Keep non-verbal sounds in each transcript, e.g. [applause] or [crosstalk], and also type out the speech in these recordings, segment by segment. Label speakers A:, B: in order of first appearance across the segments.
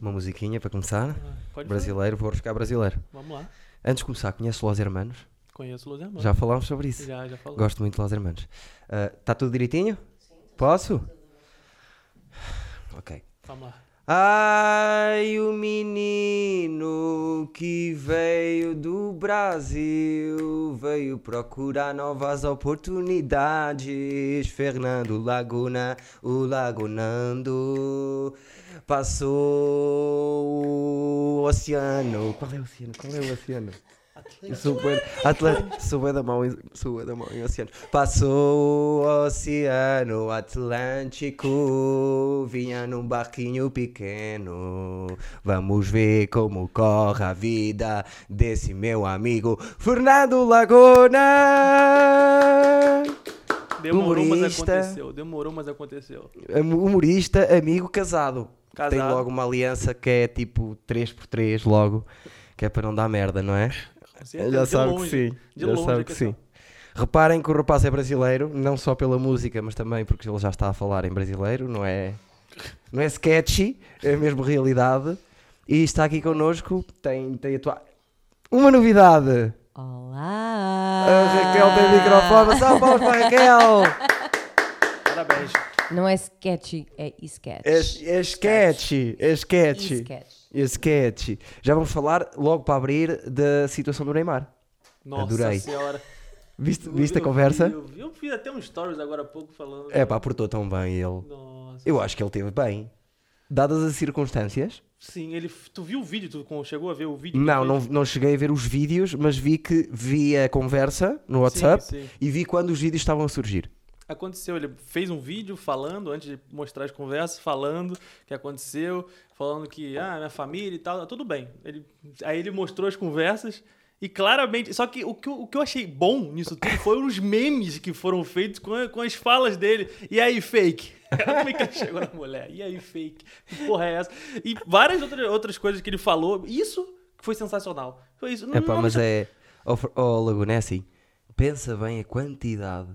A: Uma musiquinha para começar.
B: Ah, Pode fazer.
A: Brasileiro, vou arriscar brasileiro.
B: Vamos lá.
A: Antes de começar, conheço Los Hermanos?
B: Conheço o Los Hermanos.
A: Já falámos sobre isso.
B: Já, já falou.
A: Gosto muito de Los Hermanos. Está tudo direitinho? Posso? Ok.
B: Vamos lá.
A: Ai, o menino que veio do Brasil veio procurar novas oportunidades. Fernando Laguna, o Lagunando passou o oceano. Qual é o oceano? Qual é o oceano? Eu sou bué, Atlântico, sou bué da mão, em- sou bué da mão em oceanos. Passou o oceano Atlântico, vinha num barquinho pequeno. Vamos ver como corre a vida desse meu amigo Fernando Laguna.
B: Demorou, mas
A: Humorista.
B: aconteceu. Demorou, mas aconteceu.
A: Am- Humorista, amigo, casado.
B: Casado.
A: Tem logo uma aliança que é tipo 3x3 logo, que é para não dar merda, não é?
B: Com certeza,
A: Já
B: de
A: sabe que
B: longe.
A: sim.
B: De
A: Já
B: longe, assim,
A: sabe
B: a
A: que
B: questão.
A: sim. Reparem que o rapaz é brasileiro, não só pela música, mas também porque ele já está a falar em brasileiro, não é, não é sketchy, é mesmo realidade. E está aqui connosco, tem, tem a tua... Uma novidade!
C: Olá!
A: A Raquel tem microfone, salve palmas para a Raquel!
B: Parabéns.
C: Não é sketchy, é sketch.
A: É, é sketchy, é sketchy.
C: sketch.
A: É sketchy. Já vamos falar, logo para abrir, da situação do Neymar.
B: Nossa
A: Adorei.
B: senhora.
A: Viste,
B: Eu-
A: viste a
B: eu vi,
A: conversa?
B: Eu, vi, eu fiz até um stories agora há pouco falando.
A: É pá, portou tão bem ele.
B: Nossa.
A: Eu acho que ele teve bem. Dadas as circunstâncias.
B: Sim, ele. Tu viu o vídeo? Tu con- chegou a ver o vídeo? que
A: Não,
B: ele
A: não,
B: fez?
A: não cheguei a ver os vídeos, mas vi que vi a conversa no WhatsApp
B: sim.
A: e vi quando os vídeos estavam a surgir.
B: Aconteceu, ele fez um vídeo falando, antes de mostrar as conversas, falando o que aconteceu, falando que, ah, minha família e tal, tá tudo bem. Ele, aí ele mostrou as conversas e claramente. Só que o que, eu- o que eu achei bom nisso tudo foram os memes que foram feitos com, a- com as falas dele. E aí, fake? [laughs] Como é que ele chegou na mulher? E aí, fake? Que porra é essa? E várias outras, outras coisas que ele falou. Isso que foi sensacional. Foi isso.
A: É pá,
B: Não-
A: mas é. Ó Fr- ó, Laguna, é assim. Pensa bem a quantidade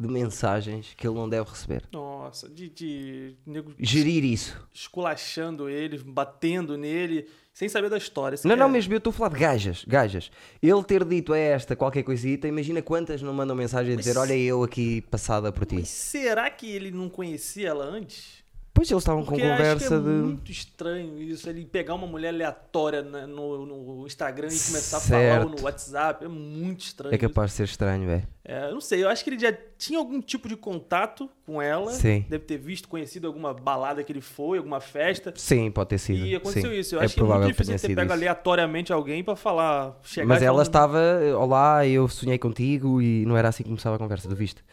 A: de mensagens que ele não deve receber.
B: Nossa, de, de nego
A: Gerir isso.
B: esculachando ele, batendo nele, sem saber da história.
A: Não, não,
B: sequer.
A: mesmo eu estou a falar de gajas, gajas. Ele ter dito a esta qualquer coisita, imagina quantas não mandam mensagem a dizer: Olha, eu aqui passada por ti.
B: Mas será que ele não conhecia ela antes?
A: Pois eles estavam com
B: Porque acho que
A: conversa
B: é
A: de.
B: muito estranho isso, ele pegar uma mulher aleatória na- no, no Instagram e começar a falar ou
A: Certo.
B: no WhatsApp, é muito estranho.
A: É capaz de ser estranho, velho.
B: isso. É, eu não sei, eu acho que ele já tinha algum tipo de contato com ela,
A: Sim.
B: deve ter visto, conhecido alguma balada que ele foi, alguma festa.
A: Sim, pode ter sido.
B: E aconteceu
A: sim.
B: isso. Eu
A: é
B: acho que é muito
A: provável que
B: difícil
A: tenha
B: você
A: sido
B: pegar
A: isso.
B: aleatoriamente alguém pra falar. Chegar um-
A: Mas
B: e
A: ela tá
B: falar,
A: estava, olá, eu sonhei contigo e não era assim que começava a conversa, tu viste?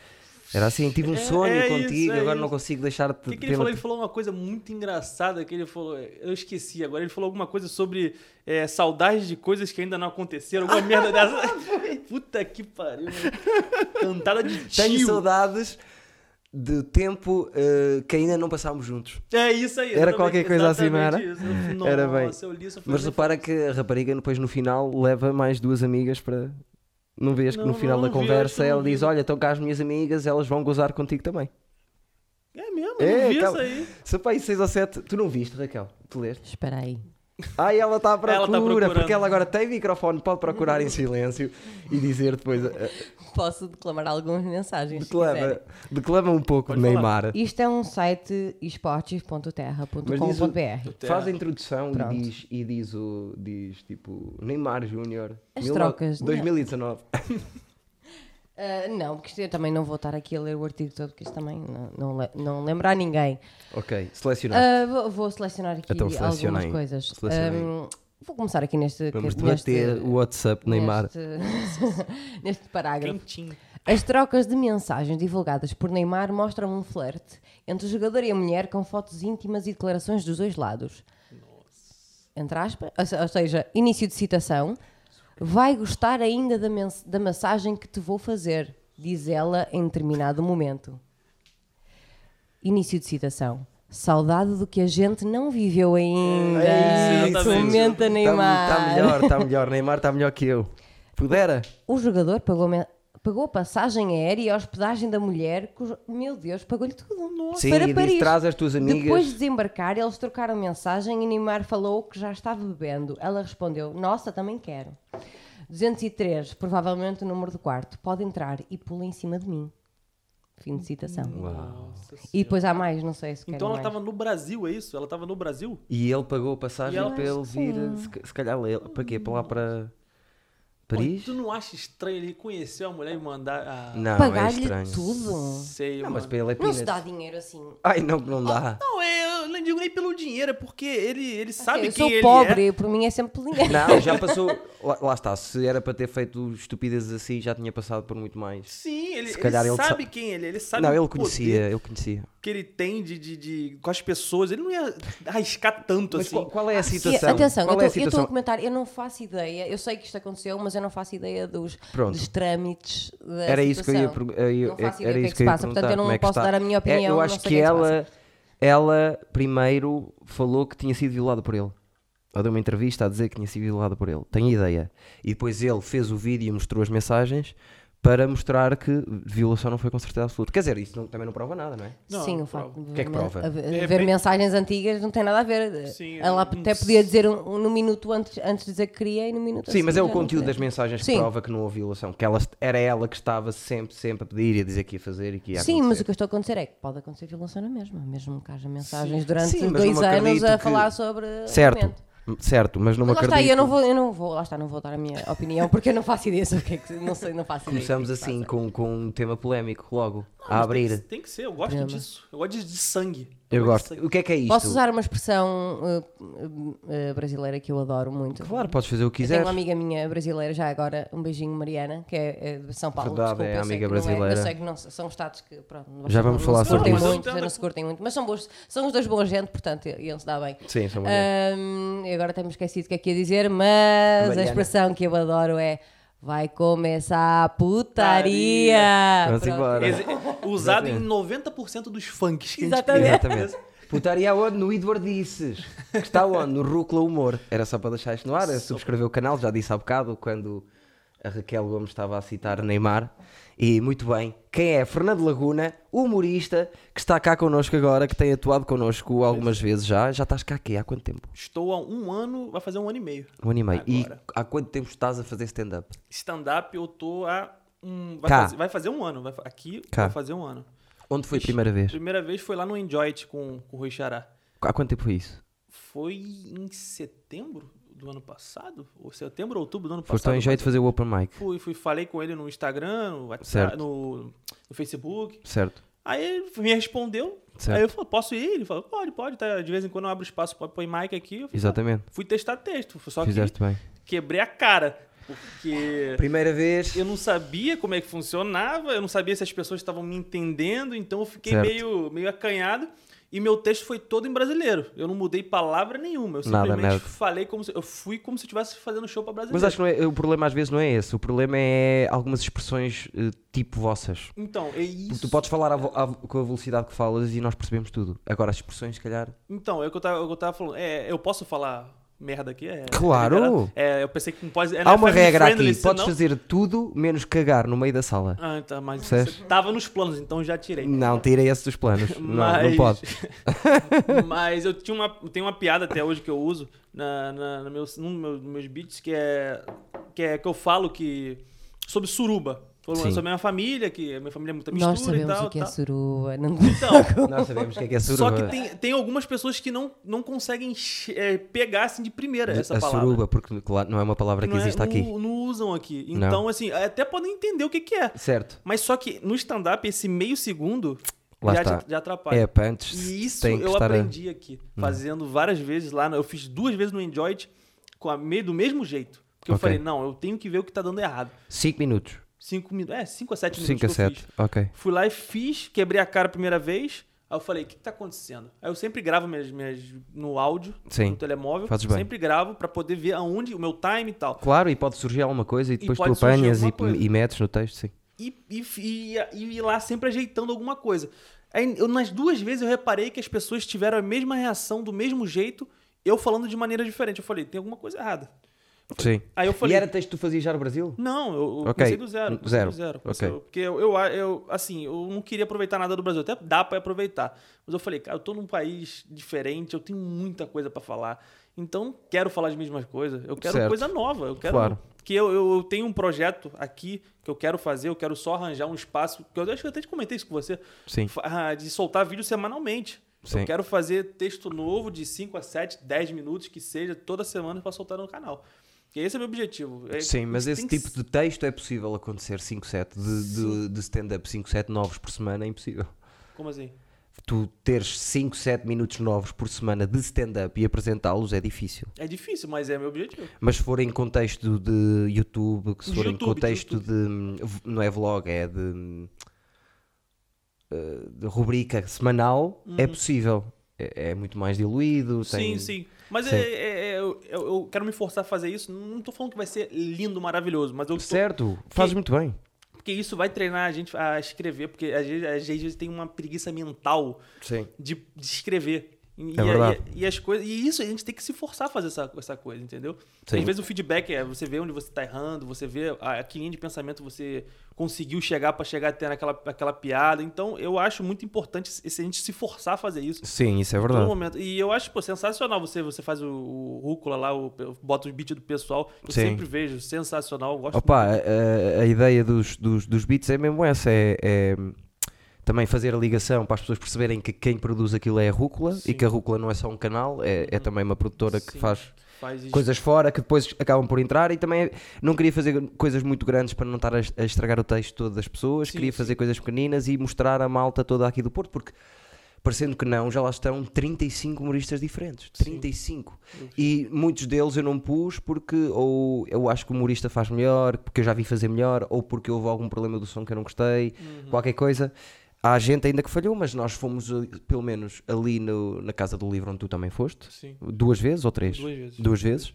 A: Era assim, tive um
B: É-
A: sonho
B: é
A: contigo,
B: isso, é
A: agora não
B: isso.
A: consigo deixar-te.
B: O que, que ele
A: tê-la-
B: falou? Ele falou uma coisa muito engraçada que ele falou. Eu esqueci agora. Ele falou alguma coisa sobre é, saudades de coisas que ainda não aconteceram. Alguma
A: [laughs]
B: merda dessa. Puta que pariu. mano. Cantada de
A: Tenho
B: tio.
A: saudades do tempo eh, que ainda não passámos juntos.
B: É isso aí.
A: Era
B: exatamente-
A: qualquer coisa assim, não era?
B: exatamente isso. Eu- Nossa,
A: Era bem.
B: eu li isso. eu falei,
A: Mas repara que a rapariga depois no final leva mais duas amigas para. Não vês que
B: Não,
A: no final
B: não,
A: da
B: não vi, acho que
A: conversa
B: não
A: ela
B: vi.
A: diz: Olha, estão cá as minhas amigas, elas vão gozar contigo também.
B: É mesmo, eu
A: É,
B: não vi
A: calma.
B: isso aí.
A: Se pá, aí 6 ou 7, tu não viste, Raquel? Tu leste?
C: Espera aí.
A: Ai, ela está à procura,
B: Ela tá procurando.
A: porque ela agora tem microfone, pode procurar em silêncio e dizer depois. eh,
C: Posso declamar algumas mensagens? se
A: Declama,
C: quiserem.
A: declama um pouco
B: Pode
A: de Neymar.
C: Isto é um site
A: Mas diz o-
C: esportes.terra.com.br.
A: Faz
B: é.
A: a introdução
C: Pronto.
A: e diz, e diz o diz tipo Neymar Júnior.
C: As
A: mil-
C: trocas, não é?
A: 2019.
C: Ah, não, porque isto eu também não vou estar aqui a ler o artigo todo, porque isto também não, não, le- não lembra a ninguém.
A: [laughs] ok, selecionar.
C: Ah, vou, vou selecionar aqui
A: Então seleciona
C: algumas
A: aí.
C: coisas.
A: Seleciona aí.
C: Ahm, vou começar aqui neste.
A: Vamos
C: neste-
A: debater o WhatsApp Neymar.
C: Neste, [laughs] neste parágrafo.
B: Quentinho.
C: As trocas de mensagens divulgadas por Neymar mostram um flerte entre o jogador e a mulher com fotos íntimas e declarações dos dois lados. Entre aspas, ou se- ou seja, início de citação. Vai gostar ainda da, mens- da massagem que te vou fazer, diz ela em determinado momento. Início de citação. Saudade do que a gente não viveu ainda.
B: É isso, exatamente.
C: Comenta
A: Tá
C: Neymar.
A: Está melhor, está melhor. Neymar está melhor que eu. Pudera.
C: O jogador pagou, men- Pagou a passagem aérea e a hospedagem da mulher. cujo- Meu Deus, pagou-lhe tudo.
A: Sim,
C: para
A: e
C: Paris.
A: disse, traz as tuas amigas.
C: Depois de desembarcar, eles trocaram mensagem e Neymar falou que já estava bebendo. Ela respondeu: Nossa, também quero. 203, provavelmente o número do quarto. Pode entrar e pula em cima de mim. Fim de citação.
B: Nossa
C: E
B: Senhora.
C: depois há mais, não sei se querem
B: Então ela
C: mais.
B: estava no Brasil, é isso? Ela estava no Brasil?
A: E ele pagou a passagem
B: E ela-
A: para eles ir, se, ca- se calhar, ele- para quê? Para lá para
B: Oi,
A: Paris?
B: Tu não acha estranho ele conhecer a mulher e mandar a...
A: Não, é
C: Pagar-lhe
A: estranho.
C: tudo.
B: Sei,
A: Não,
B: mano.
A: mas para ele é
C: Não se dá
A: peanuts.
C: dinheiro assim.
A: Ai, não, não dá.
B: Não, é, eu não digo nem pelo dinheiro, é porque ele, ele sabe
C: eu
B: quem
C: sou
B: ele
C: pobre,
B: é.
C: por mim é sempre dinheiro.
A: Não, já passou. Lá, lá está, se era para ter feito estupidez assim, já tinha passado por muito mais.
B: Sim, ele,
A: Se calhar
B: ele
A: ele
B: sabe
A: sa-
B: quem ele é. Ele sabe
A: não,
B: o
A: ele
B: poder
A: conhecia, ele conhecia.
B: que ele tem de, de, de- com as pessoas. Ele não ia arriscar tanto
A: Mas
B: assim.
A: qual, qual é a
C: E,
A: situação?
C: atenção,
A: qual
C: eu
A: é a
C: estou- eu estou
A: situação?
C: a comentar, eu não faço ideia, eu sei que isto aconteceu, mas eu não faço ideia dos,
A: Pronto.
C: dos trâmites da
A: Era isso que eu ia
C: situação.
A: perguntar. Era
C: Não faço ideia
A: era
C: o que é
A: isso
C: que
A: que
C: se
A: eu ia
C: passa, portanto,
A: perguntar,
C: eu não
A: como é que
C: posso
A: está.
C: dar a minha opinião,
A: É,
C: não
A: eu acho
C: sei o
A: que
C: que é que se
A: ela, ela primeiro falou que tinha sido violada por ele. Ela deu uma entrevista a dizer que tinha sido violada por ele. Tenho ideia. E depois ele fez o vídeo e mostrou as mensagens para mostrar que violação não foi com certeza absoluta. Quer dizer, isso não- também não prova nada, não é?
B: Não,
C: Sim,
B: não
C: o facto de
A: O que é que
C: ver-
A: prova?
C: a ver-
B: É
C: ver
B: bem-
C: mensagens antigas não tem nada a ver.
B: Sim,
C: ela
B: não-
C: até podia dizer um, um- no minuto antes, antes de dizer que queria e no minuto
A: Sim,
C: a
A: mas
C: seguir
A: é o
C: já não
A: conteúdo
C: queria.
A: das mensagens que
C: Sim.
A: prova que não houve violação. Que ela, era ela que estava sempre, sempre a pedir e a dizer que ia fazer e que ia
C: Sim, mas
A: acontecer.
C: o que eu estou a acontecer é que pode acontecer violação na mesma, mesmo que haja mensagens durante
A: Sim, mas
C: dois
A: não
C: anos
A: acredito
C: a
A: que-
C: falar sobre. o
A: Certo,
C: documento.
A: certo, mas não
C: Mas lá
A: acredito.
C: está, eu não vou, eu não vou, lá está, não vou dar a minha opinião porque eu não faço ideia sobre o que é que é não sei, não faço ideia.
A: Começamos assim com, com um tema polémico logo, a
B: Ah, mas
A: abrir.
B: Tem que, tem que ser, eu gosto
C: Drama.
B: disso. Eu gosto de, de sangue.
A: Eu
B: gosto
A: gosto.
B: de sangue.
A: O que é que é isto?
C: Posso usar uma expressão uh, uh, uh, brasileira que eu adoro muito?
A: Claro, podes fazer o que
C: Eu
A: quiseres.
C: Tenho
B: um
C: uma amiga minha brasileira, já agora, um beijinho, Mariana, que é, é de São Paulo.
A: Verdade,
C: Desculpa,
A: é
C: eu sei
A: amiga
C: que não
A: brasileira.
C: eu sei que não são estados que, pronto, não-
A: Já vamos
C: não
A: falar
C: se
A: sobre
C: curtem
B: isso.
C: muito, já não se curtem muito, mas são, bons, são os dois boa gente, portanto, iam se dar bem.
A: Sim, são
B: Eh,
A: mulheres.
C: Ahm, eu agora tenho esquecido o que é que ia dizer, mas
A: Mariana.
C: a expressão que eu adoro é vai começar a putaria.
A: Vamos
C: Pronto.
A: embora. [laughs]
B: Ex- Usado em 90% dos funks que
C: Exatamente.
A: Exatamente.
B: [laughs]
A: Putaria onde? No Eduardices. Que está onde? No Rúcula Humor. Era só para deixar isto no ar. Subscreveu o canal, já disse há bocado, quando a Raquel Gomes estava a citar Neymar. E muito bem. Quem é? Fernando Laguna, humorista, que está cá connosco agora, que tem atuado connosco algumas vezes já. Já estás cá aqui há quanto tempo?
B: a gente- Estou há um ano, vai fazer um ano e meio.
A: Um ano e meio. E
B: Agora.
A: há quanto tempo estás a fazer stand-up?
B: Stand-up eu tô há um. Vai,
A: Cá.
B: fazer, vai fazer um ano. vai fa- aqui
A: Cá.
B: vai fazer um ano.
A: Onde foi a primeira vez?
B: Primeira vez foi lá no Enjoy It com, com o Rui Xará.
A: Há quanto tempo foi isso?
B: Foi em setembro do ano passado? Ou setembro ou outubro do ano
A: Foste
B: passado?
A: ao enjeito fazer o open mic,
B: Fui, fui, falei com ele no Instagram, no WhatsApp,
A: Certo.
B: no, no Facebook.
A: certo?
B: Aí ele me respondeu.
A: Certo.
B: Aí eu falei, posso ir? Ele falou, pode, pode. Tá, de vez em quando eu abro espaço para pôr mic aqui. Eu falei,
A: Exatamente.
B: "Ah, Fui testar texto, só
A: Fizeste bem.
B: que quebrei a cara. Porque
A: Primeira vez.
B: eu não sabia como é que funcionava, eu não sabia se as pessoas estavam me entendendo, então eu fiquei
A: Certo.
B: meio, meio acanhado. E meu texto foi todo em brasileiro. Eu não mudei palavra nenhuma. Eu
A: Nada,
B: simplesmente
A: nada.
B: falei como se. Eu fui como se eu estivesse fazendo show pra brasileiro.
A: Mas acho que não é- o problema às vezes não é esse. O problema é algumas expressões eh, tipo vossas.
B: Então, é
A: Porque
B: isso.
A: tu podes falar à vo- à vo- com a velocidade que falas e nós percebemos tudo. Agora, as expressões, se calhar.
B: Então, é o que eu tava, é o que eu tava falando. É, eu posso falar merda aqui? É,
A: Claro!
B: é liberado? É, eu pensei que não pode. é, não
A: Há
B: é
A: uma
B: family
A: regra
B: friendly,
A: aqui:
B: senão-
A: podes fazer tudo menos cagar no meio da sala.
B: Ah, tá, mas
A: Percebes?
B: isso tava nos planos, então já tirei.
A: Não, tira esse dos
B: [laughs]
A: planos. Não,
B: Mas-
A: não pode.
B: Mas eu tinha uma, tenho uma piada até hoje que eu uso na, na, no meu, num dos meus- meus beats, que é, que é que eu falo que. sobre suruba. Falo
A: Sim.
B: Sobre a minha família, que a minha família é muita mistura
C: Nós sabemos
B: e tal.
C: o que é
B: tal.
C: suruba. Não... [laughs]
B: Então,
A: Nós sabemos o que é que é [laughs]
B: só
A: suruba.
B: que tem, tem algumas pessoas que não, não conseguem che- eh, pegar assim de primeira essa
A: a
B: palavra.
A: suruba, porque claro, não é uma palavra que
B: Não é-
A: existe aqui.
B: Não, não usam aqui.
A: Não.
B: Então, assim, até podem entender o que, que é.
A: Certo.
B: Mas só que no stand-up, esse meio segundo
A: Lá
B: já,
A: está.
B: já atrapalha.
A: É, para antes.
B: E isso
A: tem que
B: eu
A: estar Hum. a-
B: aprendi aqui, fazendo várias vezes lá. no- Eu fiz duas vezes no Enjoy It com a me- do mesmo jeito. Porque eu
A: Ok.
B: falei, não, eu tenho que ver o que tá dando errado.
A: cinco minutos.
B: Cinco minutos, é, cinco a sete minutos
A: cinco a
B: que eu
A: sete
B: fiz.
A: Ok.
B: Fui lá e fiz, quebrei a cara a primeira vez. Aí eu falei, o que, que tá acontecendo? Aí eu sempre gravo minhas, minhas no áudio,
A: Sim.
B: no telemóvel.
A: Fazes bem.
B: Sempre gravo pra poder ver aonde, o meu time e tal.
A: Claro, e pode surgir alguma coisa e depois tu
B: pode surgir
A: apanhas
B: alguma
A: e,
B: coisa.
A: e metes no texto, sim.
B: e, e, e, e ir lá sempre ajeitando alguma coisa. Aí, eu, nas duas vezes eu reparei que as pessoas tiveram a mesma reação, do mesmo jeito, eu falando de maneira diferente. Eu falei, tem alguma coisa errada.
A: Sim.
B: Aí Ah, eu
A: E
B: falei.
A: era texto que tu fazias já no Brasil?
B: Não, eu, eu
A: Ok.
B: comecei do zero. comecei
A: Zero.
B: Do zero.
A: Ok.
B: comecei- Porque eu, eu, eu, assim, eu não queria aproveitar nada do Brasil. Até dá pra aproveitar. Mas eu falei, cara, eu tô num país diferente, eu tenho muita coisa pra falar. Então, não quero falar as mesmas coisas. Eu quero
A: Certo.
B: coisa nova. Eu quero
A: Claro.
B: que eu, eu, eu tenho um projeto aqui que eu quero fazer. Eu quero só arranjar um espaço. Que eu acho que eu até te comentei isso com você.
A: Sim.
B: fa- ah, De soltar vídeo semanalmente.
A: Sim.
B: Eu quero fazer texto novo de 5 a 7, 10 minutos, que seja, toda semana pra soltar no canal. E esse é o meu objetivo. É-
A: Sim, mas
B: tem
A: esse
B: que
A: tipo de texto é possível acontecer 5, 7 de, de, de stand-up 5, 7 novos por semana é impossível.
B: Como assim?
A: Tu teres 5, 7 minutos novos por semana de stand-up e apresentá-los é difícil.
B: É difícil, mas é meu objetivo.
A: Mas se for em contexto de YouTube, que se
B: De
A: for
B: YouTube,
A: em
B: de
A: contexto de,
B: YouTube.
A: hum, v- Não é vlog, é de. hum, eh, de rubrica semanal, é possível. É, é muito mais diluído. tem-
B: Uhum. Sim, sim. Mas
A: Sim.
B: É, é- é- eu, eu- eu quero me forçar a fazer isso. Não tô falando que vai ser lindo, maravilhoso, mas eu tô-
A: Certo, fazes
B: Que-
A: muito bem.
B: porque isso vai treinar a gente a escrever, porque às vezes, às vezes tem uma preguiça mental
A: Sim.
B: de, de escrever. E,
A: É
B: e-
A: verdade.
B: e as coisas, e isso a gente tem que se forçar a fazer essa, essa coisa, entendeu?
A: Sim.
B: Às vezes o feedback é você vê onde você tá errando, você vê a, a que linha de pensamento você conseguiu chegar para chegar até naquela aquela piada. Então eu acho muito importante se se a gente se forçar a fazer isso.
A: Sim, isso é
B: Todo
A: verdade.
B: momento. E eu acho pô, sensacional você, você faz o, o rúcula lá, o, bota o beat do pessoal. Eu
A: Sim.
B: sempre vejo, sensacional. eu Gosto
A: Opa,
B: muito.
A: a, a- a ideia dos, dos, dos beats é mesmo essa: é, é também fazer a ligação para as pessoas perceberem que quem produz aquilo é a Rúcula e
B: Sim. Uhum.
A: que a Rúcula não é só um canal, é, é também uma produtora que
B: Sim.
A: faz
B: Faz isso.
A: coisas fora que depois acabam por entrar e também não queria fazer coisas muito grandes para não estar a a estragar o texto todo das pessoas,
B: Sim,
A: queria
B: sim.
A: fazer coisas pequeninas e mostrar a malta toda aqui do Porto, porque parecendo que não, já lá estão 35 humoristas diferentes, 35. E muitos deles eu não pus porque ou eu acho que o humorista faz melhor, porque eu já vi fazer melhor, ou porque houve algum problema do som que eu não gostei,
B: Uhum.
A: qualquer coisa. Há gente ainda que falhou, mas nós fomos eh, pelo menos ali no- na Casa do Livro onde tu também foste.
B: Sim,
A: Duas vezes ou três?
B: Duas vezes.
A: Duas vezes.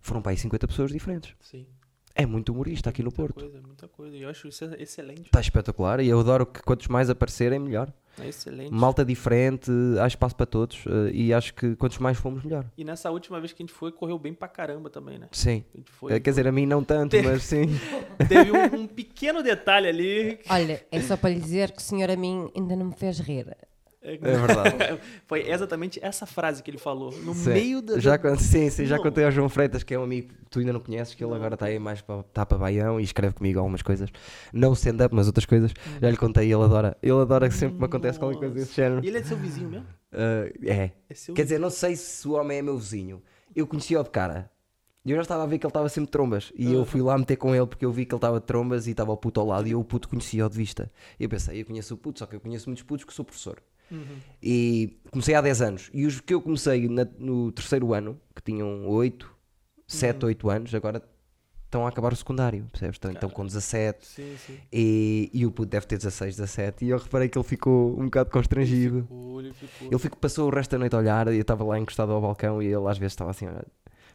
A: Foram para aí 50 pessoas diferentes.
B: sim.
A: É muito humorista aqui no
B: Muita
A: Porto.
B: coisa, muita coisa. E eu acho isso excelente.
A: Está espetacular e eu adoro que quantos mais aparecerem, melhor.
B: É excelente.
A: Malta diferente, há espaço para todos eh, e acho que quantos mais fomos, melhor.
B: E nessa última vez que a gente foi, correu bem pra caramba também, né?
A: Sim.
B: A gente
A: Eh,
B: foi.
A: Quer dizer, a mim não tanto, mas
B: [laughs]
A: sim.
B: Teve um, um pequeno detalhe
A: [laughs]
B: ali.
C: Olha, é só para lhe dizer que o senhor a mim ainda não me fez rir.
B: É
A: verdade.
B: [laughs] Foi exatamente essa frase que ele falou. No
A: Sim.
B: meio da.
A: já, con- sim, sim, já
B: Não.
A: contei ao João Freitas, que é um amigo que tu ainda não conheces, que ele agora está aí mais para tá para Baião e escreve comigo algumas coisas. Não stand-up, mas outras coisas.
B: Hum.
A: Já lhe contei, ele adora. Ele adora que sempre me acontece qualquer coisa desse género.
B: Ele é seu vizinho mesmo?
A: Ah, é.
B: É seu
A: Quer dizer, não sei se o homem é meu vizinho. Eu conhecia-o de cara. E eu já estava a ver que ele estava sempre de trombas. E
B: Ah.
A: eu fui lá meter com ele porque eu vi que ele estava de trombas e estava o puto ao lado. E eu o puto conhecia-o de vista. E eu pensei, eu conheço o puto, só que eu conheço muitos putos que sou professor.
B: Uhum.
A: E comecei há 10 anos. E os que eu comecei na- no terceiro ano, que tinham 8, 7,
B: Uhum.
A: 8 anos, agora estão a acabar o secundário, percebes? Estão, estão com 17.
B: Sim, sim.
A: E, e o puto deve ter 16, 17. E eu reparei que ele ficou um bocado constrangido.
B: Ficou, ele ficou.
A: Ele ficou, passou o resto da noite a olhar e eu estava lá encostado ao balcão e ele às vezes estava assim, olha,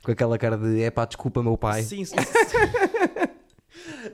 A: com aquela cara de é pá, desculpa meu pai.
B: Sim, sim. [laughs] sim.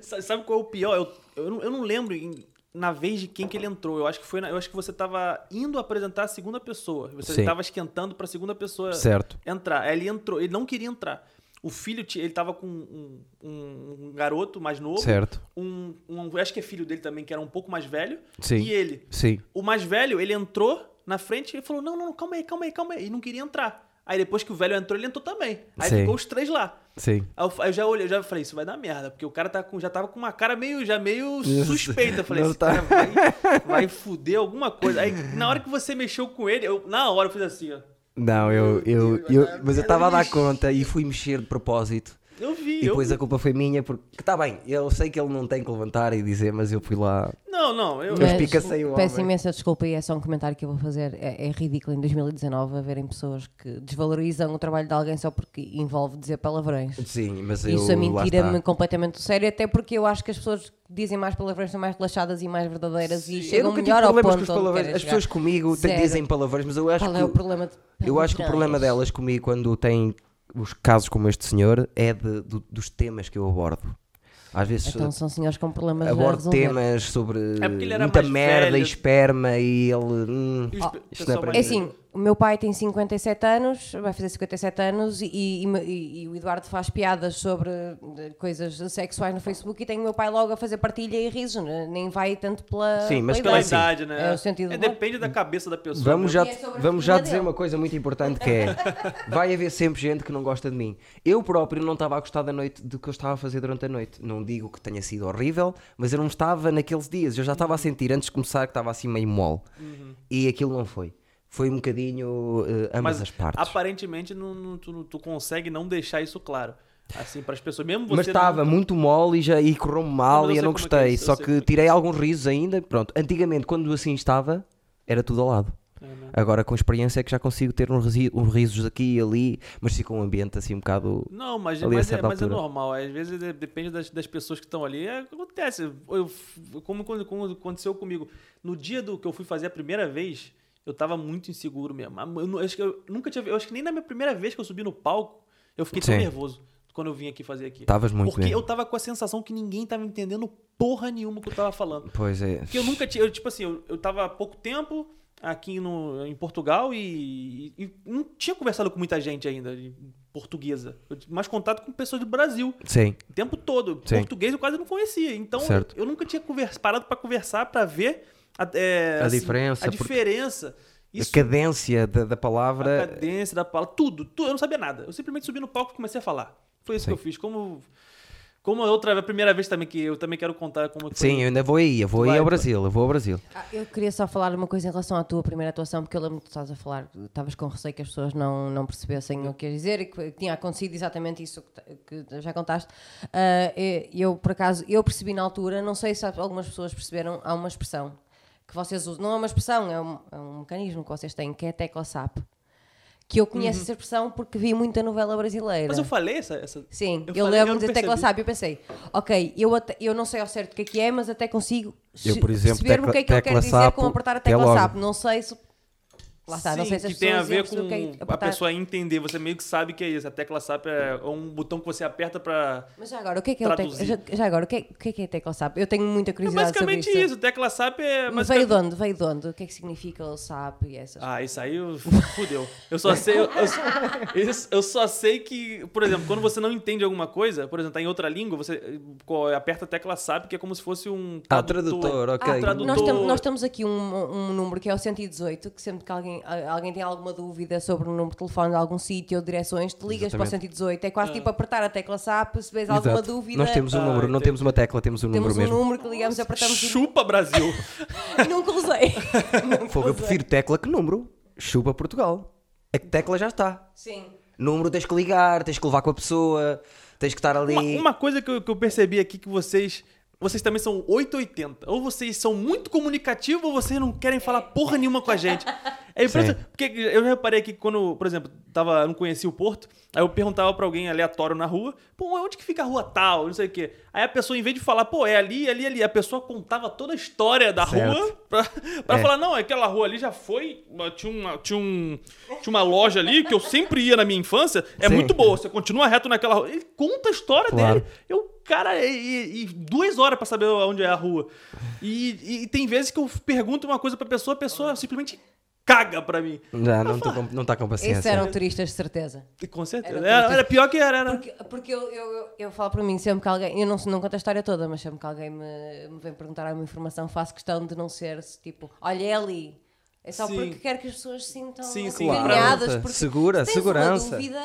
B: Sa- Sabe qual é o pior? Eu, eu, não, eu não lembro em- na vez de quem que ele entrou. Eu acho que foi na- eu acho que você tava indo apresentar a segunda pessoa. Você
A: Sim.
B: tava esquentando pra segunda pessoa
A: Certo.
B: entrar. Aí ele entrou, ele não queria entrar. O filho, ti- ele tava com um, um- um garoto mais novo.
A: Certo.
B: Um, um- eu acho que é filho dele também, que era um pouco mais velho.
A: Sim.
B: E ele.
A: Sim.
B: O mais velho, ele entrou na frente e falou: não, não, não, calma aí, calma aí, calma aí. E não queria entrar. Aí depois que o velho entrou, ele entrou também. Aí
A: Sim.
B: ficou os três lá.
A: Sim.
B: Aí eu, aí eu já olhei, eu já falei, isso vai dar merda, porque o cara tá com, já tava com uma cara meio, já meio suspeita. Eu falei,
A: Não
B: esse
A: tá.
B: cara vai, vai fuder alguma coisa. Aí na hora que você mexeu com ele, eu, na hora eu fiz assim, ó.
A: Não, eu, eu,
B: Deus,
A: eu-
B: vai dar
A: mas eu
B: merda,
A: estava a dar
B: bicho.
A: conta e fui mexer de propósito.
B: Eu
A: E
B: vi, eu
A: depois
B: vi.
A: a culpa foi minha, porque está bem, eu sei que ele não tem que levantar e dizer, mas eu fui lá.
B: Não, não, eu...
A: Mas
B: eu-
A: pica sem o
C: peço
A: homem.
C: imensa desculpa e é só um comentário que eu vou fazer. É, é ridículo em 2019 haverem pessoas que desvalorizam o trabalho de alguém só porque envolve dizer palavrões.
A: Sim, mas eu.
C: Isso é a mim
A: lá
C: tira-me
A: está.
C: completamente do sério, até porque eu acho que as pessoas que dizem mais palavrões são mais relaxadas e mais verdadeiras e
A: Eu
C: chegam
A: nunca tive
C: melhor ao
A: problemas
C: ponto
A: com os
C: onde
A: palavrões.
C: querem
A: As pessoas
C: chegar.
A: comigo te-
C: Zero.
A: dizem palavrões, mas eu acho
C: Qual
A: que.
C: é o problema de
A: [laughs] Eu acho que o problema
C: palavrões?
A: delas comigo quando tem os casos como este senhor é de- do- dos temas que eu abordo. Às vezes
C: Então são senhores com problemas a
A: é abordo
C: resolver.
A: temas sobre
B: É porque ele era
A: muita
B: mais
A: merda e
B: velho.
A: esperma e ele. hum,
B: e
A: isto
B: os pe-
A: não é
B: pessoal
A: para
B: mais-
C: É assim, O meu pai tem 57 anos, vai fazer 57 anos, e, e- e- e o Eduardo faz piadas sobre eh, coisas sexuais no Facebook e tem o meu pai logo a fazer partilha e riso, né? nem vai tanto pela.
A: Sim, mas
B: Pela
A: pela
C: idade.
B: idade, né?
C: É o sentido
B: É,
C: do-
B: depende da cabeça da pessoa.
A: Vamos
B: né?
A: já,
C: E é sobre a
A: vamos já
C: filha
A: dizer
C: dele.
A: uma coisa muito importante que é vai haver sempre gente que não gosta de mim. Eu próprio não estava a gostar da noite do que eu estava a fazer durante a noite. Não digo que tenha sido horrível, mas eu não estava naqueles dias. Eu já estava a sentir antes de começar que estava assim meio mole.
C: Uhum.
A: E aquilo não foi. Foi um bocadinho eh, ambas
B: Mas
A: as partes.
B: aparentemente não, não- tu, não- tu consegue não deixar isso claro. Assim, para as pessoas. Mesmo você
A: Mas
B: não- tá-
A: estava muito mole e, já- e correu-me mal
B: Mas eu
A: e eu
B: sei
A: não
B: como é que
A: gostei.
B: é isso, eu
A: Só
B: sei
A: que
B: como é que é
A: tirei alguns risos ainda. Pronto, antigamente quando assim estava, era tudo ao lado.
B: É, né?
A: Agora com experiência é que já consigo ter uns, resi- uns risos aqui e ali, mas fica um ambiente assim um bocado.
B: Não, mas,
A: Ali a
B: mas, é,
A: certa
B: mas é
A: altura.
B: normal. Às vezes de- depende das, das pessoas que estão ali. É, acontece. Eu, f- como, quando- como aconteceu comigo. No dia do que eu fui fazer a primeira vez, eu tava muito inseguro mesmo. Mas Eu, nu- acho que eu nunca tinha. Eu acho que nem na minha primeira vez que eu subi no palco, eu fiquei tão
A: Sim.
B: nervoso quando eu vim aqui fazer aqui.
A: Estavas muito
B: Porque
A: mesmo.
B: eu tava com a sensação que ninguém tava entendendo porra nenhuma que eu tava falando.
A: Pois é.
B: Porque eu nunca tinha. Eu, tipo assim, eu, eu tava há pouco tempo aqui no, em Portugal e, e- e não tinha conversado com muita gente ainda de portuguesa. Eu tinha mais contato com pessoas do Brasil
A: Sim.
B: o tempo todo.
A: Sim.
B: Português eu quase não conhecia. Então eu,
A: Certo.
B: eu nunca tinha convers- parado pra conversar pra ver a, é,
A: A diferença,
B: A
A: porque- é
B: diferença. Isso,
A: A cadência da, da
B: a
A: palavra.
B: cadência da palavra, tudo, tudo. Eu não sabia nada. Eu simplesmente subi no palco e comecei a falar. Foi isso
A: Sim.
B: que eu fiz. Como. Como a outra, a primeira vez também que eu também quero contar como que foi
A: Sim, eu ainda vou aí, eu vou aí
B: Vai,
A: ao
B: vai.
A: Brasil, eu vou ao Brasil.
C: Ah, eu queria só falar uma coisa em relação à tua primeira atuação, porque eu lembro que tu estás a falar, estavas com receio que as pessoas não, não percebessem o que queres dizer e que tinha acontecido exatamente isso que, t- que já contaste. Ah, e- eu, por acaso, eu percebi na altura, não sei se algumas pessoas perceberam, há uma expressão que vocês usam, não é uma expressão, é um, é um mecanismo que vocês têm, que é a tecla SAP. Que eu conheço essa expressão porque vi muita novela brasileira.
B: Uhum. Mas eu falei essa. essa-
C: né? Sim, eu,
B: falei,
C: lembro
B: não
C: de tecla
B: percebi.
C: SAP, eu pensei, ok, eu, até- eu não sei ao certo o que é que é, mas até consigo
A: Eu,
C: se-
A: por exemplo,
C: perceber o que é que
A: tecla-
C: eu quero
A: tecla
C: dizer com
A: sapo,
C: apertar a
A: até
C: tecla
A: logo.
C: SAP. Não sei se. Lá está, não
B: Sim,
C: sei se as
B: que tem a
C: pessoas iam
B: ver
C: perceber
B: com
C: o que é
B: a
C: apertar.
B: pessoa entender. Você meio que sabe que é isso. A tecla SAP é um botão que você aperta pra.
C: Mas já agora, o que é que é o tecla,
B: Traduzir.
C: já, já agora, o que é, o que é que é tecla SAP? Eu tenho muita
B: É
C: curiosidade sobre
B: basicamente
C: isso.
B: isso. Tecla SAP é.
C: Mas
B: basicamente-
C: veio de onde? Veio de onde? O que é que significa o SAP e essas
B: Ah, isso aí eu- [laughs] fudeu. Eu só sei. Eu, eu só- isso- eu só sei que, por exemplo, quando você não entende alguma coisa, por exemplo, tá em outra língua, você eh, co- aperta a tecla SAP, que é como se fosse um.
A: Ah, tradutor, ok.
B: Ah, tradutor.
C: Nós, tam- nós temos aqui um, um número que é o 118, que sempre que alguém, a- alguém tem alguma dúvida sobre o número de telefone de algum sítio ou direções, te ligas para o
A: Exatamente. Ah.
C: 118. É quase tipo apertar a tecla SAP, se vês alguma
A: Exato.
C: dúvida.
A: Nós temos um
B: Ah,
A: número, não
B: entendi.
A: temos uma tecla, temos um número
C: temos um
A: mesmo.
C: número que ligamos, apertamos e-
B: Chupa
C: [laughs]
B: Brasil!
C: e nunca usei.
A: [laughs]
C: Nunca
A: Fogo, eu
C: [laughs] usei.
A: prefiro tecla que número. Chupa Portugal. É que tecla já está.
C: Sim.
A: Número tens que ligar, tens que levar com a pessoa, tens que estar ali.
B: Uma, uma coisa que eu, que eu percebi aqui que vocês. Vocês também são 880. Ou vocês são muito comunicativos ou vocês não querem falar porra nenhuma com a gente. É impressionante. Porque eu reparei aqui que quando, por exemplo, tava, eu não conhecia o Porto, aí eu perguntava pra alguém aleatório na rua, pô, onde que fica a rua tal? Não sei o quê. Aí a pessoa, em vez de falar, pô, é ali, ali, ali, a pessoa contava toda a história da
A: Certo.
B: rua pra, pra
A: É.
B: falar, não, aquela rua ali já foi, tinha uma, tinha, um, tinha uma loja ali que eu sempre ia na minha infância, é
A: Sim.
B: muito boa, você continua reto naquela rua. Ele conta a história
A: Claro.
B: dele. Eu, cara, e- e, e duas horas pra saber onde é a rua. E, e- e tem vezes que eu pergunto uma coisa pra pessoa, a pessoa simplesmente caga pra mim.
A: Não, não tô com- não está com paciência.
C: Esses eram turistas, de certeza.
B: E Com certeza.
C: Era
B: Era,
C: tudo-
B: era pior que era, era.
C: Porque, porque eu, eu, eu, eu falo para mim sempre que alguém. Eu não, não conto a história toda, mas sempre que alguém me, me vem perguntar alguma informação, faço questão de não ser tipo, olha é ali. É só
B: Sim.
C: porque quero que as pessoas se sintam
B: Sim, sim,
C: acompanhadas.
A: claro.
C: porque
A: Segura,
C: se tens
A: segurança.
C: Uma dúvida,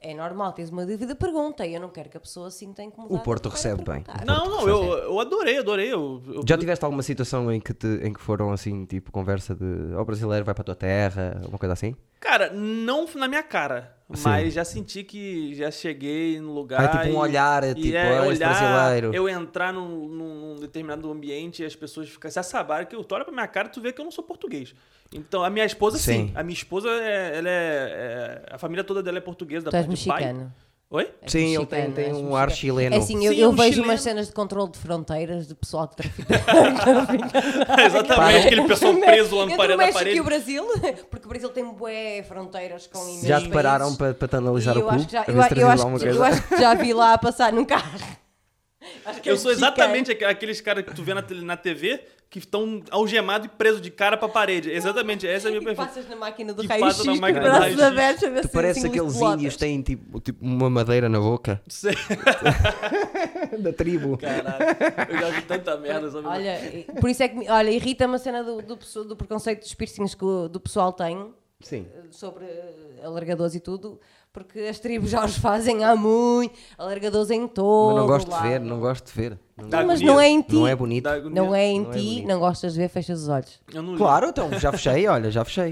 C: é normal, tens uma dúvida, pergunta. E eu não quero que a pessoa se sinta
A: O
C: incomodada.
A: Porto
C: para
A: recebe bem.
C: perguntar.
B: Não, não, eu, eu adorei, adorei. Eu, eu-
A: Já tiveste alguma situação em que, te- em que foram assim, tipo, conversa de ó brasileiro, vai para a tua terra, uma coisa assim?
B: Cara, não na minha cara,
A: Sim.
B: mas já senti que já cheguei no lugar.
A: Ah, é tipo um olhar, é tipo, olha este brasileiro.
B: Eu entrar num, num- num determinado ambiente e as pessoas ficam se assabaram que eu tu olha pra minha cara e tu vê que eu não sou português. Então, a minha esposa, sim.
A: Sim.
B: A minha esposa, é, ela é, é- A família toda dela é portuguesa, da
C: Tu és
B: parte de pai.
C: mexicano. [laughs]
B: Oi?
C: És
A: Sim, ele tem-
C: mexicano,
A: tem
C: és
A: um ar
C: mexicano.
A: chileno.
C: É assim, eu,
B: Sim,
C: eu
B: um
C: vejo
B: chileno.
C: umas cenas de controle de fronteiras de pessoal que trafica.
B: [laughs] Exatamente, aquele pessoal preso lá no
C: Entre
B: parede
C: o
B: da
C: México
B: parede.
C: e o Brasil, [laughs] porque o Brasil tem bué fronteiras com
B: é
C: imensos
A: Já te pararam
C: países.
A: para, para te analisar
C: E
A: o
C: eu
A: cu?
C: acho que já,
A: A ver
C: eu,
A: se
C: a-
A: trazias
C: eu acho
A: alguma
C: que,
A: coisa?
C: eu acho que já vi lá
B: [laughs]
C: a passar num carro. Acho que
B: Eu
C: é
B: sou
C: mexicano.
B: exatamente aqu- aqueles caras que tu vê na, tele- na TV que estão algemados e presos de cara pra parede. Exatamente, essa é a minha
C: E
B: perfeição.
C: passas na máquina do
B: E
C: raio-x
B: passa na
C: com os
B: máquina
A: do
C: braços
B: raio-x.
C: abertos a ver
A: Tu
C: se assim
A: parece
C: singles
A: aqueles
C: plotas.
A: índios que têm tipo, tipo uma madeira na boca [laughs] da tribo.
B: Caralho, eu já vi tanta merda sobre
C: Olha, e- por isso é que me- olha, irrita-me a cena do, do, pesso- do preconceito dos piercings que o, do pessoal tem
A: Sim.
C: sobre eh, alargadores e tudo, porque as tribos já os fazem há muito, alargadores em todo.
A: Mas não gosto de
C: lado.
A: ver, não gosto de ver. Não,
B: Dá
C: Mas
B: agonia.
C: não é em ti.
A: não é bonito.
B: Dá agonia.
C: Não é em
A: Não é
C: ti,
A: bonito.
C: não gostas de ver, fechas
B: [laughs]
C: os olhos.
B: Eu não li.
A: Claro, então, já fechei, olha, já fechei.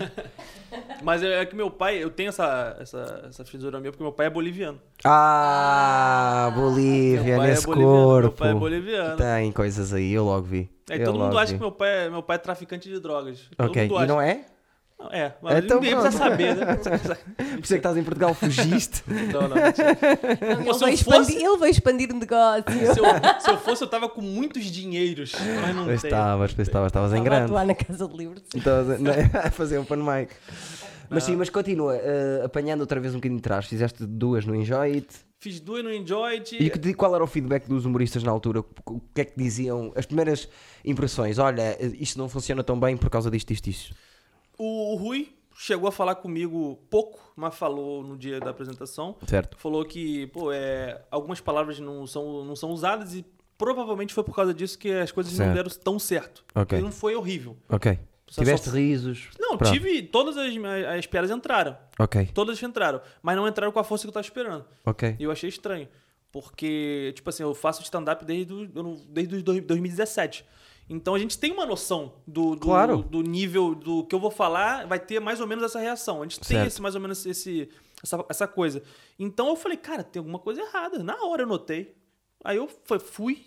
B: Mas é é que meu pai, eu tenho essa, essa, essa fissura minha porque meu pai é boliviano.
A: Ah, Bolívia,
B: Meu pai é
A: nesse
B: boliviano,
A: corpo.
B: Meu pai é boliviano.
A: Tem coisas aí, eu logo vi.
B: É,
A: Eu
B: todo mundo
A: logo
B: acha
A: vi.
B: que meu pai, é- meu pai é traficante de drogas. Todo
A: Ok,
B: mundo
A: e
B: acha.
A: não é?
B: Não, É, mas
A: Então
B: ninguém
A: pronto.
B: precisa saber,
A: [laughs]
B: né?
A: Por isso é que estás em
B: [laughs]
A: Portugal, fugiste.
B: Não,
A: [laughs]
B: não, mentira.
C: Ele
B: se
C: vai,
B: eu
C: expandir,
B: fosse-
C: ele vai expandir o negócio.
B: se, eu, se eu fosse, eu tava com muitos dinheiros. Mas não
A: Pois
B: tem.
A: estavas, pois estavas, estavas em
C: Estava a
A: grande.
C: atuar na Casa de Livros.
A: Estavas a- [laughs] não, a fazer um pan mic. Mas
B: Ah.
A: sim, mas continua, eh, apanhando outra vez um bocadinho de trás. Fizeste duas no Enjoy It.
B: Fiz duas no Enjoy It.
A: E que- de- qual era o feedback dos humoristas na altura? O que é que diziam? As primeiras impressões? Olha, eh, isto não funciona tão bem por causa disto, isto, isto.
B: O, o Rui chegou a falar comigo pouco, mas falou no dia da apresentação.
A: Certo.
B: Falou que, pô, é, algumas palavras não são, não são usadas e provavelmente foi por causa disso que as coisas
A: Certo.
B: não deram tão certo.
A: Ok.
B: E não foi horrível.
A: Ok.
B: Só-
A: Tiveste
B: só-
A: risos?
B: Não,
A: Pronto.
B: tive. Todas as, as, as piadas entraram.
A: Ok,
B: Todas entraram. Mas não entraram com a força que eu tava esperando.
A: ok.
B: E eu achei estranho. Porque, tipo assim, eu faço stand-up desde, o- eu não- desde os dois- 2017. Então a gente tem uma noção do, do,
A: Claro.
B: do nível do que eu vou falar, vai ter mais ou menos essa reação. A gente tem
A: Certo.
B: esse, mais ou menos esse, essa, essa coisa. Então eu falei, cara, tem alguma coisa errada. Na hora eu notei. Aí eu fui- fui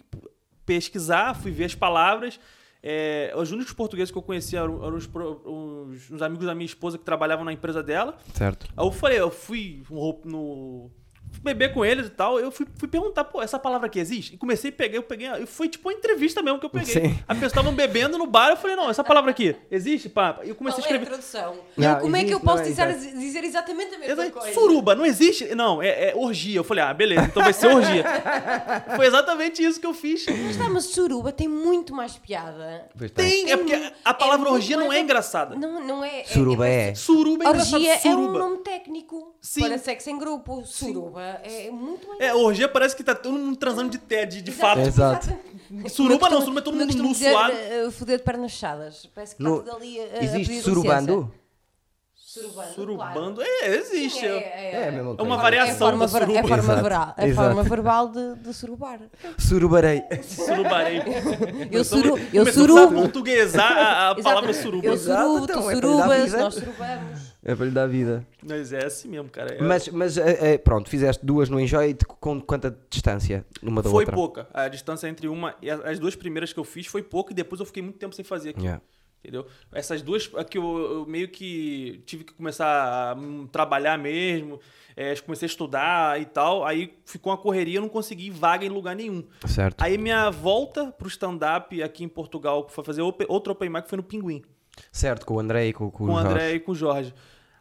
B: pesquisar, fui ver as palavras. É, os únicos portugueses que eu conhecia eram, eram os, pro- os- os amigos da minha esposa que trabalhavam na empresa dela.
A: Certo.
B: Aí eu falei, eu fui no- no fui beber com eles e tal, eu fui, fui perguntar, pô, essa palavra aqui existe? E comecei a pegar, eu peguei, e foi tipo uma entrevista mesmo que eu peguei.
A: Sim.
B: A pessoa estavam bebendo no bar, eu falei, não, essa palavra aqui existe, pá. E eu
C: Qual
B: comecei a
C: é a
B: escrever.
C: tradução?
A: Não,
C: eu, como é
A: existe,
C: que eu
A: não
C: posso
A: é,
C: dizer,
A: exato.
C: dizer exatamente a mesma
B: Exato.
C: coisa?
B: Suruba, não existe. Não, é, é orgia. Eu falei, ah, beleza, então vai ser orgia. [laughs] foi exatamente isso que eu fiz.
C: Mas tá, mas suruba tem muito mais piada.
A: Pois tem.
B: Tem, é porque a palavra
C: muito
B: orgia não
C: mais
B: é
C: a-
B: engraçada.
C: Não, não é.
A: Suruba é.
B: Suruba é engraçado,
C: Orgia é um
B: suruba.
C: nome técnico
B: Sim.
C: para sexo em grupo. Suruba é muito mais.
B: É, orgia parece que tá todo mundo transando de té, de, de fato.
A: É, Exato.
B: Suruba não, suruba é todo
C: Eu
B: mundo
C: costumo
B: nu,
C: dizer,
B: suado.
C: eh, eh, Foder de pernas fechadas. Parece que está
A: No-
C: tudo ali eh, a- a
A: Existe
C: pedir licença.
A: surubando?
C: Surubando. claro.
B: Surubando, é, existe.
C: Sim,
B: é.
C: é, é,
A: É, a
C: é.
A: mesma
B: É uma
A: coisa.
C: É a
B: variação
C: forma,
B: da
C: ver- é a
B: suruba.
C: forma,
A: Exato,
C: vera- é a
A: exato.
C: forma verbal de, de surubar.
A: Surubarei.
B: Surubarei.
C: Eu, suru, eu
B: Começamos a
C: surubo.
B: portuguezar
C: [laughs]
B: a, a
C: Exato.
B: palavra suruba.
C: Eu
A: Exato,
C: surubo,
A: então, é para lhe
C: tu
A: dar
C: surubas,
A: vida.
C: nós surubamos.
A: É para lhe dar vida.
B: Mas é assim mesmo, cara. É-
A: Mas, mas eh, eh, pronto, fizeste duas no Enjoy It com quanta distância uma da
B: foi
A: outra?
B: pouca. A distância entre uma e a- as duas primeiras que eu fiz foi pouca e depois eu fiquei muito tempo sem fazer aqui.
A: Yeah.
B: Entendeu? Essas duas aqui eu, eu meio que tive que começar a hum, trabalhar mesmo, é, comecei a estudar e tal, aí ficou uma correria, eu não consegui vaga em lugar nenhum.
A: Certo.
B: Aí minha volta pro stand-up aqui em Portugal, que foi fazer open- outro open mic, foi no Pinguim.
A: Certo, com o André e com, com
B: com o
A: Jorge.
B: André e com o Jorge.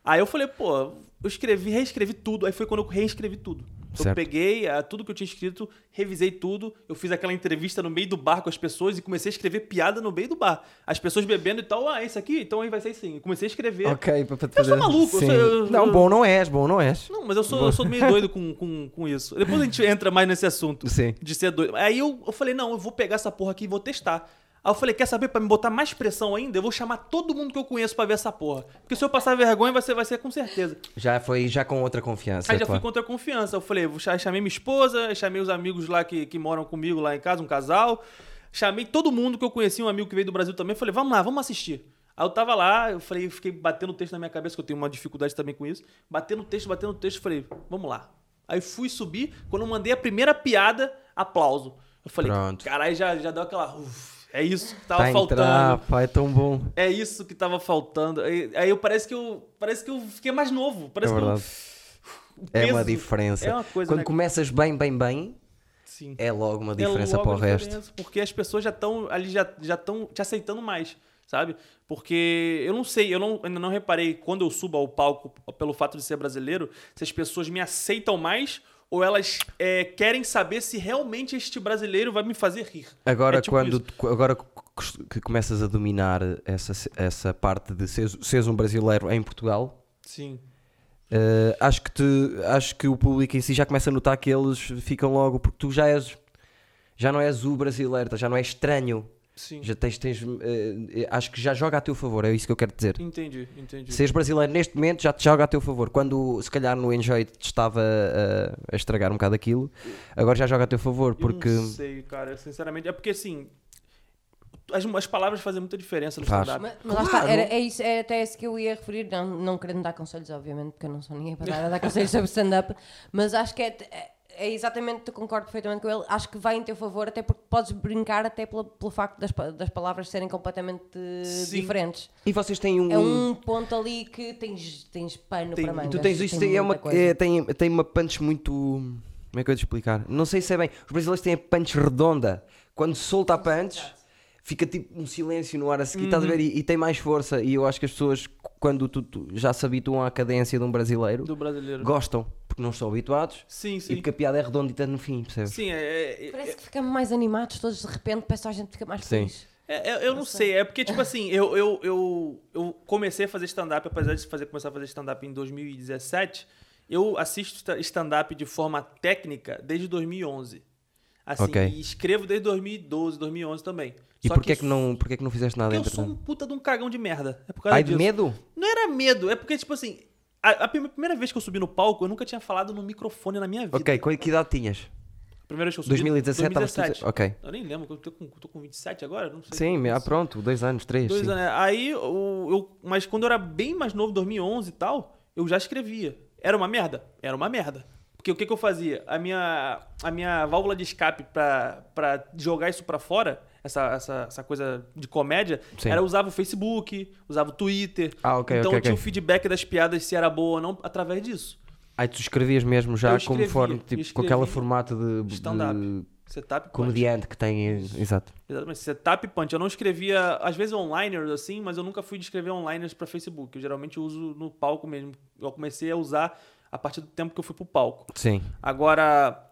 B: Aí eu falei, pô, eu escrevi, reescrevi tudo. Aí foi quando eu reescrevi tudo. Eu
A: Certo.
B: peguei ah, tudo que eu tinha escrito, revisei tudo. Eu fiz aquela entrevista no meio do bar com as pessoas e comecei a escrever piada no meio do bar. As pessoas bebendo e tal, ah, esse aqui, então aí vai ser assim. Eu comecei a escrever.
A: Ok, para fazer...
B: Eu sou maluco, eu
A: Sim.
B: sou- eu-
A: Não,
B: eu-
A: bom não és, bom não és.
B: Não, mas eu sou, eu sou meio doido com, com, com isso. Depois a gente entra mais nesse assunto
A: Sim.
B: de ser doido. Aí eu, eu falei, não, eu vou pegar essa porra aqui e vou testar. Aí eu falei, quer saber, pra me botar mais pressão ainda, eu vou chamar todo mundo que eu conheço pra ver essa porra. Porque se eu passar vergonha, vai ser, vai ser com certeza.
A: Já foi já com outra confiança.
B: Aí já fui
A: claro.
B: contra a confiança. Eu falei, vou cha- chamei minha esposa, chamei os amigos lá que, que moram comigo lá em casa, um casal. Chamei todo mundo que eu conheci, um amigo que veio do Brasil também. Falei, vamos lá, vamos assistir. Aí eu tava lá, eu falei, fiquei batendo o texto na minha cabeça, que eu tenho uma dificuldade também com isso. Batendo o texto, batendo o texto, falei, vamos lá. Aí fui subir, quando eu mandei a primeira piada, aplauso. Eu falei,
A: Pronto.
B: caralho, já, já deu aquela. "Uf, é isso que tava
A: Tá a
B: faltando.
A: entrar, pá, é tão bom.
B: É isso que tava faltando. Aí, aí eu parece que eu. Parece que eu fiquei mais novo. Parece
A: é
B: que eu-
A: verdade. É uma
B: peso-
A: diferença.
B: é uma coisa,
A: Quando
B: né?
A: começas bem, bem, bem,
B: Sim.
A: é logo uma
B: É
A: diferença
B: logo
A: para o
B: a
A: resto.
B: diferença, Porque as pessoas já estão ali, já estão te aceitando mais, sabe? Porque eu não sei, eu não, ainda não reparei quando eu subo ao palco pelo fato de ser brasileiro, se as pessoas me aceitam mais ou elas é, querem saber se realmente este brasileiro vai me fazer rir.
A: Agora,
B: É tipo
A: quando,
B: isso.
A: agora c- cos- que começas a dominar essa, essa parte de seres, seres um brasileiro em Portugal,
B: Sim.
A: Uh, acho, que te- acho que o público em si já começa a notar que eles ficam logo, porque tu já és já não és o brasileiro, tá, já não és estranho,
B: Sim.
A: já tens, tens, uh, acho que já joga a teu favor, é isso que eu quero dizer.
B: Entendi, entendi.
A: Seres brasileiro neste momento já te joga a teu favor. Quando se calhar no Enjoy te estava uh, a, estragar um bocado aquilo, agora já joga a teu favor, porque
B: Eu não sei, cara, sinceramente. É porque assim. As, as palavras fazem muita diferença no
A: Faz.
B: stand-up.
C: Mas, mas lá
A: Claro.
C: está, era, é isso, é até isso que eu ia referir, não, não querendo dar conselhos, obviamente, porque eu não sou ninguém para dar, a dar conselhos sobre stand-up, mas acho que é, é- é exatamente, eu concordo perfeitamente com ele, acho que vai em teu favor, até porque podes brincar até pela- pelo facto das, pa- das palavras serem completamente eh,
B: Sim.
C: diferentes.
A: e vocês têm um,
C: É um ponto ali que tens, tens pano
A: Tem-
C: para
A: e
C: mangas.
A: tu tens isto, tem, é
C: Um muita
A: uma,
C: coisa.
A: é, tem, tem uma punch muito. Como é que eu ia te explicar? Não sei se é bem. Os brasileiros têm a punch redonda. Quando solta a punch, fica tipo um silêncio no ar a seguir, estás a ver? E, e tem mais força. E eu acho que as pessoas, quando tu, tu já se habituam à cadência de um brasileiro,
B: Do brasileiro.
A: gostam, porque não estão habituados
B: Sim,
A: e
B: sim.
A: porque a piada é redondita no fim, percebes?
B: Sim, é. é- é-
C: Parece que ficamos mais animados todos de repente, parece que a gente fica mais
A: Sim.
C: feliz.
B: É, é- eu não sei, é porque, tipo assim, eu, eu, eu, eu comecei a fazer stand-up, apesar de fazer, começar a fazer stand-up em 2017, eu assisto sta- stand-up de forma técnica desde 2011. Assim,
A: Ok.
B: e escrevo desde 2012, 2011 também.
A: E
B: Só
A: porquê, que não, porquê que não fizeste nada
B: Porque eu sou
A: entretanto?
B: um puta de um cagão de merda. É por causa
A: Ai de
B: disso.
A: medo?
B: Não era medo, é porque, tipo assim, a, a prime- primeira vez que eu subi no palco, eu nunca tinha falado no microfone na minha vida.
A: Ok, qual que idade tinhas?
B: Primeira vez que eu subi
A: 2017? estavas tu a dizer-
B: 2017.
A: Ok.
B: Eu nem lembro, eu tô com, tô com 27 agora, não sei.
A: Sim, ah, pronto, dois anos, três.
B: Dois
A: sim.
B: anos, né? Aí, o- eu, mas quando eu era bem mais novo, 2011 e tal, eu já escrevia. Era uma merda? Era uma merda. Porque o que, que eu fazia? A minha, a minha válvula de escape pra, pra jogar isso pra fora, essa, essa, essa coisa de comédia,
A: Sim.
B: era eu usava o Facebook, usava o Twitter.
A: Ah, ok,
B: então
A: ok,
B: eu tinha
A: ok.
B: o feedback das piadas se era boa ou não através disso.
A: Aí tu escrevias mesmo já
B: Eu escrevia,
A: conforme, tipo,
B: eu
A: com aquele
B: escrevi
A: formato de, de
B: stand-up. Setup e punch.
A: comediante que tem, exato.
B: Exatamente, setup e punch. Eu não escrevia, às vezes onliners assim, mas eu nunca fui de escrever onliners pra Facebook. Eu geralmente uso no palco mesmo. Eu comecei a usar a partir do tempo que eu fui pro palco.
A: Sim.
B: Agora,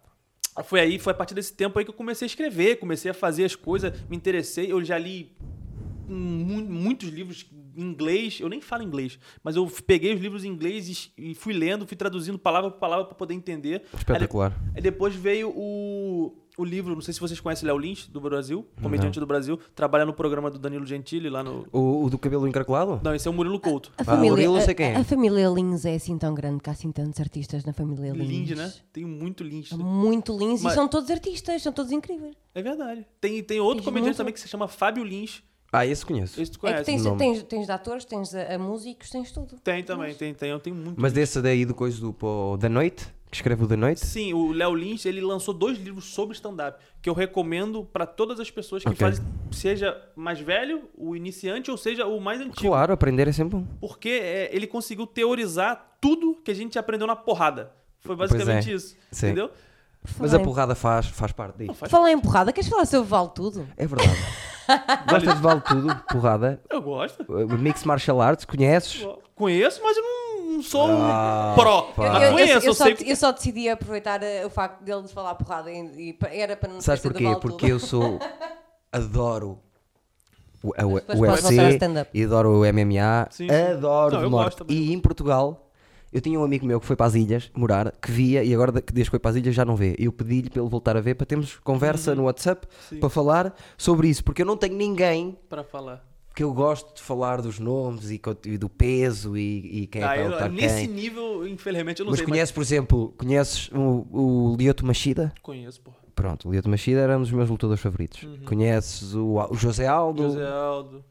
B: foi aí, foi a partir desse tempo aí que eu comecei a escrever, comecei a fazer as coisas, me interessei. Eu já li mu- muitos livros em inglês, eu nem falo inglês, mas eu peguei os livros em inglês e es- e fui lendo, fui traduzindo palavra por palavra pra poder entender. Aí de-
A: Espetacular.
B: Aí depois veio o, o livro, não sei se vocês conhecem Léo Lins, do Brasil, comediante do Brasil, trabalha no programa do Danilo Gentili lá no.
A: O, o do cabelo encaracolado?
B: Não, esse é o Murilo Couto.
C: A
A: Pá, Murilo, eu sei quem é.
C: a, a família Lins é assim tão grande que há assim tantos artistas na família Lins.
B: Lins, né? Tem muito Lins.
C: Há É Muito Lins
B: Mas-
C: e são todos artistas, são todos incríveis.
B: É verdade. Tem, tem outro
C: Tem
B: comediante
C: muito.
B: também que se chama Fábio Lins.
A: Ah, esse conheço.
B: Esse tu
C: É que
B: conhece.
C: tens,
A: o nome.
C: tens, tens de atores, tens a, a músicos, tens tudo.
B: Tem também, tem, tem. Eu tenho muito.
A: Mas desse daí do coisa do pô, da noite, que escreve o da noite?
B: Sim, o Léo Lins, ele lançou dois livros sobre stand-up, que eu recomendo pra todas as pessoas que
A: Ok.
B: fazem, seja mais velho, o iniciante, ou seja, o mais antigo.
A: Claro, aprender é sempre bom.
B: Porque é, ele conseguiu teorizar tudo que a gente aprendeu na porrada. Foi basicamente
A: é.
B: isso.
A: Sim.
B: [laughs] Entendeu?
A: Mas a porrada faz, faz parte disso.
B: faz-
C: Falar em porrada, queres falar sobre Vale Tudo?
A: É verdade.
B: [laughs]
A: Gostas de vale tudo, porrada.
B: Eu gosto.
A: Uh, Mix Martial Arts, conheces?
B: Conheço, mas eu não, não sou
A: Ah,
B: um pró.
A: pá.
B: Mas conheço, eu,
C: só,
B: sei.
C: eu só decidi aproveitar eh, o facto dele nos falar porrada e, e pa- era para não
A: Sabes
C: esquecer do
A: porquê?
C: Vale
A: Porque
C: Tudo.
A: eu sou. Adoro o, a,
C: As
A: o
C: pessoas podem voltar ao
A: UFC
C: stand-up.
A: e adoro o MMA.
B: Sim, sim.
A: Adoro
B: Não,
A: de
B: eu
A: morte.
B: gosto também.
A: E em Portugal, eu tinha um amigo meu que foi para as ilhas morar, que via e agora que desde que foi para as ilhas já não vê. Eu pedi-lhe para ele voltar a ver para termos conversa no WhatsApp
B: Uhum. Sim.
A: para falar sobre isso, porque eu não tenho ninguém.
B: Pra falar.
A: Que eu gosto de falar dos nomes e, co- e do peso e, e quem
B: Ah,
A: é
B: eu-
A: para lutar
B: nesse
A: quem.
B: nível, infelizmente, eu não
A: Mas
B: sei.
A: conheces, por exemplo, conheces o, o Lioto Machida?
B: Mas conheço, porra.
A: Pronto, o Lioto Machida era um dos meus lutadores favoritos. Conheces o, o José Aldo,
B: Uhum. José Aldo,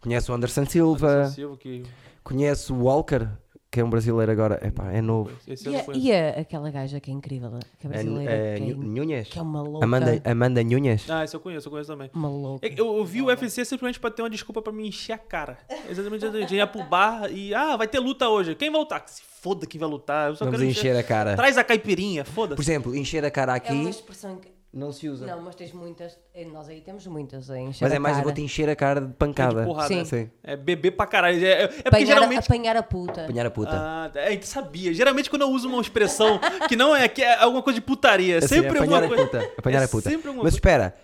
A: conheces o Anderson Silva,
B: Anderson Silva, que
A: conheces o Walker, que é um brasileiro agora, Epá, é novo.
B: esse eu
C: E,
B: não
C: a-
B: conheço.
C: e a- aquela gaja que é incrível, que é brasileira,
A: É, é,
C: que, é,
A: Nhu- Nunes?
C: que é uma louca.
A: Amanda, Amanda Nunes?
B: Ah, esse eu conheço, eu conheço também.
C: Uma louca.
B: É que Eu, eu vi o UFC simplesmente pra ter uma desculpa pra me encher a cara. Exatamente, eu ia pro bar e, ah, vai ter luta hoje. Quem vai lutar? Se foda quem vai lutar. Eu só
A: Vamos
B: quero
A: encher a cara.
B: Traz a caipirinha, foda-se.
A: É. Por exemplo, encher a cara aqui
C: É uma expressão que...
A: não se usa.
C: Não, mas tens muitas, eh, nós aí temos muitas a encher
A: Mas
C: a
A: é mais, eu
C: cara.
A: vou te encher a cara de pancada.
B: De porrada.
C: Sim.
A: Sim.
B: É beber pra caralho. É, é porque
C: apanhar,
B: geralmente.
C: apanhar a puta.
A: Apanhar a puta.
B: Ah, é, que sabia. Geralmente quando eu uso uma expressão que não é que é alguma coisa de putaria, é
A: Assim,
B: sempre
A: apanhar
B: alguma
A: a
B: coisa.
A: puta. Apanhar
B: é
A: a puta.
B: Sempre alguma
A: Mas
B: coisa.
A: espera,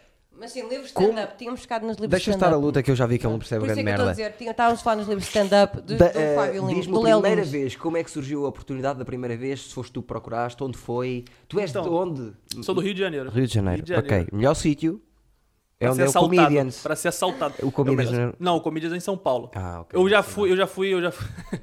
C: Mas sim, livros de
A: Como?
C: stand-up. Tínhamos ficado nos livros
A: Deixa
C: de
A: estar a
C: stand-up.
A: luta que eu já vi que ele não percebe
C: Por isso
A: grande
C: é que eu estou a
A: merda.
C: dizer, tinha- estávamos a falar nos livros de stand-up do,
A: Da-
C: do
A: eh,
C: Fábio Lima,
A: Diz-me
C: do
A: a
C: Léo
A: primeira
C: Lima.
A: vez, como é que surgiu a oportunidade da primeira vez? Se foste tu que procuraste, onde foi? Tu és de
B: Então,
A: onde?
B: Sou do Rio de Janeiro.
A: Rio de Janeiro. Ok, melhor sítio é
B: Pra
A: onde
B: ser
A: é o
B: assaltado,
A: Comedians.
B: Pra ser assaltado.
A: O Comedians,
B: Eu-
A: né?
B: Não, o Comedians é em São Paulo.
A: Ah, ok.
B: Eu já fui, eu já fui, eu já fui. [laughs]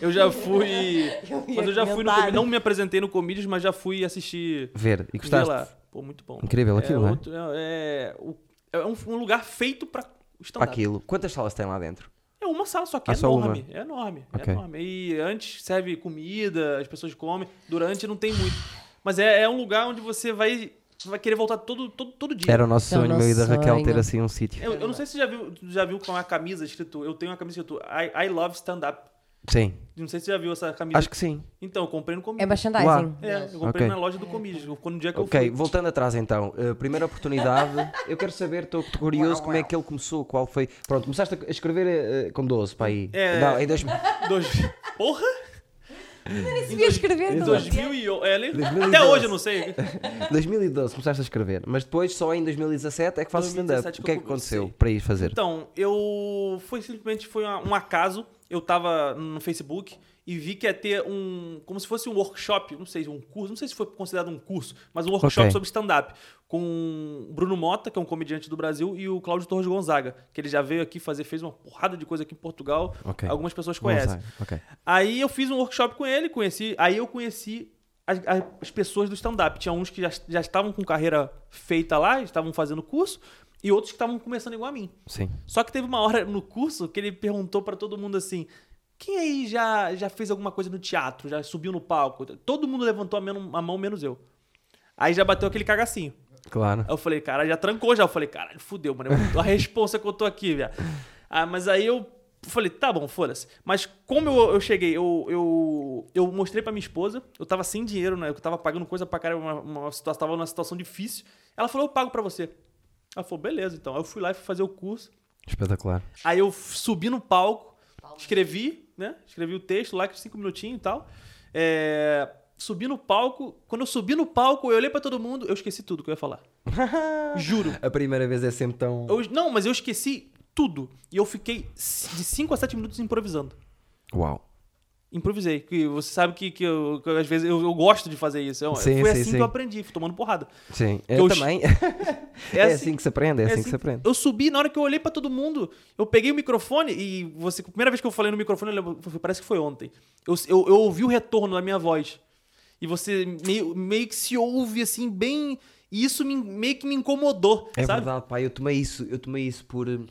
B: eu já fui.
C: Eu ia
B: mas eu já fui no
C: comentar.
B: Comedians. Não me apresentei no Comedians, mas já fui assistir.
A: Ver, e
B: Vê
A: gostaste?
B: lá. Pô, muito bom.
A: Incrível aquilo, né?
B: outro- é, o- é um, um lugar feito pra
A: Para
B: stand-up.
A: aquilo. Quantas salas tem lá dentro?
B: É uma sala só que
A: Ah,
B: é,
A: só
B: enorme, é enorme. É
A: Ok.
B: enorme. E antes serve comida, as pessoas comem. Durante não tem muito. Mas é, é um lugar onde você vai, vai querer voltar todo, todo, todo dia.
A: Era o nosso
C: É o
A: sonho, meu e da
C: nosso
A: Raquel, ter
C: sonho.
A: assim um sítio.
B: Eu, eu não sei se você já viu, tu já viu com uma camisa escrito. Eu tenho uma camisa escrito I, I love stand-up.
A: Sim,
B: Não sei se você já viu essa camisa.
A: acho que sim.
B: Então, eu comprei no
C: É
B: Comídios.
C: merchandising.
B: É, eu comprei
A: Ok.
B: na loja do Comídios. Quando o dia que
A: Ok,
B: eu fui.
A: voltando atrás então. Uh, primeira [laughs] oportunidade. eu quero saber, estou curioso como é que ele começou, qual foi. Pronto, começaste a escrever uh, com 12 para aí.
B: É.
A: Não, em 2000.
B: Dois... [laughs] Porra!
C: Nem sabia escrever.
B: Em
C: não.
B: 2008. é, ali-
A: 2012.
B: Até hoje eu não sei.
A: [laughs] 2012 começaste a escrever, mas depois só em 2017 é que fazes stand-up.
B: 2017
A: O que é que
B: que eu
A: aconteceu
B: comecei.
A: para ir fazer?
B: Então, eu. Foi simplesmente foi uma- um acaso. Eu tava no Facebook e vi que ia ter um. Como se fosse um workshop, não sei, um curso. Não sei se foi considerado um curso, mas um workshop
A: Ok.
B: sobre stand-up. Com o Bruno Mota, que é um comediante do Brasil, e o Cláudio Torres Gonzaga, que ele já veio aqui fazer, fez uma porrada de coisa aqui em Portugal.
A: Ok.
B: Algumas pessoas
A: Bom,
B: conhecem.
A: sai. Ok.
B: Aí eu fiz um workshop com ele, conheci. Aí eu conheci as, as pessoas do stand-up. Tinha uns que já, já estavam com carreira feita lá, estavam fazendo curso, e outros que estavam começando igual a mim.
A: Sim.
B: Só que teve uma hora no curso que ele perguntou pra todo mundo assim: quem aí já, já fez alguma coisa no teatro, já subiu no palco? Todo mundo levantou a, men- a mão, menos eu. Aí já bateu aquele cagacinho.
A: Claro.
B: Aí eu falei, cara, já trancou já. Eu falei, caralho, fudeu, mano. eu- A responsa que eu tô aqui, velho. Ah, mas aí eu falei, tá bom, foda-se. Mas como eu, eu cheguei, eu, eu, eu mostrei pra minha esposa, eu tava sem dinheiro, né? Eu tava pagando coisa pra caramba, uma, uma situação, tava numa situação difícil. Ela falou, eu pago pra você. Ela falou, beleza, então. Aí eu fui lá e fui fazer o curso.
A: Espetacular.
B: Aí eu f- subi no palco, escrevi, né? Escrevi o texto lá, que cinco minutinhos e tal. É, Subi no palco. Quando eu subi no palco, eu olhei pra todo mundo, eu esqueci tudo que eu ia falar. Juro.
A: A primeira vez é sempre tão.
B: Eu- não, mas eu esqueci tudo. E eu fiquei c- de 5 a 7 minutos improvisando.
A: Uau.
B: Improvisei. Que você sabe que, que, eu, que eu, às vezes eu, eu gosto de fazer isso. Eu,
A: Sim, sim,
B: foi assim
A: sim.
B: que eu aprendi, fui tomando porrada.
A: Sim. Eu,
B: Eu
A: também.
B: [laughs]
A: [laughs]
B: É,
A: É assim,
B: assim
A: que se aprende, é, assim, que se
B: aprende.
A: aprende.
B: Eu subi, na hora que eu olhei pra todo mundo, eu peguei o microfone e você, a primeira vez que eu falei no microfone, eu lembro- foi- parece que foi ontem. Eu, eu, eu ouvi o retorno da minha voz. E você meio, meio que se ouve assim, bem. E isso me- meio que me incomodou,
A: É
B: sabe?
A: verdade, pá, eu tomei isso, eu tomei isso por. hum,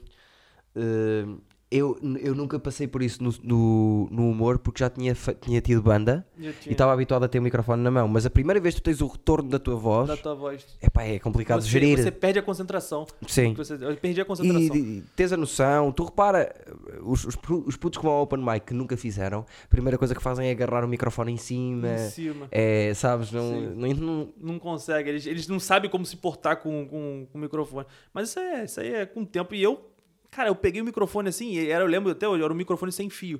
A: hum, eu, eu nunca passei por isso no, no, no humor porque já tinha, fe- tinha tido banda
B: Já
A: e
B: tinha.
A: estava habituado a ter o microfone na mão, mas a primeira vez que tu tens o retorno da tua voz,
B: Da tua voz.
A: epá, é complicado de
B: Você,
A: gerir.
B: você perde a concentração.
A: Sim.
B: Você- eu perdi a concentração.
A: E, e tens a noção, tu repara, eh, os, os, pu- os putos que vão ao open mic que nunca fizeram, a primeira coisa que fazem é agarrar o microfone em cima,
B: Em cima.
A: é, sabes, não,
B: Sim.
A: não, não-
B: Não consegue, eles, eles não sabem como se portar com, com, com o microfone. Mas isso, é, isso aí é com o tempo. E eu, cara, eu peguei o microfone assim, e era, eu lembro até hoje, era um microfone sem fio.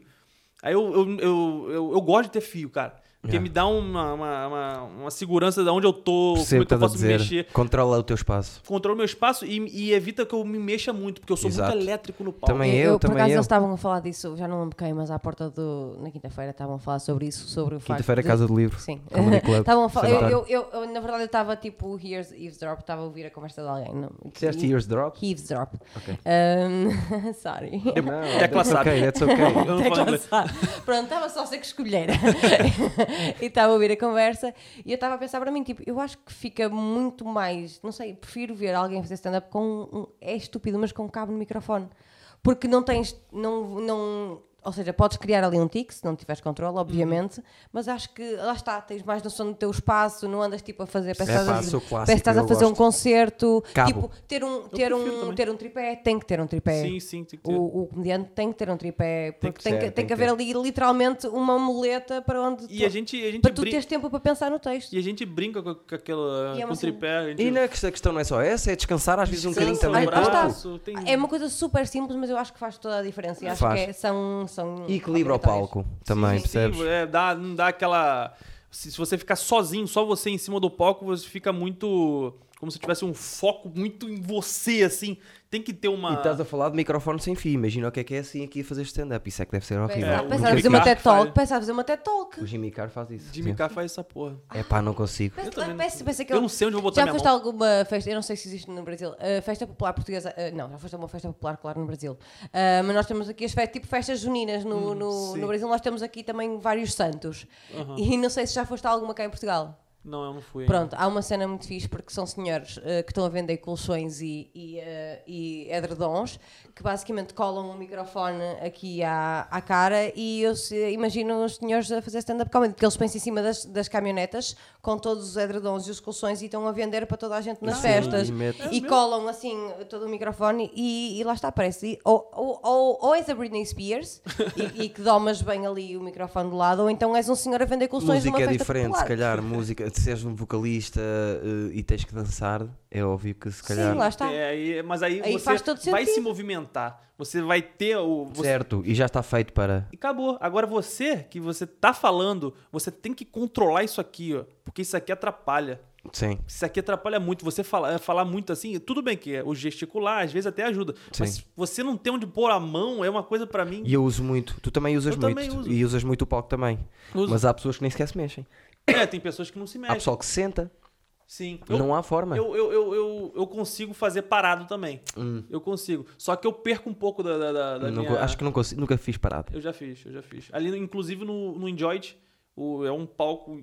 B: Aí eu, eu, eu, eu, eu gosto de ter fio, cara. Porque
A: É.
B: me dá uma, uma, uma, uma segurança de onde eu tô,
A: percebo o que tá
B: como é
A: estás
B: que eu
A: a
B: posso me
A: dizer,
B: mexer.
A: controla o teu espaço.
B: Controlo meu espaço e, e evita que eu me mexa muito, porque eu sou
A: Exato.
B: muito elétrico no palco.
A: Também eu,
C: por
A: também
C: acaso
A: eu.
C: eles estavam a falar disso, já não lembro quem, mas à porta do. Na quinta-feira estavam a falar sobre isso, sobre o facto.
A: Quinta-feira, é
C: de-
A: Casa do Livro.
C: Sim.
A: Comedy Club.
C: [laughs] Estavam a falar.
A: Sim.
C: Eu, eu, eu- eu, na verdade, eu estava tipo here's eavesdrop, estava a ouvir a conversa de alguém. Não,
A: Disseste ears drop?
C: Eavesdrop.
A: Ok.
C: Um, [laughs] sorry.
A: Não,
B: Tecla
A: that's
B: sabe.
A: ok, that's ok.
B: Eu não
C: Até
B: falo
C: [laughs]
B: inglês.
C: cansar. Pronto, estava só a ser que escolher. [laughs] e estava a ouvir a conversa e eu estava a pensar para mim, tipo, eu acho que fica muito mais, não sei, prefiro ver alguém fazer stand-up com, um- é estúpido, mas com um cabo no microfone. Porque não tens, não, não, ou seja, podes criar ali um tique se não tiveres controle, obviamente, mas acho que, lá está, tens mais noção do teu espaço, não andas tipo a fazer, parece que
A: É
C: estás a
A: pá,
C: fazer-
A: sou
C: parece que
A: clássico,
C: estás a
A: eu
C: fazer um
A: gosto.
C: concerto,
A: Cabo.
C: tipo, ter um, ter,
B: prefiro
C: um,
B: também.
C: ter um tripé, tem que ter um tripé.
B: Sim, sim, tem que ter.
C: O, o comediante tem que ter um tripé, porque tem
A: que
C: que,
A: ser,
C: tem
A: tem
C: que
A: que
C: haver
A: ter.
C: ali literalmente uma muleta para onde
B: E
C: tu-
B: a gente, a gente
C: para tu
B: brin-
C: teres tempo para pensar no texto.
B: E a gente brinca com, com aquela.
C: E é
B: com
C: uma
B: o tripé. a gente-
A: E não é que a questão não é só essa, é descansar às vezes um bocadinho
B: Descansa,
A: também.
B: um
A: o corpo.
B: braço, tem-
C: Ah, É uma coisa super simples, mas eu acho que faz toda a diferença. E acho
A: Faz.
C: que é- são, são.
A: E equilíbrio ao
C: obrigatórias.
A: palco também,
B: Sim,
A: percebes?
B: é, dá, não dá aquela. Se, se você ficar sozinho, só você em cima do palco, você fica muito. como se tivesse um foco muito em você, assim. Tem que ter uma.
A: E tá estás a falar de microfone sem fio. Imagina o que é que é assim aqui a fazer stand-up. Isso é que deve ser horrível.
B: É,
C: Pensava
B: o
C: pensava a
A: Jimmy
C: fazer uma
B: Jimmy
A: Carr-
C: TED
B: Carr-
C: Talk, pensava a fazer uma TED Talk.
A: o Jimmy Carr faz isso.
B: Jimmy Carr faz essa porra.
A: É pá, não consigo.
C: Pensa-
B: também não-
C: pensa- pensa que
B: Eu não sei onde vou botar
C: Já
B: minha
C: foste a
B: mão.
C: alguma festa, eu não sei se existe no Brasil, a festa popular portuguesa, ah, não, já foste a uma festa popular, claro, no Brasil. Ah, mas nós temos aqui as festas, tipo festas juninas no, no,
B: Hum, sim.
C: no Brasil, nós temos aqui também vários santos. E não sei se já foste a alguma cá em Portugal.
B: Não, eu não fui. ainda.
C: Pronto, há uma cena muito fixe porque são senhores eh, que estão a vender colchões e, e, eh, e edredons que basicamente colam um microfone aqui à, à cara e eu se- imagino os senhores a fazer stand-up comedy, que eles pensam em cima das, das caminhonetas com todos os edredons e os colchões e estão a vender para toda a gente nas
A: Sim,
C: festas
A: e metem-
C: e colam assim todo o microfone e, e lá está, parece. E Ou, ou, ou, ou és a
A: [laughs]
C: Britney Spears e, e que domas bem ali o microfone do lado, ou então és um senhor a vender colchões numa
A: Música é
C: festa
A: diferente,
C: popular.
A: se
C: [laughs]
A: calhar. Música, se és um vocalista eh, e tens que dançar, é óbvio que se calhar.
C: Sim, lá está.
B: É, aí- mas aí,
C: tá. Aí
B: você
C: faz todo
B: vai
C: sentido.
B: se movimentar. Você vai ter o. você-
A: Certo, e já está feito para.
B: E acabou. Agora você, que você tá falando, você tem que controlar isso aqui, ó. Porque isso aqui atrapalha.
A: Sim.
B: Isso aqui atrapalha muito. Você fala, falar muito assim, tudo bem que é o gesticular, às vezes até ajuda.
A: Sim.
B: Mas você não tem onde pôr a mão, é uma coisa pra mim.
A: E eu uso muito. Tu também usas
B: Eu
A: muito.
B: também uso.
A: E usas muito o palco também.
B: Uso.
A: Mas há pessoas que nem sequer se mexem.
B: É, tem pessoas que não se
A: Há
B: mexem.
A: pessoal que se senta.
B: Sim.
A: não é, há forma.
B: Eu, eu, eu, eu, eu consigo fazer parado também. Eu consigo. Só que eu perco um pouco da, da, da- da
A: Hum. Não
B: minha...
A: co- Acho que não consigo, nunca fiz parada.
B: Eu já fiz, eu já fiz. Ali, inclusive, no, no Enjoyed, o, é um palco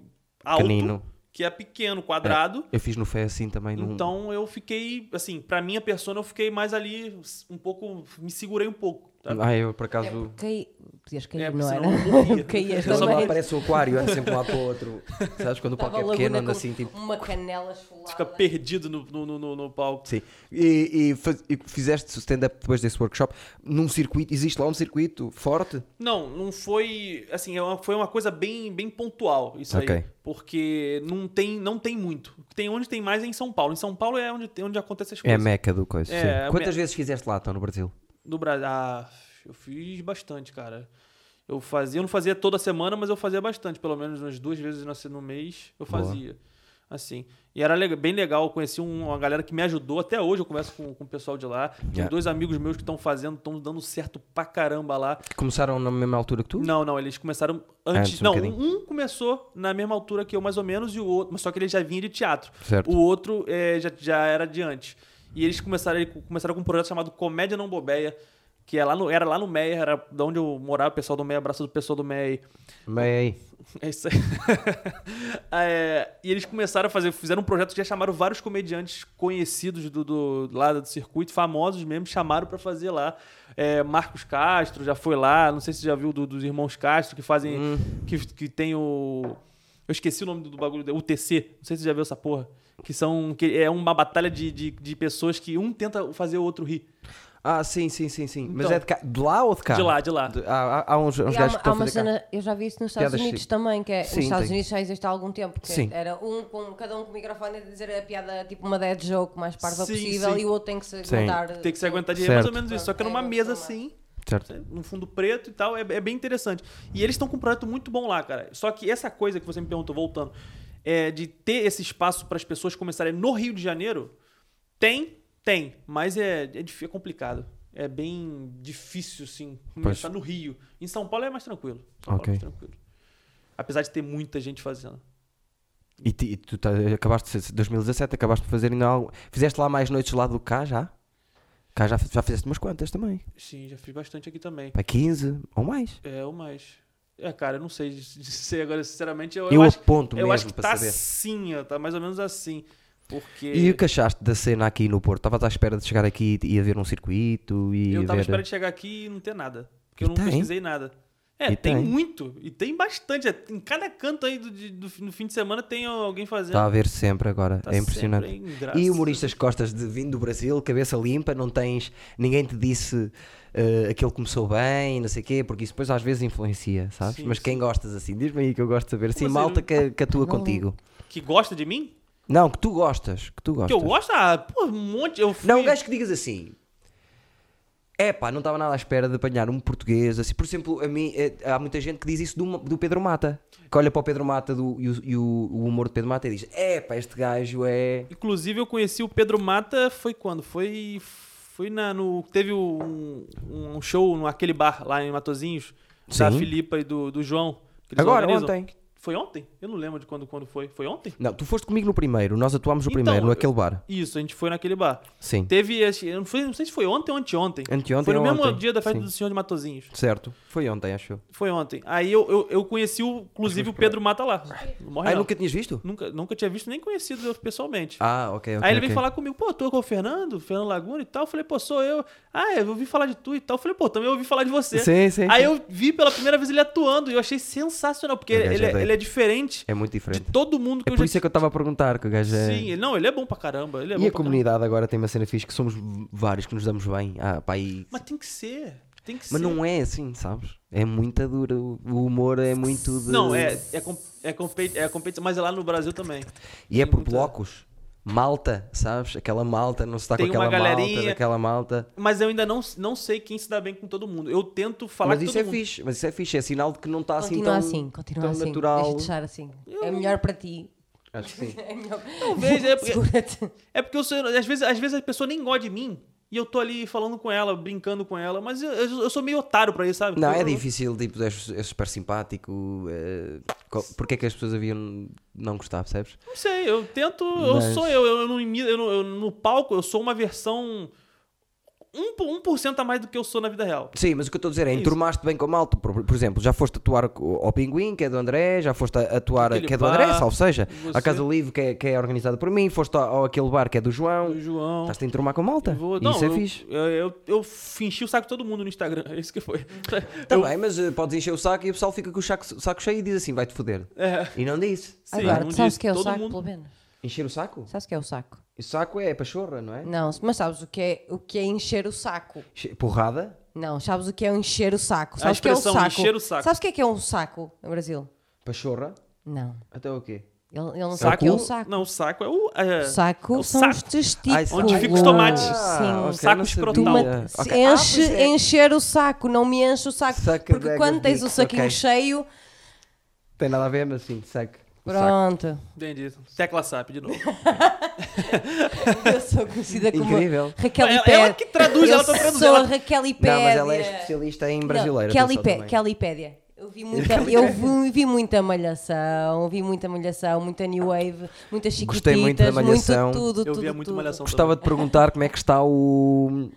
B: alto,
A: Pequenino.
B: que é pequeno, quadrado.
A: Eu fiz no Fé assim também. Num...
B: Então eu fiquei, assim, pra minha persona, eu fiquei mais ali, um pouco, me segurei um pouco. tá?
A: Ah, eu por acaso.
C: Caí. Podias cair,
B: É, porque
C: não era?
B: senão eu morria.
C: [laughs] Caías
B: Eu É. só
A: Quando lá
C: também.
A: aparece o aquário, é sempre um lado para o outro. Sabes quando o
C: Estava
A: palco é
C: a
A: pequeno,
C: laguna
A: anda
C: com
A: assim tipo.
C: Uma canela
B: Você fica
C: esfolada.
B: perdido no, no, no- no- no palco.
A: Sim. E, e faz- e fizeste stand-up depois desse workshop num circuito? Existe lá um circuito forte?
B: Não, não foi, assim, é uma- foi uma coisa bem, bem pontual isso aí.
A: Ok.
B: Porque não tem, não tem muito. Tem onde tem mais é em São Paulo. Em São Paulo é onde, tem- onde acontece as
A: É a
B: coisas.
A: meca do coisa.
B: É,
A: sim.
B: é a
A: Quantas
B: meca.
A: vezes fizeste lá, então, no Brasil?
B: Do Brasil. Ah, eu fiz bastante, cara. Eu fazia, eu não fazia toda semana, mas eu fazia bastante, pelo menos umas duas vezes no- no mês eu
A: Boa.
B: fazia. Assim. E era lega- bem legal, eu conheci um- uma galera que me ajudou. Até hoje eu converso com, com o pessoal de lá. Tem
A: Yeah.
B: dois amigos meus que estão fazendo, estão dando certo pra caramba lá.
A: Que começaram na mesma altura que tu?
B: Não, não, Ah, eles começaram antes.
A: Antes um
B: não,
A: bocadinho.
B: um começou na mesma altura que eu, mais ou menos, e o outro. Mas só que ele já vinha de teatro.
A: Certo.
B: O outro eh, já, já era de antes. E eles começaram, ele co- começaram com um projeto chamado Comédia Não Bobeia, que é lá no- era lá no Meia, era de onde eu morava, o pessoal do Meia, abraço do pessoal do Meia aí.
A: Meio.
B: É isso aí. [laughs] É, e eles começaram a fazer, fizeram um projeto que já chamaram vários comediantes conhecidos do, do lá do circuito, famosos mesmo, chamaram pra fazer lá. É, Marcos Castro já foi lá, não sei se você já viu do- dos irmãos Castro que fazem, que, que tem o eu esqueci o nome do, do bagulho, o TC, não sei se você já viu essa porra, que são que é uma batalha de, de, de pessoas que um tenta fazer o outro rir.
A: Ah, sim, sim, sim, sim. Mas
B: Então.
A: é de, cá, de lá ou de cá?
B: De lá, de lá.
A: De- há, há- há uns, uns
C: E
A: gajos
C: Há uma,
A: que
C: há
A: estão a
C: uma
A: fazer cá.
C: cena, eu já vi isso nos Estados
A: Piadas
C: Unidos
A: chi-
C: também, que é,
A: Sim,
C: nos Estados
A: tem.
C: Unidos já existe há algum tempo, que
A: Sim.
C: era um com, cada um com o microfone a dizer a piada, tipo uma dead joke mais parva
B: Sim,
C: possível
B: sim.
C: e o outro tem que se
A: Sim.
C: aguentar.
B: Tem que se aguentar de rir, é mais ou
A: Certo.
B: menos isso, só que
C: É,
B: numa
C: é,
B: mesa
C: é.
B: assim.
A: Certo.
B: num fundo preto e tal, é, é bem interessante. E eles estão com um projeto muito bom lá, cara. Só que essa coisa que você me perguntou, voltando, é de ter esse espaço para as pessoas começarem no Rio de Janeiro, tem, tem, mas é, é, dif- é complicado. É bem difícil, assim, começar no Rio. Em São Paulo é mais tranquilo. São Paulo é
A: Ok.
B: mais tranquilo. Apesar de ter muita gente fazendo.
A: E, ti- e tu tá- acabaste, de- 2017, acabaste de fazer ainda algo. Fizeste lá mais noites lá do que cá já? Cá já, já fizeste umas quantas também.
B: Sim, já fiz bastante aqui também.
A: Para 15 ou mais.
B: É, o mais. É, cara, eu não sei dizer agora, sinceramente. Eu,
A: Eu,
B: eu acho,
A: aponto
B: eu acho
A: mesmo
B: que
A: para
B: tá
A: saber.
B: assim, ó, tá mais ou menos assim. Porque.
A: E o que tá achaste da cena aqui no Porto? Estavas à espera de chegar aqui e haver um circuito e
B: Eu tava
A: haver...
B: esperando chegar aqui e não ter nada. Porque eu
A: E
B: não
A: tem.
B: pesquisei nada. É,
A: E tá,
B: tem,
A: tem.
B: muito. E tem bastante. É, Em cada canto aí do, de- do, no fim de semana tem alguém fazendo.
A: Está a haver sempre agora,
B: Tá
A: é impressionante.
B: sempre, hein? Graças
A: E humoristas que gostas de vindo do Brasil, cabeça limpa, não tens. Ninguém te disse eh, aquele começou bem, não sei o quê, porque isso depois às vezes influencia, sabes?
B: Sim,
A: Mas quem gostas assim, diz-me aí que eu gosto de saber. Sim,
B: assim,
A: malta
B: não-
A: que, que atua
C: Não.
A: contigo.
B: Que gosta de mim?
A: Não, que tu gostas, que tu
B: Que
A: gostas.
B: eu gosto? Ah, pô, um monte. Eu fui...
A: Não, um gajo que digas assim. É pá, não estava nada à espera de apanhar um português. Assim. Por exemplo, a mim, eh, há muita gente que diz isso do, do Pedro Mata. Que olha para o Pedro Mata do- e, o, e o- o humor do Pedro Mata e diz: É pá, este gajo é.
B: Inclusive, eu conheci o Pedro Mata, foi quando? Foi. Foi na. No, teve um, um show naquele bar lá em Matozinhos, da
A: Sim.
B: Filipa e do, do João. que eles
A: Agora,
B: organizam.
A: ontem.
B: Foi ontem? Eu não lembro de quando, quando foi. Foi ontem?
A: Não, tu foste comigo no primeiro, nós atuámos no
B: Então,
A: primeiro,
B: eu-
A: naquele bar.
B: Isso, a gente foi naquele bar.
A: Sim.
B: Teve. esse- Eu não, fui- não sei se foi ontem ou anteontem.
A: Anteontem
B: Foi no
A: ou
B: mesmo
A: ontem,
B: dia da festa
A: sim.
B: do Senhor de Matozinhos.
A: Certo. Foi ontem, acho eu.
B: Foi ontem. Aí eu, eu, eu conheci, o, inclusive, o Pedro Mata lá. Não morre
A: Ah,
B: não.
A: nunca tinhas visto?
B: Nunca, nunca tinha visto nem conhecido pessoalmente.
A: Ah, ok, ok.
B: Aí
A: ok.
B: ele veio falar comigo, pô, tu é com o Fernando, Fernando Laguna e tal. Eu falei, pô, sou eu. Ah, eu ouvi falar de tu e tal. Eu falei, pô, também ouvi falar de você.
A: Sim, sim,
B: Aí
A: sim.
B: eu vi pela primeira vez ele atuando e eu achei sensacional, porque
A: Ele
B: ele,
A: é
B: ele, é,
A: gente-
B: ele é diferente
A: É muito
B: de
A: diferente.
B: todo mundo que
A: É
B: eu
A: por
B: já
A: isso é que eu estava a perguntar que o gajo é.
B: Sim, ele, não, ele é bom pra caramba. Ele é bom
A: E a
B: pra
A: comunidade agora tem uma cena fixe que somos vários que nos damos bem. Ah, pá, e...
B: caramba. Mas tem que ser. Tem que
A: Mas
B: ser.
A: não é assim, sabes? É muita dura. O o humor é muito de.
B: Não, é, é, com- é, compe- é competição, mas é lá no Brasil também.
A: E é por
B: muita-
A: blocos. Malta, sabes? Aquela malta, não se está com
B: Tem uma
A: aquela malta,
B: galerinha.
A: daquela malta.
B: Mas eu ainda não, não sei quem se dá bem com todo mundo. Eu tento falar
A: Mas
B: com
A: isso
B: todo
A: é
B: mundo.
A: fixe, mas isso é fixe, é sinal de que não está assim
C: Continua
A: tão,
C: assim, continua
A: tão
C: assim.
A: natural.
C: Deixa de estar assim. É melhor para ti.
A: Acho que sim.
C: [laughs] É melhor.
B: Talvez, é porque-
C: Segura-te.
B: É porque eu sou, às, vezes, às vezes a pessoa nem gosta de mim e eu tô ali falando com ela, brincando com ela, mas eu, eu- eu sou meio otário pra isso, sabe?
A: Não,
B: Eu-
A: é difícil, tipo, é, su- é super simpático. É... co- Porque é que as pessoas haviam não gostar, percebes?
B: Não sei, eu tento, eu
A: Mas-
B: sou eu, eu não imito, eu não- eu- no palco eu sou uma versão 1%, 1 a mais do que eu sou na vida real.
A: Sim, mas o que eu estou a dizer é,
B: isso.
A: enturmaste bem com a malta. Por, por exemplo, já foste atuar co- ao Pinguim, que é do André, já foste a- atuar,
B: Aquele
A: que é do
B: bar,
A: André, salvo seja,
B: você.
A: à Casa do Livro, que é, que é organizada por mim, foste ao, ao aquele bar que é do João.
B: O João.
A: Estás-te a enturmar com a malta.
B: vou-
A: E Isso é
B: eu,
A: fixe.
B: Eu, eu, eu fingi o saco de todo mundo no Instagram, [laughs] é isso que foi.
A: Tá
B: Eu-
A: bem, mas eh, podes encher o saco e o pessoal fica com o saco, saco cheio e diz assim: vai-te foder.
B: é,
A: E não disse.
B: sim,
C: Agora,
B: não
C: tu sabes
B: disse,
C: o que é o
B: um todo
C: saco,
B: mundo-
C: pelo menos.
A: Encher o saco?
C: Sabes o que é o saco?
A: O saco é pachorra, não é?
B: Hum.
C: Não, mas sabes o que é, o que é encher o saco?
A: Che- Porrada?
C: Não, sabes o que é um encher o saco? Sabes o que é um
B: expressão,
C: saco?
B: encher o saco.
C: Sabes o que é que é um saco no Brasil?
A: Pachorra?
C: Não.
A: Até o quê?
C: Ele, ele não sabe o que é um saco.
B: Não, o saco é o. É,
C: O saco
B: é o
C: são os
B: saco.
A: Ai,
C: testículos.
A: saco.
B: Onde ficam os tomates.
A: Ah,
C: Tipo, Sim.
A: ok,
B: Saco
A: não sabia. Ah,
B: escrotal.
C: Toma- se
A: ok. Ah,
C: Enche,
A: pois é.
C: Encher o saco, não me enche o saco.
A: Saco
C: porque
A: de
C: quando tens o
A: dicks,
C: saquinho
A: ok.
C: cheio,
A: Tem nada a ver, mas sim, saco. O saco.
B: [laughs]
C: pronto.
B: Entendi. Tecla SAP de novo.
C: Eu sou conhecida como
A: Incrível.
C: Raquel
B: É, Ela-
C: Ipédia.
B: ela que traduz,
C: Eu
B: ela tá traduzindo,
C: sou
B: ela-
C: Raquel Ipédia.
A: Não, mas ela é especialista em brasileiro.
C: Não,
A: atenção
C: Kelly, Pe
A: também.
C: Kelly Pédia. Eu vi muita, eu vi, vi muita malhação, vi muita malhação, muita new wave, muitas
A: Ah. Gostei
C: chiquititas,
A: muito da Malhação.
C: muito tudo,
B: Eu
C: tudo,
B: via muito
C: tudo.
B: malhação
A: Gostava de perguntar como é que está o.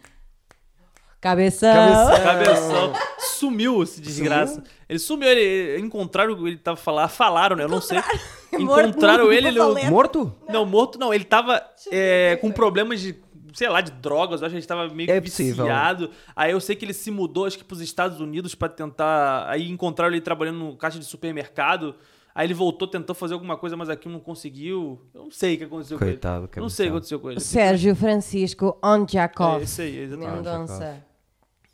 C: Cabeção.
A: Cabeção.
B: Cabeção. é Sumiu esse desgraça. Ele sumiu, ele encontraram, ele tava falar, falaram, né? Eu não sei.
C: [laughs] Morto
B: Encontraram
C: no- [laughs]
B: ele, ele
C: no valete.
A: Morto?
B: não, morto não, ele tava é, com problemas de, sei lá, de drogas, eu acho que ele tava meio
A: É possível.
B: viciado. Aí eu sei que ele se mudou, acho que pros Estados Unidos pra tentar, aí encontraram ele trabalhando no caixa de supermercado. Aí ele voltou, tentou fazer alguma coisa, mas aquilo não conseguiu. Eu não sei o que aconteceu
A: Coitado,
B: com ele. Não sei o que
A: cabeção.
B: aconteceu com ele.
C: Sérgio Francisco Onjakov.
B: É, isso aí,
A: Ah,
B: exatamente.
C: Mendonça.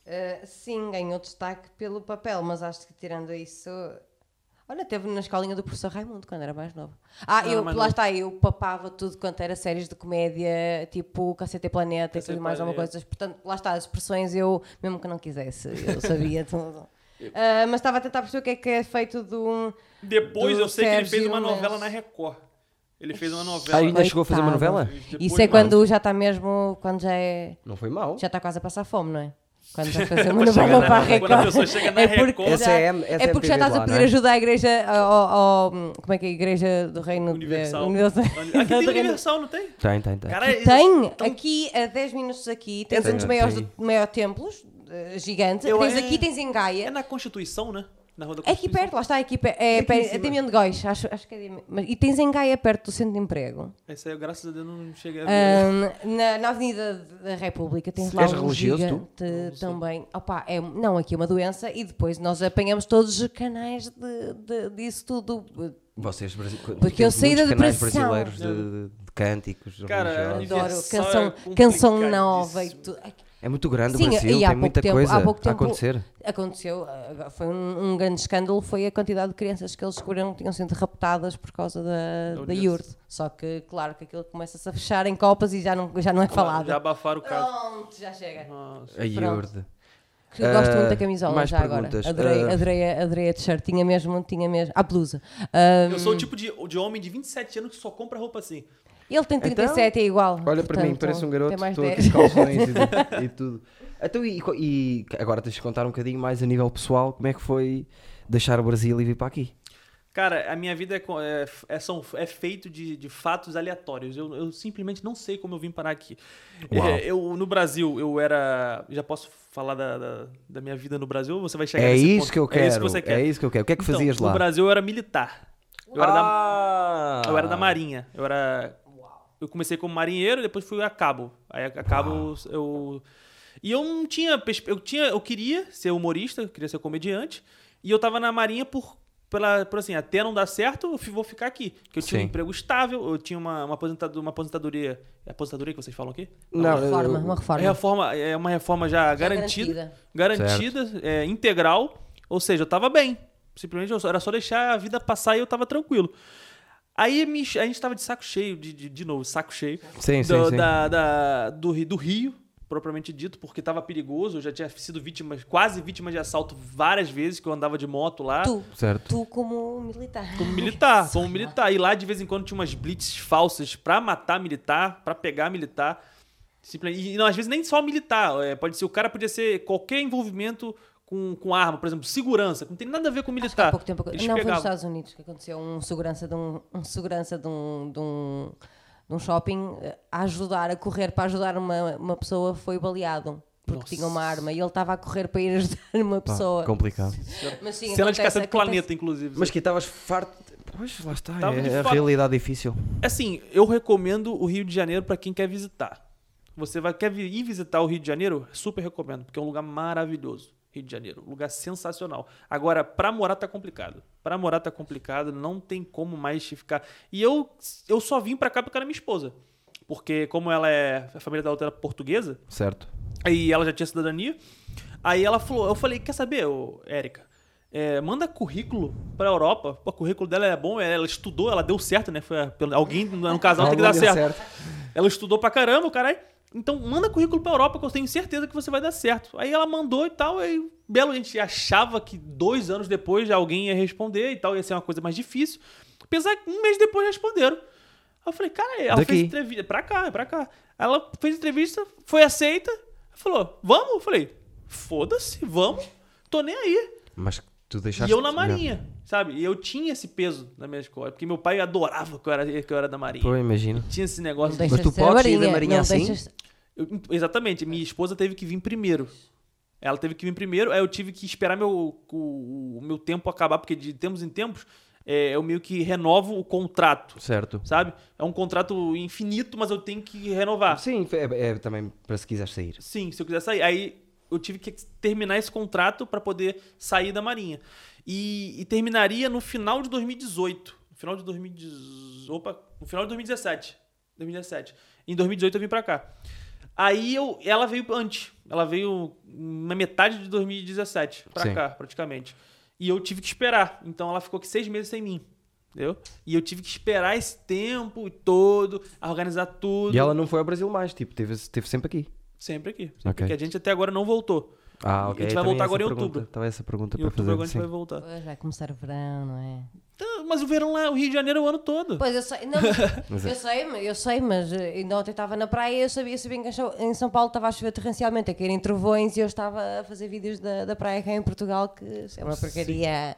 C: Uh, sim, ganhou destaque pelo papel, mas acho que tirando isso. Olha, teve na escolinha do professor Raimundo quando era mais novo. Ah,
B: Ah,
C: eu,
B: mais
C: lá
B: novo.
C: está, eu papava tudo quanto era séries de comédia, tipo Cacete Planeta e
B: Cacete
C: tudo mais alguma
B: Planeta.
C: coisa. Portanto, lá está, as expressões eu, mesmo que não quisesse,
A: [laughs]
C: eu sabia tudo. Ah, mas estava a tentar perceber o que é que é feito de um.
B: Depois
C: Do
B: eu sei que ele fez
C: Sérgio
B: uma novela
C: Mendes.
B: na Record. Ele fez uma novela.
A: Ah, ainda chegou a fazer uma
C: Coitado.
A: novela?
C: Isso é quando já está mesmo. Quando já é.
A: Não foi mal.
C: já está quase a passar fome, não é?
B: [laughs]
C: Quando já fazer uma
B: Quando chega
C: novela
B: na-
C: para a
B: quando
C: Record.
B: a pessoa chega na
C: é porque,
B: Record.
A: Essa
C: já,
A: é
C: é,
A: M- essa é
C: porque
A: MTV
C: já estás
A: lá,
C: a pedir
A: não é?
C: ajuda à igreja, ao, ao- como é que é a igreja do reino de-
B: Universal.
C: [laughs] Universal.
B: Aqui tem Universal, não tem?
A: Tem, tem, tem.
B: Cara,
C: Tem,
B: então-
C: aqui a 10 minutos daqui, tens
A: Tem,
C: um dos
A: tem.
C: maiores do, maior templos, eh, gigante,
B: Eu-
C: tens
B: é-
C: aqui, tens em
B: É
C: Gaia,
B: na Constituição, né? Na Rua da
C: é aqui
B: Constituição.
C: perto, lá está, é aqui, perto, é,
A: Aqui em
C: perto-
A: cima.
C: é Damião de Góis, acho, acho que é Damião- mas- e tens em Gaia perto do centro de emprego,
B: Essa aí, graças a Deus, não
C: É,
B: cheguei a ver.
C: Ahm, na, na Avenida da República tens
A: Se
C: lá
A: és
C: um
A: religioso,
C: gigante também. Opa, é, não, aqui é uma doença e depois nós apanhamos todos os canais de, de- disso tudo.
A: Vocês brasi-
C: Porque eu
A: temos
C: saí da
A: muitos canais
C: depressão.
A: brasileiros de, de- de cânticos.
B: Cara,
A: religiosos.
B: Universal
C: Adoro
B: é
C: canção, canção
B: complicadíssimo.
C: nova e tudo.
A: É muito grande
C: Sim,
A: o Brasil,
C: e há
A: tem
C: pouco
A: muita
C: tempo-
A: coisa
C: há pouco
A: a
C: tempo-
A: acontecer.
C: Aconteceu, ah, foi um, um grande escândalo, foi a quantidade de crianças que eles descobriram que tinham sido raptadas por causa da,
B: Da
C: da
B: UNICEF.
C: IURD. Só que, claro, que aquilo começa-se a fechar em copas e já não, já não é falado.
B: Já abafaram o caso.
C: Pronto, já chega.
B: Nossa.
A: A Iurde.
C: Que eu gosto
A: Ah,
C: muito da camisola
A: mais
C: já
A: perguntas.
C: agora. Adorei,
A: Ah.
C: adorei, a- adorei a t-shirt. Tinha mesmo, tinha mesmo. A blusa. Ah,
B: Eu sou o tipo de, de homem de 27 anos que só compra roupa assim.
C: ele tem 37, é igual.
A: Então, Olha para mim,
C: portanto,
A: parece um garoto,
C: Tem mais
A: estou aqui
C: 10.
A: de calções e, de-
C: [laughs]
A: e tudo. Então, e, co- e agora tens de contar um bocadinho mais a nível pessoal como é que foi deixar o Brasil e vir para aqui.
B: Cara, a minha vida é, co- é, f- é, são, é feito de, de fatos aleatórios. Eu, eu simplesmente não sei como eu vim parar aqui.
A: Uau.
B: É, eu, no Brasil, eu era. Já posso falar da, da, da minha vida no Brasil? ou Você vai chegar
A: É
B: nesse
A: isso
B: ponto?
A: que eu quero.
B: É isso que você quer.
A: que eu quero. O que é que fazias
B: então,
A: lá?
B: No Brasil, eu era militar. Eu era da
A: Ah!
B: Eu era da Marinha. Eu era. Eu comecei como marinheiro, depois fui a cabo. Aí a cabo eu. E eu não tinha, pers- eu tinha. Eu queria ser humorista, eu queria ser comediante. E eu tava na Marinha por. Pela, por assim, até não dar certo, eu fi- vou ficar aqui. Porque eu tinha
A: Sim.
B: um emprego estável, eu tinha uma, uma, aposentado- uma aposentadoria. É aposentadoria que vocês falam aqui?
A: Não,
C: Uma reforma,
A: eu-
C: uma
B: É,
C: reforma.
B: reforma, é uma reforma já, garantida.
C: garantida.
B: Garantida, é, integral. Ou seja, eu tava bem. Simplesmente eu só- era só deixar a vida passar e eu tava tranquilo. Aí me ch- a gente tava de saco cheio, de, de, de novo, saco cheio.
A: Sim, sim,
B: do,
A: sim.
B: Da, da- do, Ri- do Rio, propriamente dito, porque tava perigoso. Eu já tinha sido vítima, quase vítima de assalto várias vezes que eu andava de moto lá.
C: Tu,
A: Certo.
C: tu como um militar.
B: Como militar, como um militar. E lá de vez em quando tinha umas blitzes falsas pra matar militar, pra pegar militar. Simplesmente- E não, às vezes nem só militar. é, pode ser, o cara podia ser qualquer envolvimento com, com arma, por exemplo, segurança, que não tem nada a ver com
C: Acho que há
B: militar.
C: pouco tempo.
B: Eles
C: Não, foi nos
B: pegavam.
C: Estados Unidos que aconteceu um segurança de um, um segurança de um, de um, de um shopping eh, a ajudar, a correr para ajudar uma, uma pessoa foi baleado porque
B: Nossa.
C: tinha uma arma e ele estava a correr para ir ajudar uma
A: Pá,
C: pessoa.
A: complicado.
C: Mas sim,
B: Cena de
C: acontece-
B: caça do
C: acontece.
B: planeta, inclusive.
A: Mas que estavas farto. Pois, lá está.
B: Tava de
A: É a
B: fa-
A: realidade difícil.
B: Assim, eu recomendo o Rio de Janeiro pra quem quer visitar. Você vai quer vir- ir visitar o Rio de Janeiro? Super recomendo, porque é um lugar maravilhoso. Rio de Janeiro, um lugar sensacional. Agora, pra morar tá complicado. Pra morar tá complicado, não tem como mais te ficar. E eu eu só vim pra cá porque era minha esposa. Porque como ela é a família da outra era portuguesa,
A: Certo.
B: Aí ela já tinha cidadania. Aí ela falou, eu falei, quer saber, ô, Érica? É, manda currículo pra Europa. Pô, o currículo dela é bom, ela estudou, ela deu certo, né? Foi a- pelo- alguém no casal tem que dar
A: Algum deu
B: certo. Ela estudou pra caramba, caralho. Então manda currículo pra Europa, que eu tenho certeza que você vai dar certo. Aí ela mandou e tal, aí belo, a gente achava que dois anos depois já alguém ia responder e tal, ia ser uma coisa mais difícil. Apesar que um mês depois responderam. Aí eu falei, cara, ela
A: Daqui.
B: fez entrevista. Pra cá, é pra cá. Ela fez entrevista, foi aceita, falou, vamos? Eu falei, foda-se, vamos. Tô nem aí.
A: Mas tu deixaste.
B: E eu na Marinha, sabe? E eu tinha esse peso na minha escola, porque meu pai adorava que eu era, que eu era da Marinha.
A: Pô, imagino.
B: Tinha esse
C: Não
B: negócio de
C: deixas
A: tu
C: de ser
A: podes ir da Marinha
C: não
A: assim?
C: deixas-
B: eu- exatamente, minha esposa teve que vir primeiro. Ela teve que vir primeiro, aí eu tive que esperar meu, o, o meu tempo acabar, porque de tempos em tempos é, eu meio que renovo o contrato,
A: Certo.
B: sabe? É um contrato infinito, mas eu tenho que renovar.
A: Sim, é, é também para se quiseres sair.
B: Sim, se eu quiser sair. Aí eu tive que terminar esse contrato pra poder sair da Marinha. E, e terminaria no final de 2018. No final de 2018. Opa, no final de 2017. 2017. Em 2018 eu vim pra cá. Aí eu, ela veio antes. Ela veio na metade de 2017 pra
A: Sim.
B: cá, praticamente. E eu tive que esperar. Então ela ficou aqui seis meses sem mim. Entendeu? E eu tive que esperar esse tempo todo, organizar tudo.
A: E ela não foi ao Brasil mais, tipo, teve, teve sempre aqui.
B: Sempre aqui. Sempre
A: Ok.
B: aqui. A gente até agora não voltou.
A: Ah,
B: A
A: ok.
B: gente vai
A: Também
B: voltar
A: essa
B: agora em
A: pergunta-
B: outubro.
A: Estava essa pergunta
B: Em
A: para
B: outubro agora a
A: fazer.
B: gente vai
A: Sim.
B: voltar.
C: Pois, vai começar o verão, não é?
B: Então, mas o verão lá, o Rio de Janeiro é o ano todo.
C: Pois eu sei,
A: [laughs]
C: não, mas-
A: é.
C: eu sei, mas- eu sei, mas eh, ainda ontem estava na praia e eu sabia, sabia que em São- em São Paulo estava a chover torrencialmente, a cair em trovões e eu estava a fazer vídeos da, da praia cá em Portugal, que é uma porcaria.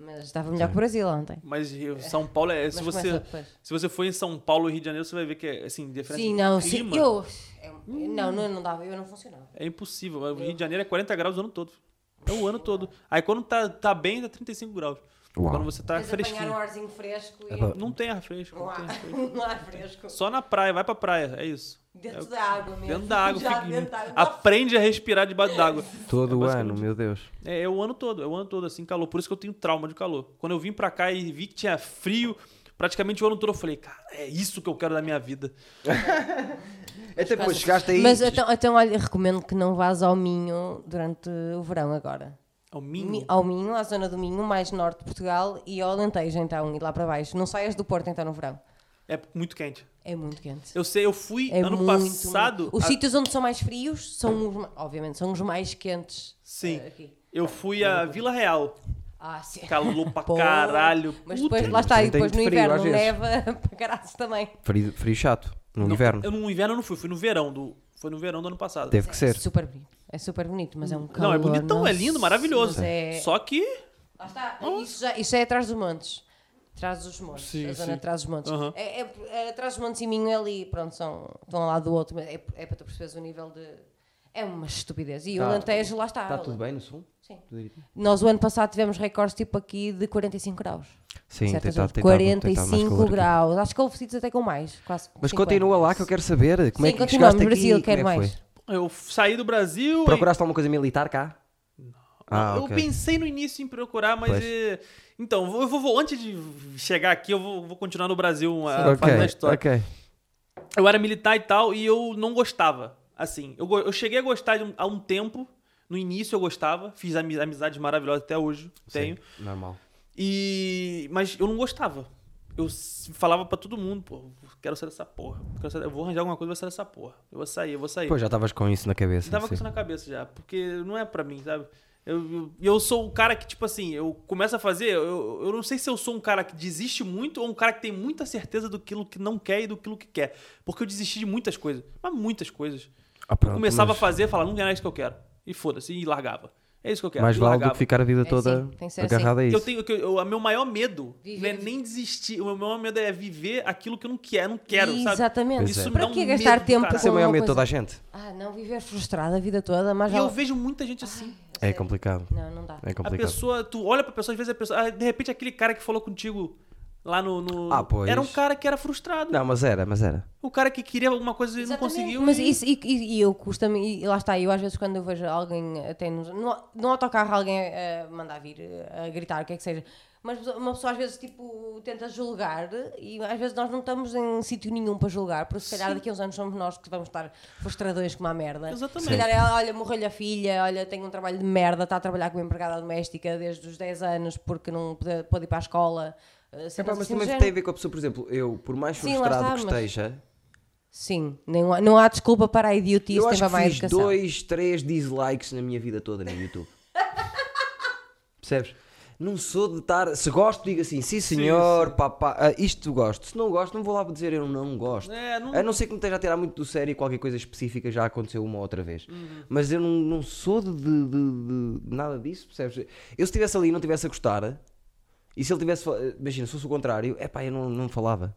C: Mas estava melhor que o Brasil ontem.
B: Mas Rio- São Paulo é. Se
C: Mas
B: você,
C: começa depois.
B: se você for em São Paulo e Rio de Janeiro, você vai ver que é assim, diferença.
C: Sim,
B: de
C: não, sim,
B: clima
C: eu, eu-
A: Hum.
C: não, não, não dava, eu não funcionava.
B: É impossível. O Rio de Janeiro é 40 graus o ano todo. É o ano todo. Aí quando tá, tá bem, dá 35 graus.
A: Uau.
B: Quando você tá
C: Mas apanhar um
B: fresquinho.
C: arzinho fresco e
A: Epá.
B: Não tem ar fresco.
C: um
B: Não tem
C: ar,
B: ar
C: [laughs]
B: fresco.
C: um ar fresco
B: Só na praia, vai pra praia, é isso.
C: dentro
B: É o-
C: da água mesmo.
B: Dentro da água,
C: [laughs] Já
B: fica-
C: dentro da água.
B: aprende a respirar debaixo
C: [laughs]
B: d'água. É
A: Todo ano,
B: basicamente
A: meu Deus.
B: É, é o ano todo, é o ano todo assim, calor. Por isso que eu tenho trauma de calor. Quando eu vim pra cá e vi que tinha frio, praticamente o ano todo eu falei, cara, é isso que eu quero da minha vida.
A: Até depois chegaste aí.
C: Mas então, então, olha, recomendo que não vás ao Minho durante o verão agora.
B: Ao
C: Mi-
B: É mínimo.
C: Ao Minho, à zona do Minho, mais norte de Portugal e ao Alentejo, então, e lá para baixo. Não saias do Porto, então, no verão.
B: É muito quente.
C: É muito quente.
B: Eu sei, eu fui
C: É
B: ano
C: muito,
B: passado.
C: muito. Os
B: a-
C: sítios onde são mais frios são, os, ma- obviamente, são os mais quentes.
B: Sim.
C: eh, aqui.
B: Eu fui a Vila Real.
C: Ah, sim.
B: Calor pra
C: [laughs] Pô,
B: caralho.
C: Mas
B: Puta-
C: depois, lá está,
A: Tem
C: e depois
A: muito
C: no
A: frio,
C: inverno
A: às vezes.
C: neva [laughs] para caralho também.
A: Frio, frio chato, no
B: Não,
A: inverno.
B: Eu, no inverno eu não fui, fui no verão do. Foi no verão do ano passado.
A: Teve que
C: É
A: ser.
C: super bonito. É super bonito, mas é um calor.
B: Não, é bonitão, é lindo,
C: nossa,
B: maravilhoso.
C: mas é-
B: Só que.
C: Lá está, isso, já, isso é atrás dos montes. Atrás dos montes,
B: Sim,
C: a zona
B: sim.
C: atrás dos montes.
B: Aham.
C: É, é- é atrás dos montes e Minho é ali, pronto, são, estão ao lado do outro, mas é, é para tu perceberes o nível de. É uma estupidez. E o
A: Tá.
C: Alentejo, lá está.
A: Está tudo bem no sul?
C: Sim. Nós, o ano passado, tivemos recordes tipo aqui de 45 graus.
A: Sim, tentado,
C: Certas zonas.
A: tentado,
C: 45 graus. Acho que houve sítios até com mais, quase.
A: Mas
C: 50.
A: continua lá que eu quero saber como
C: Sim,
A: é que
C: continuamos.
A: chegaste aqui.
C: Brasil,
A: como
C: quero
A: é que
C: mais.
A: foi?
B: Eu saí do Brasil. e-
A: Procuraste alguma coisa militar cá? Ah,
B: eu
A: ok.
B: pensei no início em procurar, mas.
A: Pois.
B: eh, Então, eu vou, vou- antes de chegar aqui, eu vou, vou continuar no Brasil a,
A: Ok,
B: fazendo a história.
A: ok.
B: Eu era militar e tal, e eu não gostava. Assim, eu, go- eu cheguei a gostar de um- há um tempo. No início eu gostava, fiz ami- amizades maravilhosas até hoje, tenho.
A: Sim, normal.
B: E. Mas eu não gostava. Eu s- falava pra todo mundo, pô, quero sair dessa porra. quero sair- eu vou arranjar alguma coisa, eu vou sair dessa porra. Eu vou sair, eu vou sair.
A: Pô, já estavas com isso na cabeça.
B: Tava com
A: sim.
B: isso na cabeça já, porque não é pra mim, sabe? Eu, eu, e eu sou o cara que, tipo assim, eu começo a fazer. Eu, eu não sei se eu sou um cara que desiste muito ou um cara que tem muita certeza do que que não quer e do que que quer. Porque eu desisti de muitas coisas, mas muitas coisas.
A: Ah, pronto,
B: eu começava
A: mas
B: a fazer, falava, não era isso que eu quero. E foda-se, e largava. É isso que eu quero.
A: Mais
B: e
A: vale do
B: largava.
A: que ficar a vida
C: É
A: toda
C: assim, tem que ser
A: agarrada a
B: Eu
A: isso.
B: tenho, que eu- o meu maior medo não é
C: Viver.
B: nem desistir. O meu maior medo é viver aquilo que eu não quero, não quero, sabe?
C: Exatamente.
A: Isso
C: Para
B: dá um
C: que gastar
B: medo do
C: tempo
B: caralho.
A: Esse é o
C: com
A: maior
C: uma
A: medo de toda
C: coisa-
A: a gente.
C: Ah, não, viver frustrado a vida toda, mas
B: E
C: já-
B: eu vejo muita gente assim.
A: É complicado.
C: Não, não dá.
A: É
B: A
A: complicado.
B: pessoa, tu olha pra pessoa, às vezes a pessoa. ah, De repente aquele cara que falou contigo lá no. no-
A: Ah, pois.
B: Era um cara que era frustrado.
A: Não, mas era, mas era.
B: O cara que queria alguma coisa e não
C: Exatamente,
B: conseguiu.
C: Mas
B: e-
C: isso, e, e- e eu custa-me, e lá está, eu às vezes quando eu vejo alguém até no, no, no autocarro, alguém eh, mandar vir, eh, a gritar, o que é que seja, mas uma pessoa às vezes tipo tenta julgar e às vezes nós não estamos em sítio nenhum para julgar, porque se calhar daqui a uns anos somos nós que vamos estar frustradões com uma merda.
B: Exatamente.
C: Se calhar ela, olha, morreu-lhe a filha, olha, tem um trabalho de merda, está a trabalhar como empregada doméstica desde os 10 anos porque não pode, pode ir para a escola. eh,
A: É, pá,
C: cenas
A: mas
C: assim do
A: também
C: género.
A: tem a ver com a pessoa, por exemplo, eu, por mais
C: Sim, lá
A: frustrado
C: está,
A: que
C: mas-
A: esteja,
C: Sim, não há, não há desculpa para a idiotice,
A: eu
C: nem
A: acho
C: para
A: que
C: a má
A: fiz
C: educação.
A: dois, três dislikes na minha vida toda no YouTube. Percebes? Não sou de estar. Se gosto, digo assim, sim senhor, papá, ah, isto gosto. Se não gosto, não vou lá dizer eu não gosto.
B: É, não-
A: A não ser que me esteja a tirar muito do sério e qualquer coisa específica já aconteceu uma ou outra vez.
B: Uhum.
A: Mas eu não, não sou de, de- de- de nada disso, percebes? Eu se estivesse ali e não estivesse a gostar, e se ele tivesse. fal- Imagina, se fosse o contrário, é pá, eu não, não falava.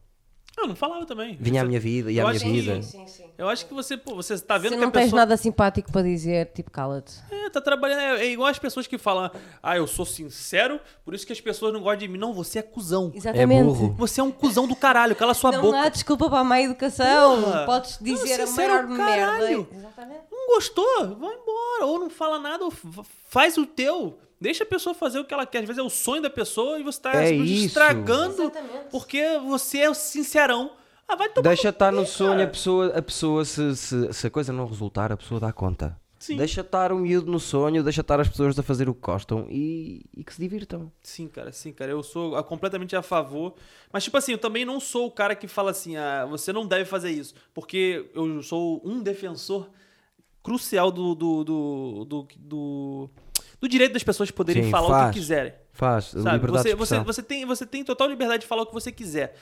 B: Eu não falava também.
A: Vinha à minha vida, ia
B: Eu
A: à minha
B: acho que-
A: vida.
C: Sim, sim.
B: Eu acho que você, pô, você tá vendo
C: Se
B: que
C: não
B: a
C: tens
B: pessoa.
C: nada simpático para dizer, tipo, cala-te.
B: É, tá trabalhando. É, é igual as pessoas que falam, ah, eu sou sincero, por isso que as pessoas não gostam de mim. Não, você é cuzão.
C: Exatamente.
A: burro.
B: Você é um cuzão do caralho, cala sua
C: Não
B: boca.
C: há desculpa para a má educação.
B: Porra.
C: Podes
B: Não,
C: dizer a
B: sincero,
C: maior
B: caralho.
C: merda. Exatamente.
B: Não gostou? Vai embora. Ou não fala nada, ou fa- faz o teu. Deixa a pessoa fazer o que ela quer. Às vezes é o sonho da pessoa e você tá
A: É
B: simplesmente
A: isso.
B: estragando
C: Exatamente.
B: porque você é o sincerão. Ah, vai tomar.
A: Deixa
B: no
A: estar
B: cu,
A: no sonho,
B: cara.
A: a pessoa, a pessoa se, se, se a coisa não resultar, a pessoa dá conta.
B: Sim.
A: Deixa estar o miúdo no sonho, deixa estar as pessoas a fazer o que gostam e, e que se divirtam.
B: Sim, cara, sim, cara. Eu sou a- completamente a favor. Mas, tipo assim, eu também não sou o cara que fala assim, ah, você não deve fazer isso. Porque eu sou um defensor crucial do. do, do, do, do- do direito das pessoas poderem
A: Sim,
B: falar o
A: faz.
B: que quiserem.
A: Faz,
B: Sabe?
A: liberdade
B: Você,
A: de
B: você,
A: expressão.
B: você, tem, você tem total liberdade de falar o que você quiser.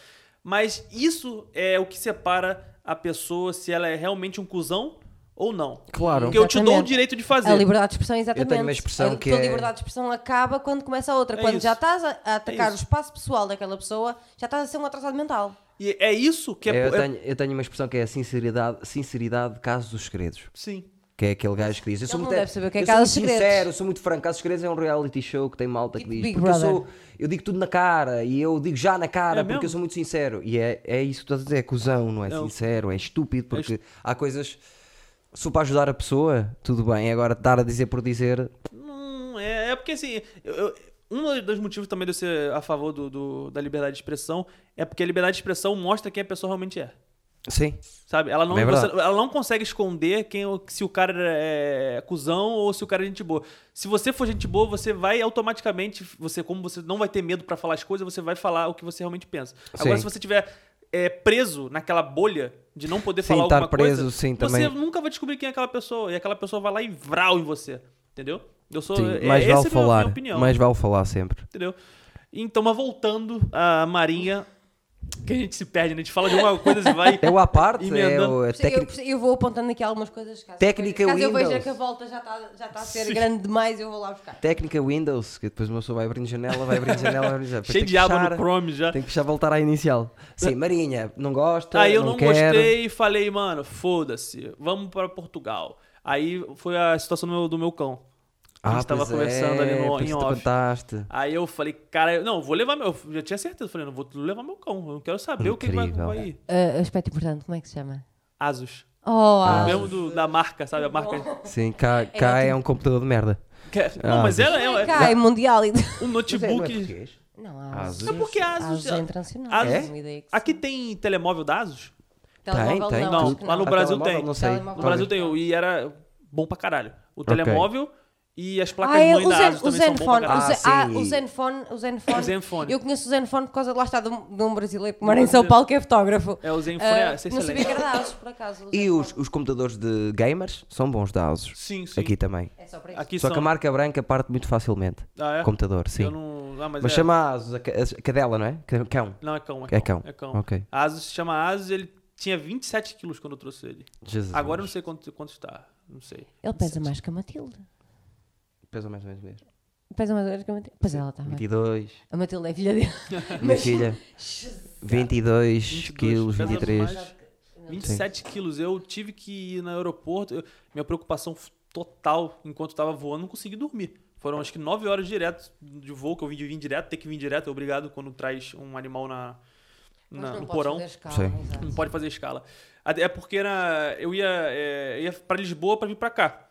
B: Mas isso é o que separa a pessoa se ela é realmente um cuzão ou não.
A: Claro.
B: Porque eu te dou o
C: Exatamente.
B: direito de fazer.
C: A liberdade de expressão, exatamente.
A: uma expressão
C: a
A: que
C: tua
A: é-
C: liberdade de expressão acaba quando começa a outra.
B: É
C: quando já
B: isso.
C: estás a, a atacar o
B: isso.
C: espaço pessoal daquela pessoa, já estás a ser um atrasado mental.
B: E é isso que é.
A: É, eu,
B: é-
A: tenho, eu tenho uma expressão que é a sinceridade, sinceridade de caso dos segredos.
B: Sim.
A: Que é aquele gajo que diz: Eu sou
C: Ele não
A: muito,
C: deve saber o que é
A: eu
C: Casa
A: sou muito
C: dos Segredos.
A: sincero, eu sou muito franco. Casos Segredos é um reality show que tem malta que
C: Tipo
A: diz:
C: Big
A: porque eu,
C: Brother.
A: sou, eu digo tudo na cara e eu digo já na cara
B: É
A: porque
B: mesmo?
A: eu sou muito sincero. E é, é isso que tu estás a dizer: é cuzão, não é
B: Não.
A: sincero, é estúpido. Porque há coisas. Se for para ajudar a pessoa, tudo bem. Agora, dar a dizer por dizer.
B: Hum, é, é porque assim, eu, eu- Um dos motivos também de eu ser a favor do, do- da liberdade de expressão é porque a liberdade de expressão mostra quem a pessoa realmente é.
A: Sim.
B: Sabe? Ela não,
A: É verdade.
B: você- ela não consegue esconder quem, se o cara é cuzão ou se o cara é gente boa. Se você for gente boa, você vai automaticamente, você como você não vai ter medo pra falar as coisas, você vai falar o que você realmente pensa. Agora,
A: Sim.
B: se você tiver é, preso naquela bolha de não poder
A: Sim,
B: falar
A: tá
B: alguma
A: preso,
B: coisa,
A: sim,
B: você
A: também.
B: nunca vai descobrir quem é aquela pessoa. E aquela pessoa vai lá e vral em você. Entendeu? Eu sou.
A: Sim,
B: é,
A: mais
B: essa é a
A: vale
B: minha-
A: falar.
B: minha opinião.
A: mais vale falar sempre.
B: Entendeu? Então, mas voltando à Marinha, que a gente se perde, né? A gente fala de uma coisa e
A: [laughs]
B: vai.
A: É o à parte, é
B: [laughs] Emendando.
A: o é
C: Eu,
A: técnico.
C: eu vou apontando aqui algumas coisas. Caso,
A: Técnica
C: caso eu veja
A: Windows.
C: que a volta já está já tá a ser
B: Sim.
C: grande demais, eu vou lá buscar.
A: Técnica Windows, que depois uma pessoa vai abrindo janela, vai abrindo janela, vai
B: [laughs]
A: abrindo janela. Depois
B: Cheio
A: tem que
B: de aba
A: fechar,
B: no Chrome já.
A: Tem que já voltar à inicial. Sim, Marinha, não gosta.
B: Aí Ah, eu não,
A: quer.
B: gostei e falei, mano, foda-se, vamos para Portugal. Aí foi a situação do meu, do meu cão. A gente tava
A: Ah, pois
B: conversando ali no-
A: por
B: em
A: isso tu
B: off.
A: contaste.
B: Aí eu falei, cara, eu- não, eu vou levar meu. Eu já tinha certeza. eu Falei, não, vou levar meu cão. Eu não quero saber o que que
A: Incrível.
B: vai, vai ir.
C: Ah, aspecto importante, como é que se chama?
B: Asus.
C: Oh, ah,
B: Mesmo do- da marca, sabe? A marca.
A: Sim, cá, cá
C: tipo
A: é um computador de merda.
B: [laughs] Que- não, mas ela é, Ah, [laughs]
C: Cai, mundial. e-
B: um
A: Mas
C: Tipo
A: é, Ah, não é
B: notebook.
A: português?
C: Não, há
A: Asus.
B: Não, porque a Asus.
C: Asus é internacional.
B: Asus-
C: não tenho ideia que
B: Aqui tem telemóvel da Asus?
A: Tem,
C: Telemóvel
A: tem.
C: não,
B: Não,
C: acho que
B: lá no
C: não.
A: Ah,
B: Brasil
A: telemóvel,
B: tem.
A: Não sei.
C: Telemóvel.
B: No
C: Talvez.
B: Brasil tem, e era bom pra caralho. O
A: Ok.
B: telemóvel e as placas
C: Ah, é,
B: mãe
C: o,
B: da
C: Zen,
B: Asus
C: o
B: também são bom pra
C: Zenfone.
A: Ah,
B: caralho.
C: o Zen- ah,
A: sim.
C: o Zenfone. O Zenfone.
B: O Zenfone.
C: Eu conheço o Zenfone por causa lá está de um, de um brasileiro que mora em São Paulo que é fotógrafo.
B: É, o Zenfone é
C: Ah, Não
B: excelente.
C: sabia que era da Asus, por acaso. o
A: E
C: Zenfone.
A: os, os computadores de gamers são bons da ASUS.
B: Sim, sim.
A: Aqui também.
C: É só para isso.
B: Aqui
A: Só
B: são.
A: que a marca branca parte muito facilmente.
B: Ah, é?
A: Computador, sim.
B: Eu não. Ah, mas,
A: Mas
B: é.
A: chama a ASUS, a, ca- a cadela, não é? Ca- Cão.
B: Não, é cão.
A: É cão. Ok.
B: A Asus se chama Asus, ele tinha 27 quilos quando eu trouxe ele.
A: Jesus.
B: Agora eu não sei quanto, quanto está. Não sei.
C: Ele pesa mais que a Matilde.
A: Pesa mais ou menos
C: Tá
A: mesmo.
C: Pesa mais ou menos que a Matilde. Pois ela está.
A: 22.
C: A Matilde é filha dele.
A: Minha filha. 22,
B: 22,
A: quilos,
B: pesa
A: 23.
B: mais. 27 quilos. Eu tive que ir no aeroporto. eu- minha preocupação f- total enquanto estava voando, não consegui dormir. Foram acho que 9 horas direto de voo que eu vim de vir direto, ter que vir direto, é obrigado quando traz um animal na, na- no porão.
A: Sim.
B: Não pode fazer escala. Até- É porque era, eu ia, é, ia para Lisboa para vir para cá.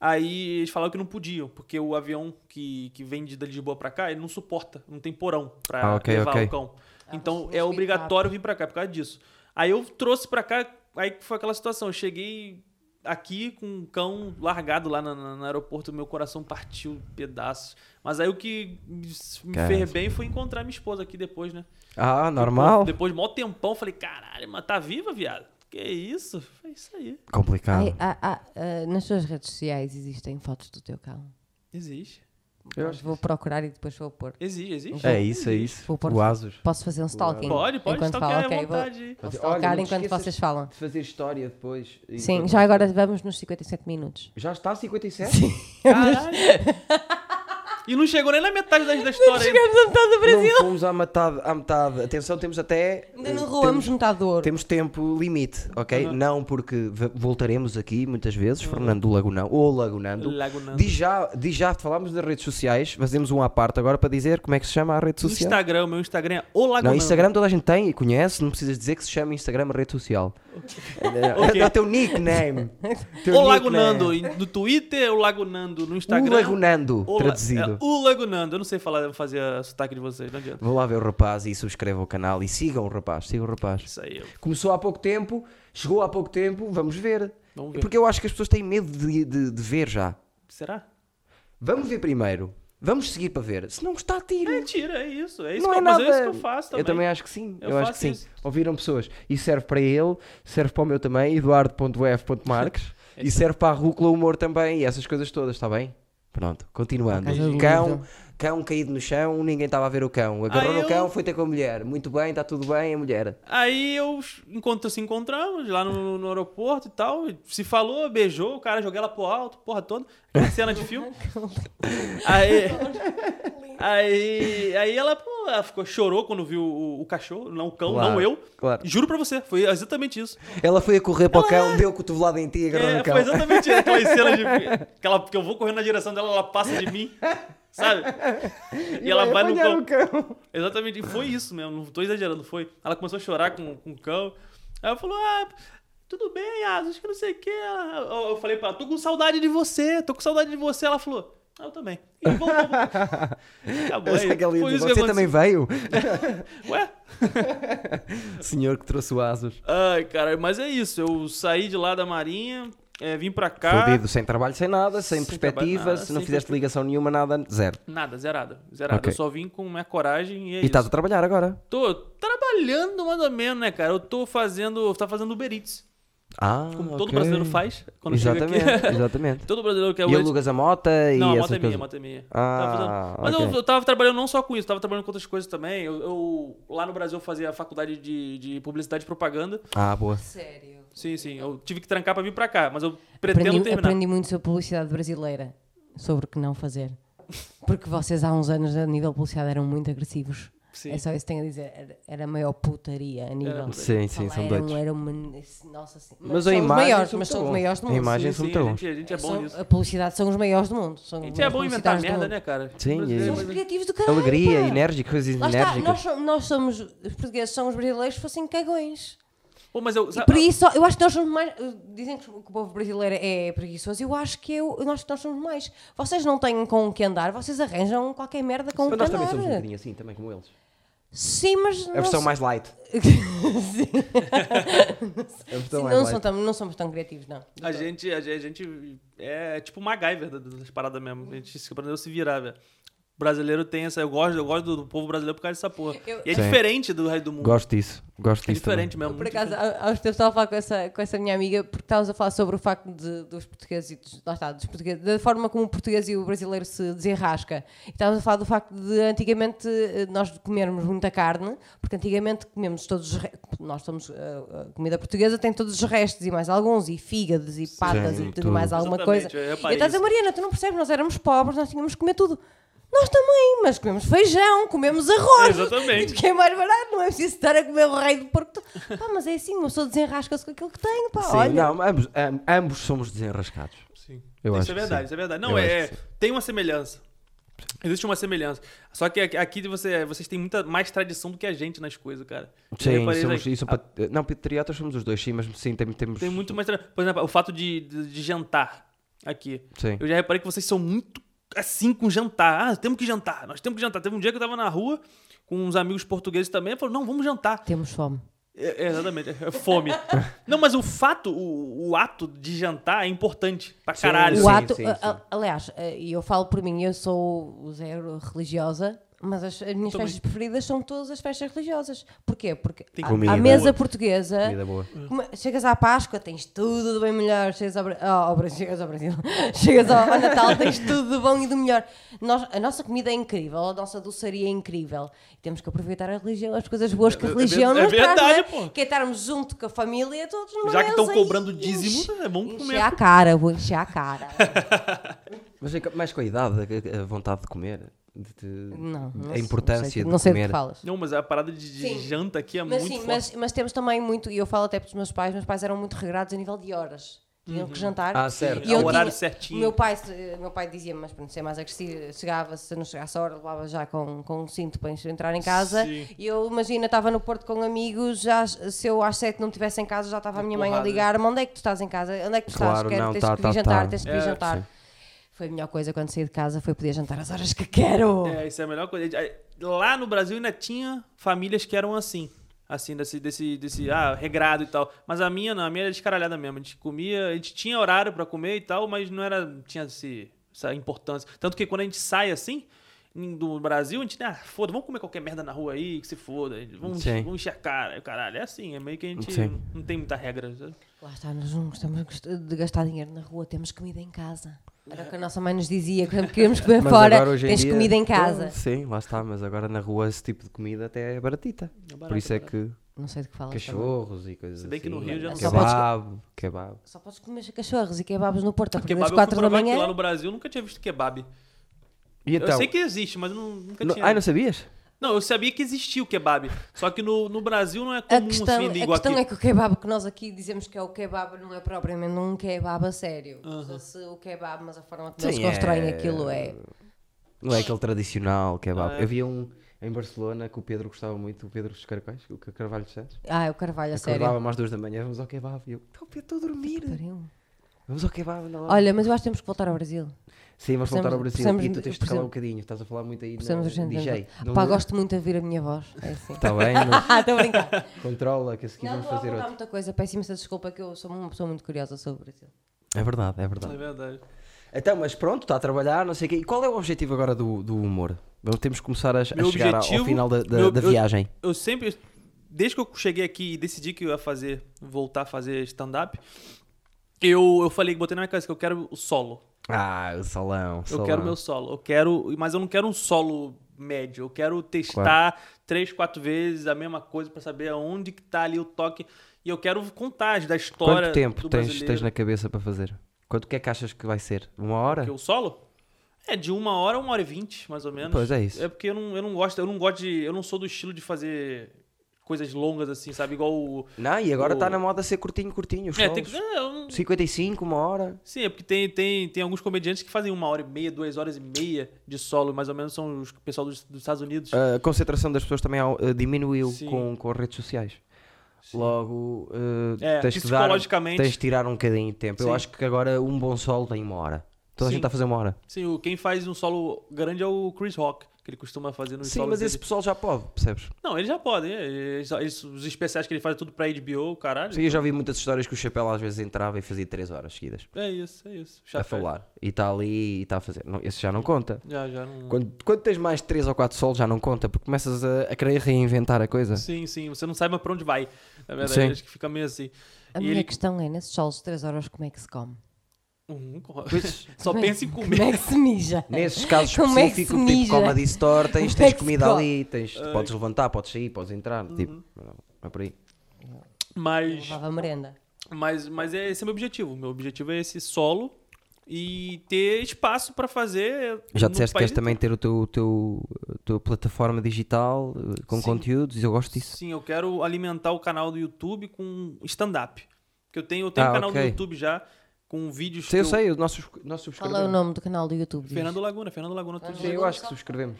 B: Aí eles falaram que não podiam, porque o avião que, que vem de da Lisboa para cá, ele não suporta, não tem porão para
A: Ah, ok,
B: levar
A: ok.
B: o cão. Então
C: você
B: é
C: não
B: obrigatório vir para cá por causa disso. Aí eu trouxe para cá, aí foi aquela situação. Eu cheguei aqui com um cão largado lá na- na- no, aeroporto, meu coração partiu em pedaços. Mas aí o que me, me
A: Cara.
B: fez bem foi encontrar minha esposa aqui depois, né?
A: Ah, normal.
B: Depois de mó tempão, eu falei, caralho, mas tá viva, viado? Que isso? Foi isso aí.
A: Complicado.
C: ah, nas suas redes sociais existem fotos do teu cão.
B: Existe.
A: Eu
C: Mas vou procurar e depois vou pôr.
B: Existe, existe.
A: É isso, é isso.
C: Vou pôr-
A: O ASUS.
C: Posso fazer um stalking?
B: Pode, pode
C: enquanto
B: stalkear
C: falo,
B: à
C: ok, vou- [laughs]
B: vontade.
C: Vou
A: Tá Olha, não
C: stalkear
A: te
C: um enquanto
A: esqueças-
C: vocês falam.
A: De fazer história depois. e-
C: Sim, já agora vamos nos 57 minutos.
A: Já está a 57? Sim.
B: Caralho. e não chegou nem na metade da, da história ainda.
C: Chegamos a metade do Brasil.
A: Não fomos à metade, à metade. Atenção, temos até.
C: Ainda
A: eh,
C: não roamos
A: temos,
C: metade do ouro.
A: temos tempo limite, ok? Não porque v- voltaremos aqui muitas vezes,
C: Uhum.
A: Fernando Lagunão ou Lagunando.
B: Lagunando.
A: Diz já, diz já falámos das redes sociais, fazemos um à parte agora para dizer como é que se chama a rede social.
B: Instagram, meu Instagram é o
A: Não,
B: Lagunando.
A: Instagram toda a gente tem e conhece, não precisas dizer que se chama Instagram rede
B: [laughs]
A: social.
B: Ok.
A: É, o teu
B: [laughs]
A: nickname. Teu
B: O
A: nickname.
B: Lagunando. E No Twitter, o Lagunando. No Instagram.
A: O Lagunando,
B: o La-
A: traduzido.
B: é, o Lagunando. Eu não sei falar, fazer a sotaque de vocês, não adianta.
A: Vou lá ver o rapaz e subscrevam o canal e sigam o rapaz, sigam o rapaz.
B: Isso aí. eu-
A: Começou há pouco tempo, chegou há pouco tempo, vamos ver. É
B: Vamos ver.
A: Porque eu acho que as pessoas têm medo de, de- de ver já.
B: Será?
A: Vamos ver primeiro. Vamos seguir para ver. Se não gostar, tira.
B: É, tira, é isso. É isso,
A: não
B: que,
A: é
B: eu- mas
A: nada.
B: é isso que eu faço também.
A: acho que sim. Eu,
B: Eu
A: acho que
B: faço
A: sim.
B: isso.
A: Ouviram pessoas. E serve para ele, serve para o meu também,
B: [laughs]
A: eduardo.f.marques. e serve para a Rúcula Humor também. E essas coisas todas, está bem? Pronto, continuando.
C: Por causa do
A: Cão,
C: livro.
A: cão caído no chão, ninguém estava a ver o cão. Agarrou
B: Ah,
A: no
B: eu-
A: cão, foi ter com a mulher. Muito bem, está tudo bem, a mulher.
B: Aí eu encontro, se encontramos lá no, no aeroporto e tal. e Se falou, beijou, o cara jogou ela pro alto, porra toda. aquela Cena de filme. Aí, aí, aí ela, pô, ela ficou, chorou quando viu o, o cachorro, não o cão,
A: Claro,
B: não eu.
A: claro.
B: Juro pra você, foi exatamente isso.
A: Ela foi a correr para o cão, deu cotovelada em ti e agarrou
B: É,
A: no
B: foi
A: cão. [laughs]
B: exatamente aquela cena de. Aquela, que eu vou correndo na direção dela, ela passa de mim,
A: [laughs]
B: sabe? E, ela vai no
A: apanhar
B: cão.
A: o cão.
B: Exatamente, e foi isso mesmo, não tô exagerando, foi. Ela começou a chorar com, com o cão. Aí ela falou: Ah, tudo bem, Asa, acho que não sei o quê. Ela- Eu, eu falei pra ela: Tô com saudade de você, tô com saudade de você. Ela falou: Ah, Eu também. E
A: [laughs]
B: voltou. Acabou aí.
A: Aquele
B: Foi
A: dia,
B: isso
A: é, Você
B: que
A: também veio? [laughs]
B: aconteceu. [laughs] Ué?
A: Senhor que trouxe o Asos.
B: Ai, cara, mas é isso. Eu saí de lá da Marinha, é, vim pra cá.
A: Fodido, sem trabalho, sem nada, sem,
B: Sem trabalho, Ah,
A: perspectiva,
B: nada,
A: se não
B: sem
A: fizeste ligação nenhuma, nada, zero.
B: Nada, zerado. Zerado.
A: Ok.
B: Eu só vim com minha coragem e é
A: e tá estás
B: isso.
A: a trabalhar agora.
B: Tô trabalhando mais ou menos, né, cara? Eu tô fazendo. Tá fazendo Uber Eats.
A: Ah,
B: Como todo
A: ok.
B: brasileiro faz quando
A: exatamente,
B: chega [laughs] aqui.
A: exatamente.
B: todo brasileiro quer
A: E
B: Uber Eats.
A: alugas a moto e
B: Não, a
A: essas
B: moto é minha,
A: coisas.
B: a moto é minha.
A: Ah,
B: Tava fazendo- Mas
A: ok.
B: eu, eu tava trabalhando não só com isso, tava trabalhando com outras coisas também. Eu, eu- lá no Brasil eu fazia a faculdade de, de publicidade e propaganda.
A: Ah, boa.
C: Sério.
B: Sim, sim. Eu tive que trancar pra vir pra cá, mas eu
A: um
B: pretendo
C: Aprendi,
B: terminar.
C: aprendi muito sobre publicidade brasileira. Sobre o que não fazer. Porque vocês há uns anos, a nível de publicidade, eram muito agressivos.
B: Sim.
C: É só isso que tenho a dizer. Era, era a maior putaria a nível.
A: Sim, sim, são
C: eram,
A: doidos.
C: eram um- uma- Nossa senhora.
A: Mas
C: são
A: a
C: os
A: imagem
C: maiores,
A: são muito
C: mas são os
A: bons.
C: maiores do
A: A
C: mundo.
A: imagem
B: sim,
A: são
B: sim, a
A: muito
B: gente, a gente é bom
C: São-
B: nisso.
C: A publicidade são os maiores do mundo. São
B: A gente
C: os
B: é
C: maiores
B: bom inventar
C: publicitários um
B: merda,
C: do mundo.
B: né, cara?
A: Sim,
B: Brasileiro
A: é
B: é
A: isso.
B: mais-
C: Criativos do caralho,
A: Alegria,
C: pá.
A: enérgica, coisas
C: Lá está, nós,
A: enérgicas.
C: somos- nós somos, os portugueses são os brasileiros se fossem cagões.
B: Pô, mas eu.
C: E
B: sabe-
C: por isso, eu acho que nós somos mais. eh, Dizem que o povo brasileiro é preguiçoso, eu acho que eu, nós, nós somos mais. Vocês não têm com o que andar, vocês arranjam qualquer merda com o
A: Mas
C: que
A: nós também somos um
C: andar.
A: bocadinho assim, também como eles.
C: Sim, mas.
A: A
C: não
A: versão
C: se- [laughs]
A: mais light.
C: Sim.
A: A versão
C: Sim,
A: mais
C: não,
A: light.
C: são tão- não somos tão criativos, não.
B: A gente, a, gente- a gente é tipo MacGyver da- das paradas mesmo. A gente se aprendeu a se virar, velho. O Brasileiro tem essa. Eu gosto, eu gosto do, do povo brasileiro por causa dessa porra.
C: Eu-
B: E é
A: Sim.
B: diferente do resto do mundo.
A: Gosto disso. Gosto
B: é
A: disso. também.
B: diferente mesmo.
C: Por
B: muito
C: acaso, há há uns tempos estava a falar com essa, com essa minha amiga, porque estávamos a falar sobre o facto de- dos portugueses e dos, lá está, dos portugueses, da forma como o português e o brasileiro se desenrasca. E estávamos a falar do facto de antigamente eh, nós comermos muita carne, porque antigamente comemos todos os re- nós somos eh, a comida portuguesa tem todos os restos e mais alguns, e fígados e patas e tudo
A: tudo.
C: e mais alguma
B: Exatamente,
C: coisa.
B: eu
C: E
B: reparei
C: tá eu estava a dizer,
B: isso.
C: Mariana, tu não percebes, nós éramos pobres, nós tínhamos que comer tudo. Nós também, mas comemos feijão, comemos arroz.
B: Exatamente.
C: E que é mais barato, não é preciso estar a comer o rei do porco. todo. Pá, mas é assim, uma pessoa desenrasca-se com aquilo que tem, pá,
A: Sim,
C: olha.
A: não, ambos, am- ambos somos desenrascados.
B: Sim.
A: Eu
B: isso
A: acho
B: é
A: que
B: verdade,
A: sim.
B: isso é verdade. Não,
A: Eu
B: é,
A: acho que sim.
B: tem uma semelhança. Existe uma semelhança. Só que aqui- aqui você, vocês têm muita mais tradição do que a gente nas coisas, cara. Eu
A: Sim,
B: reparei isso
A: somos,
B: aí. Ah.
A: e são pat- não, patriotas somos os dois, sim, mas sim, tem- temos.
B: Tem muito mais. tra- Por exemplo, o fato de, de, de jantar aqui.
A: Sim.
B: Eu já reparei que vocês são muito assim com jantar. Ah, temos que jantar, nós temos que jantar. Teve um dia que eu tava na rua com uns amigos portugueses também. e Falou, não, vamos jantar.
C: Temos fome.
B: É, é, exatamente, é
A: [laughs]
B: fome. não, mas o fato, o, o ato de jantar é importante pra
A: Sim,
B: caralho.
C: o
A: sim,
C: ato,
A: sim.
C: a- a- aliás, eh, e eu falo por mim, eu sou zero religiosa, mas as, as
A: Então,
C: minhas
B: Também.
C: festas preferidas são todas as festas religiosas. Porquê? Porque
B: Tem
C: a,
A: comida
C: a mesa
A: boa.
C: portuguesa,
A: Comida boa.
C: come- é? chegas à Páscoa, tens tudo do bem melhor, chegas ao, Bra- ah, ao- ao Bra- chegas ao Brasil, [laughs] chegas ao, ao Natal, tens tudo do bom e do melhor. Nós- a nossa comida é incrível, a nossa doçaria é incrível. E temos que aproveitar a religião, as coisas boas que a
B: É- é
C: religião
B: ver- é
C: nos traz, não é?
B: verdade, pô.
C: que é estarmos junto com a família todos numa
B: Já que estão
C: mesa e
B: cobrando dízimo,
C: enche-
B: é bom comer.
C: Encher a cara, vou encher a cara.
A: Mas é que- mais com a idade, a- a vontade de comer. de- de-
C: Não, não
A: a
C: sei-
A: importância
C: não
A: É
C: sei,
A: de comer.
C: Não sei do que falas.
B: Não, mas a parada de, de
C: Sim.
B: janta aqui é
C: Mas
B: muito
C: sim,
B: forte.
C: mas, mas temos também muito, e eu falo até para os meus pais, meus pais eram muito regrados a nível de horas. Tinham que jantar.
A: Ah, certo.
C: E
B: Uhum. Ao
C: eu
B: horário
C: tinha-
B: certinho.
C: O meu pai, se- meu pai dizia-me, mas para não ser mais agressivo, chegava, se não chegasse a hora, levava já com, com um cinto para entrar em casa.
B: Sim.
C: E eu, imagina, estava no Porto com amigos, já, às- se eu às sete não estivesse em casa, já estava a minha mãe a
B: porrada.
C: ligar-me: onde é que tu estás em casa? Onde é que tu estás?
A: Claro,
C: Quero,
A: não,
C: tens
A: tá,
C: que vir
A: tá,
C: jantar,
A: tá.
C: tens que vir
B: É,
C: jantar.
A: sim.
C: Foi a melhor coisa quando saí de casa, foi poder jantar às horas que quero.
B: É, isso é a melhor coisa. Aí, Lá no Brasil ainda tinha famílias que eram assim. Assim, desse, desse, desse, ah, regrado e tal. Mas a minha não, a minha era descaralhada mesmo. A gente comia, a gente tinha horário pra comer e tal, mas não era, não tinha esse- essa importância. Tanto que quando a gente sai assim, em- do Brasil, a gente, ah, foda, vamos comer qualquer merda na rua aí, que se foda. Vamos,
A: Sim.
B: vamos encher a cara. Caralho, é assim, é meio que a gente
A: Sim.
B: não tem muita regra. sabe?
C: Lá está, nós não gostamos de gastar dinheiro na rua, temos comida em casa. Era o que a nossa mãe nos dizia, quando queríamos comer
A: [laughs] Mas
C: fora,
A: agora, hoje em
C: tens
A: dia-
C: comida em
A: Ah,
C: casa.
A: sim, lá está, mas agora na rua esse tipo de comida até é baratita.
B: barato,
A: Por isso é
B: barato.
A: que
C: Não sei de que falas. também.
A: cachorros e coisas
B: Se bem
A: assim.
B: que no Rio já não
C: se pode-
A: Kebab, kebab.
C: Só podes comer cachorros e kebabs no Porto, a partir
B: Kebab
C: das
B: eu fui
C: 4 da
B: provar aqui
C: manhã. é?
B: lá no Brasil, eu nunca tinha visto kebab.
A: E
B: eu
A: então?
B: sei que existe, mas eu não- nunca
A: não-
B: tinha.
A: ai, não sabias?
B: Não, eu sabia que existia o kebab. Só que no, no Brasil não é
C: A
B: comum
C: questão,
B: assim,
C: a
B: igual
C: questão
B: aqui.
C: é que o kebab que nós aqui dizemos que é o kebab não é propriamente um kebab a sério. Usa-se o kebab, mas a forma como eles
A: Sim,
C: constroem
A: é-
C: aquilo é.
A: Não é aquele tradicional kebab.
B: Ah, é.
A: Havia um em Barcelona que o Pedro gostava muito, o Pedro dos Caracóis, o Ca- Carvalho dos Santos.
C: Ah, é o carvalho a sério.
A: Acordava-me às duas da manhã, vamos ao kebab. E eu, então Pedro, estou a dormir.
C: Pariu.
A: Vamos ao kebab, anda lá.
C: Olha, mas eu acho que temos que voltar ao Brasil.
A: Sim, vamos
C: precisamos-
A: voltar ao Brasil.
C: precisamos
A: e tu
C: de-
A: tens de calar um
C: precisamos-
A: bocadinho. Estás a falar muito aí na,
C: Precisamos urgente.
A: DJ. Eh, Não- Tá
C: Pá, gosto muito de ouvir a minha voz. É assim.
A: Está bem, mas
C: [laughs] Ah, estou a brincar.
A: controla que a seguir
C: Não,
A: vamos
C: estou a
A: fazer
C: apontar
A: outro.
C: muita coisa. Peço imensa desculpa que eu sou uma pessoa muito curiosa sobre o Brasil.
A: É verdade, é
B: É
A: verdade.
B: verdade.
A: Então, mas pronto, está a trabalhar, não sei o quê. E qual é o objetivo agora do, do humor? Vamos, temos que começar a, a
B: Meu
A: chegar ao- ao
B: objetivo-
A: final da, da,
B: meu-
A: da
B: eu-
A: viagem.
B: Eu sempre, desde que eu cheguei aqui e decidi que eu ia fazer, voltar a fazer stand-up, eu, eu falei, botei na minha cabeça que eu quero o solo.
A: Ah, o salão.
B: Eu quero meu solo. Eu quero, mas eu não quero um solo médio. Eu quero testar três, quatro vezes a mesma coisa pra saber aonde que tá ali o toque. E eu quero contar da história
A: Quanto tempo
B: do
A: tens,
B: brasileiro.
A: tens na cabeça para fazer? Quanto que é que achas que vai ser? Uma hora?
B: Porque o solo é de uma hora a uma hora e vinte, mais ou menos.
A: Pois é isso.
B: É porque eu não, eu não gosto, eu não gosto de. Eu não sou do estilo de fazer coisas longas assim, sabe? Igual o.
A: Não, e agora
B: O-
A: está na moda ser curtinho, curtinho. Os
B: É, tem
A: solos.
B: que. é, eu não-
A: 55, uma hora.
B: Sim, é porque tem, tem, tem alguns comediantes que fazem uma hora e meia, duas horas e meia de solo, mais ou menos são os pessoal dos, dos Estados Unidos.
A: A concentração das pessoas também ah, diminuiu
B: Sim.
A: com, com as redes sociais. Logo, ah,
B: É,
A: tens, de dar,
B: psicologicamente.
A: tens de tirar um bocadinho de tempo. Eu
B: Sim.
A: acho que agora um bom solo tem uma hora. Toda a gente
B: Sim.
A: está a fazer uma hora.
B: Sim, o- quem faz um solo grande é o Chris Rock, que ele costuma fazer nos
A: Sim,
B: solos
A: mas esse
B: dele.
A: pessoal já pode, percebes?
B: Não, ele já pode. é, eles- eles- os especiais que ele faz é tudo pra HBO, caralho.
A: Sim, eu já vi muitas histórias que o chapéu às vezes entrava e fazia 3 horas seguidas
B: É isso, é isso.
A: a
B: Chapéu.
A: falar. E está ali e está a fazer. Não, esse já não conta.
B: Já, já. Não...
A: Quando, quando tens mais 3 ou 4 solos já não conta, porque começas a, a querer reinventar a coisa.
B: Sim, sim. Você não sabe mais pra onde vai. Na verdade,
A: Sim.
B: acho que fica meio assim.
C: A
B: E
C: minha
B: ele-
C: questão é, nesses solos de 3 horas, como é que se come?
B: Hum,
A: Pois,
B: Só
C: Como é-
B: pensa em comer.
C: Como é que se mija?
A: Nesses casos
C: Como é que se
A: específicos, tipo
C: mija?
A: comedy store, tens,
C: Como é
A: tens
C: que se
A: comida
C: come? Uhum.
A: ali, tens, podes levantar, podes sair, podes entrar. Tipo, não, é por aí.
C: Eu
B: [laughs] Mas,
C: Levava merenda.
B: mas, mas é- esse é o meu objetivo. Meu objetivo é esse solo e ter espaço pra fazer.
A: Já
B: no
A: disseste que queres
B: país
A: também ter o teu, teu, a tua plataforma digital eh, com
B: Sim.
A: conteúdos, eu gosto disso.
B: Sim, eu quero alimentar o canal do YouTube com stand-up. Porque eu tenho, eu tenho
A: Ah,
B: um canal
A: ok.
B: do YouTube já com vídeos.
A: Sim,
B: que
A: eu sei, os nossos, nossos
C: Qual é o
A: subscrevemos.
C: nome do canal do YouTube? diz?
B: Fernando Laguna, Fernando Laguna. Tudo
A: Sim, eu acho que subscrevemos.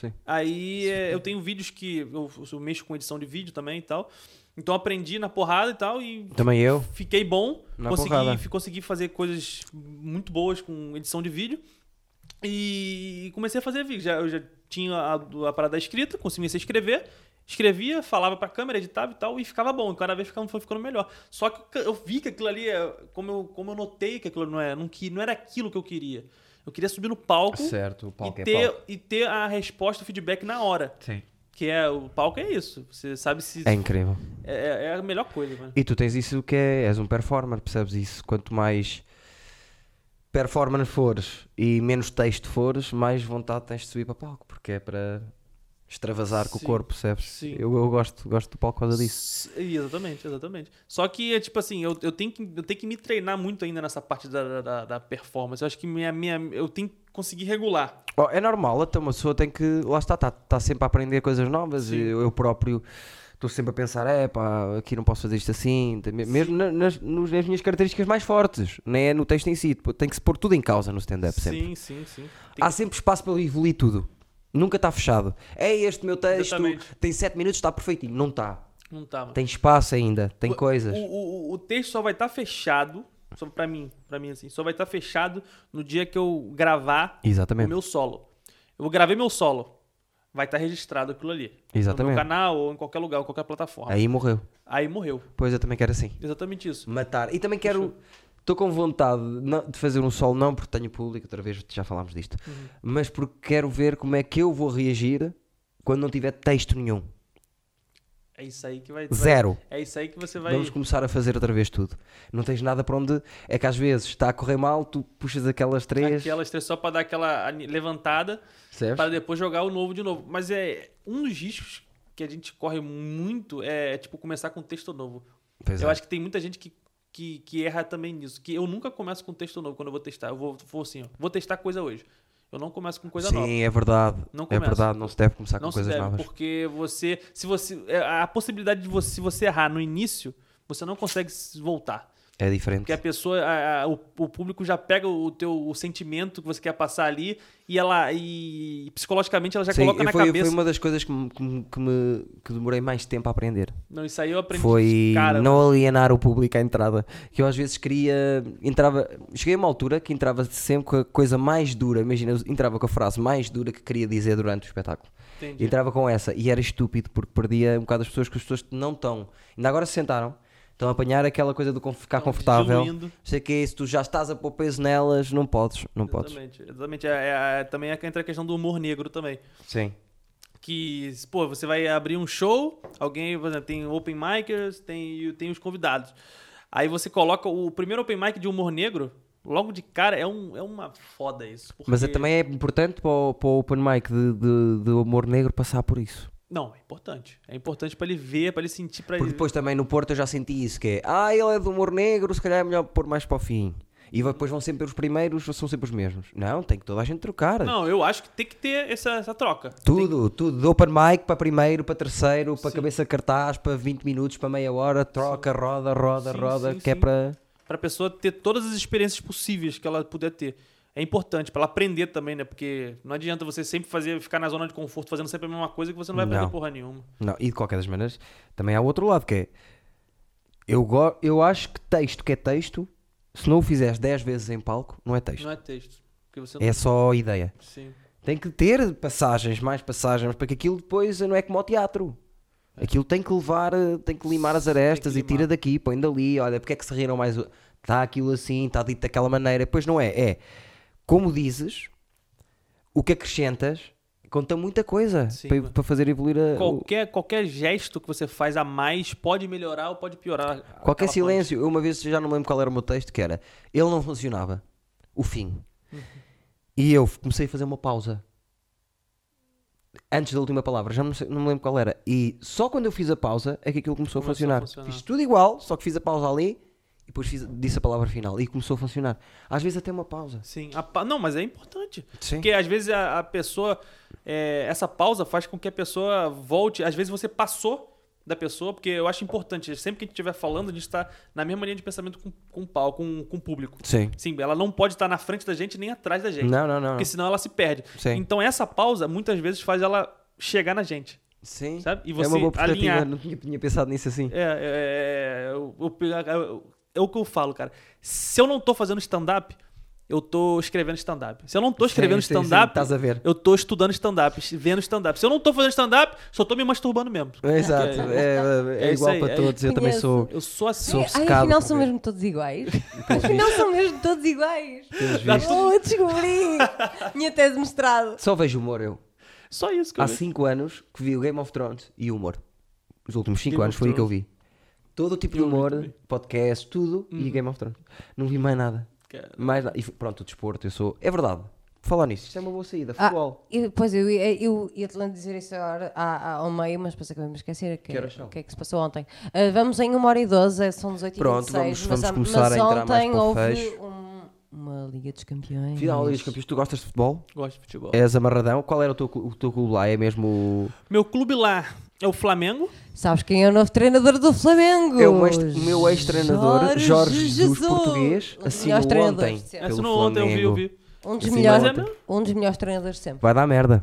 A: Sim.
B: Aí é, eu tenho vídeos que eu, eu mexo com edição de vídeo também e tal. Então aprendi na porrada e tal e
A: Também eu.
B: fiquei bom.
A: Na porrada.
B: consegui, fi- consegui fazer coisas muito boas com edição de vídeo. E comecei a fazer vídeo. Já, eu já tinha a, a parada escrita, conseguia se escrever. Escrevia, falava pra câmera, editava e tal, e ficava bom. E cada vez ficava, foi ficando melhor. Só que ca- eu vi que aquilo ali, é- como eu, como eu notei que aquilo não, é, não, que- não era aquilo que eu queria. Eu queria subir no palco,
A: Certo, o
B: e,
A: palco é
B: ter,
A: palco.
B: e ter a resposta, o feedback na hora.
A: Sim.
B: Que é, o palco é isso. Você sabe se...
A: É incrível.
B: É, é a melhor coisa, mano.
A: E tu tens isso que é, és um performer, percebes isso? Quanto mais performer fores e menos texto fores, mais vontade tens de subir para palco, porque é para extravasar com o
B: Sim,
A: corpo, percebes?
B: sim.
A: Eu, eu gosto, gosto do palco por causa disso.
B: S- Exatamente, exatamente. Só que, é tipo assim, eu, eu, tenho que, eu tenho que me treinar muito ainda nessa parte da, da- da, da performance. Eu acho que minha, minha, eu tenho que conseguir regular.
A: Oh, é normal, então uma pessoa tem que, lá está, está está sempre a aprender coisas novas. e Eu, eu próprio estou sempre a pensar, é pá, aqui não posso fazer isto assim, me- mesmo na- nas, nos- nas minhas características mais fortes, não é no texto em si, tipo, tem que se pôr tudo em causa no stand-up sempre.
B: Sim, sim, sim. Tem
A: Há sempre espaço para eu evoluir tudo. Nunca está fechado. É este meu texto,
B: Exatamente.
A: tem 7 minutos, está perfeitinho. Não está.
B: que- Não tá, mano.
A: Tem espaço ainda, tem coisas.
B: O, o- o- o texto só vai estar fechado, só pra mim, pra mim assim, só vai estar fechado no dia que eu gravar o
A: Exatamente.
B: meu solo. Eu gravei meu solo. Vai estar registrado aquilo ali. No
A: Exatamente. É
B: meu canal ou em qualquer lugar, ou qualquer plataforma. Aí,
A: Aí morreu.
B: morreu.
A: Pois eu também quero assim.
B: Exatamente isso.
A: Matar. E também quero. Estou com vontade não- de fazer um solo, não porque tenho público, outra vez já falámos disto,
B: Uhum.
A: mas porque quero ver como é que eu vou reagir quando não tiver texto nenhum.
B: É isso aí que vai.
A: Zero.
B: vai- é isso aí que você vai.
A: Vamos começar a fazer outra vez tudo. Não tens nada para onde. É que às vezes está a correr mal, tu puxas aquelas três.
B: Aquela estresse só pra dar aquela ani- levantada
A: percebes?
B: para depois jogar o novo de novo. Mas é um dos riscos que a gente corre muito é, tipo começar com texto novo.
A: Pois
B: eu
A: é.
B: acho que tem muita gente que, que, que erra também nisso. Que eu nunca começo com texto novo quando eu vou testar. Eu vou, vou assim, ó, vou testar coisa hoje. Eu não começo com coisa
A: Sim,
B: nova.
A: é verdade.
B: Não
A: é
B: começa.
A: verdade, não se deve começar
B: Não
A: com
B: se
A: coisas
B: deve,
A: novas.
B: porque você. Se você. é, A possibilidade de você, se você errar no início, você não consegue se voltar.
A: É
B: Porque a
A: diferente.
B: pessoa, a- a- o, o público já pega o teu o sentimento que você quer passar ali e ela e psicologicamente ela já
A: Sim,
B: coloca
A: eu
B: na
A: foi,
B: cabeça.
A: foi uma das coisas que me, que me- que me- que demorei mais tempo a aprender.
B: Não, isso aí eu aprendi.
A: foi
B: cara,
A: não alienar o público à entrada. Que eu às vezes queria. Entrava, cheguei a uma altura que entrava sempre com a coisa mais dura. Imagina, eu entrava com a frase mais dura que queria dizer durante o espetáculo.
B: entendi.
A: Entrava com essa e era estúpido porque perdia um bocado as pessoas que as pessoas não estão. Ainda agora se sentaram. Estão a apanhar aquela coisa do conf- ficar
B: Estão
A: confortável.
B: diluindo.
A: Sei que se tu já estás a pôr peso nelas, não podes. Não podes.
B: Exatamente, exatamente. É, é- é- também é que entra a questão do humor negro também.
A: Sim.
B: Que, pô, você vai abrir um show, alguém, por exemplo, tem open micers, tem, tem os convidados. Aí você coloca o primeiro open mic de humor negro, logo de cara, é, um, é uma foda isso.
A: Mas é-
B: porque-
A: também é importante para o, para o open mic de, de, de humor negro passar por isso.
B: Não, é importante. É importante pra ele ver, pra ele sentir, pra
A: Porque
B: ele...
A: depois também no Porto eu já senti isso: que é ah, ele é do humor negro, se calhar é melhor pôr mais para o fim. E depois vão sempre os primeiros ou são sempre os mesmos. Não, tem que toda a gente trocar.
B: Não, eu acho que tem que ter essa, essa troca.
A: Tudo, tudo. De open mic para primeiro, para terceiro, para
B: Sim.
A: cabeça de cartaz, para 20 minutos, para meia hora, troca, roda, roda,
B: Sim,
A: roda,
B: sim,
A: que é
B: sim.
A: para.
B: Pra pessoa ter todas as experiências possíveis que ela puder ter. É importante pra ela aprender também, né? Porque não adianta você sempre fazer, ficar na zona de conforto fazendo sempre a mesma coisa que você não vai aprender
A: Não.
B: porra nenhuma.
A: Não, e de qualquer das maneiras, também há o outro lado, que é. Eu, go... eu acho que texto que é texto, se não o fizeres 10 vezes em palco, não é texto.
B: Não é texto. Porque você não...
A: É só ideia.
B: Sim.
A: Tem que ter passagens, mais passagens, porque aquilo depois não é como ao teatro. Aquilo tem que levar, eh, tem que limar as arestas
B: que
A: e tira daqui, põe dali, olha, porque é que se riram mais. Está aquilo assim, está dito daquela maneira. Pois não é, é como dizes, o que acrescentas conta muita coisa
B: Sim,
A: para,
B: mas-
A: para fazer evoluir a, o-
B: Qualquer, qualquer gesto que você faz a mais pode melhorar ou pode piorar.
A: Qualquer
B: aquela
A: silêncio. Eu uma vez já não me lembro qual era o meu texto, que era ele não funcionava. O fim.
B: Uhum.
A: E eu comecei a fazer uma pausa. Antes da última palavra, já não, sei- não me lembro qual era. E só quando eu fiz a pausa é que aquilo começou,
B: Começou a
A: a, funcionar.
B: funcionar.
A: Fiz tudo igual, só que fiz a pausa ali e depois fiz- disse a palavra final. E começou a funcionar. Às vezes até uma pausa.
B: Sim, a pa- não, mas é importante.
A: Sim.
B: Porque às vezes a, a pessoa. é, essa pausa faz com que a pessoa volte. Às vezes você passou da pessoa, porque eu acho importante. Sempre que a gente estiver falando, a gente está na mesma linha de pensamento com, com o pau, com, com o público.
A: Sim.
B: Sim, ela não pode estar na frente da gente nem atrás da gente.
A: Não, não, não. não.
B: Porque senão ela se perde.
A: Sim.
B: Então essa pausa muitas vezes faz ela chegar na gente.
A: Sim.
B: Sabe? E
A: é
B: você
A: uma boa perspectiva.
B: alinhar.
A: Não tinha, tinha pensado nisso assim.
B: É, é, é, eu- eu- eu- é o que eu falo, cara. Se eu não tô fazendo stand-up, eu tô escrevendo stand-up. Se eu não tô escrevendo
A: Sim, sim, sim,
B: stand-up,
A: Estás a ver.
B: eu tô estudando stand-up, vendo stand-up. Se eu não tô fazendo stand-up, só tô me masturbando mesmo.
A: Exato. É, é
B: É isso
A: igual
B: aí,
A: para
B: é-
A: todos. Eu também
C: Conheço.
A: sou.
B: Eu sou assim.
A: Sou
C: Ai,
A: obcecado
C: afinal
A: por
C: são
A: ver.
C: mesmo todos iguais. [laughs] afinal são mesmo todos iguais.
A: Pelos
B: Dá
A: vistos.
C: Oh, eu descobri! Minha tese de mestrado.
A: Só vejo humor eu.
B: Só isso que eu
A: Há
B: vejo.
A: 5 anos que vi o Game of Thrones e o humor. Os últimos 5
B: Game
A: anos
B: of
A: foi aí que eu vi. Todo o tipo de humor, podcast, tudo
B: Uhum.
A: e Game of Thrones. Não vi mais nada.
B: Cara.
A: Mais nada. E f- pronto, o desporto, eu sou. É verdade. Falar nisso, isto é uma boa saída.
C: Ah,
A: Futebol.
C: eu- pois eu, ia- eu ia-te lá dizer isso agora à- à- ao meio, mas depois acabei de me esquecer que,
A: Que horas são?
C: o que é que se passou ontem. Ah, vamos em 1 hora e 12, são 18
A: Pronto,
C: e 26,
A: vamos-
C: mas,
A: vamos
C: a-
A: começar
C: mas
A: a entrar mais
C: ontem
A: para o
C: houve
A: fecho.
C: um- uma Liga dos Campeões.
A: Final Liga dos Campeões, tu gostas de futebol?
B: Gosto de futebol.
A: És amarradão. Qual era o teu, cu- o teu clube lá? É mesmo. o-
B: Meu clube lá é o Flamengo.
C: Sabes quem é o novo treinador do Flamengo?
A: É o, ex- o meu ex-treinador, Jorge, Jesus, português,
C: Um dos melhores
A: assinou
C: treinadores
A: ontem.
C: de sempre.
A: Pelo
B: Essa não ontem, eu vi,
A: Flamengo.
B: eu vi.
C: Um dos,
A: Assinou
C: melhores,
B: ontem.
C: um dos melhores treinadores de sempre.
A: Vai dar merda.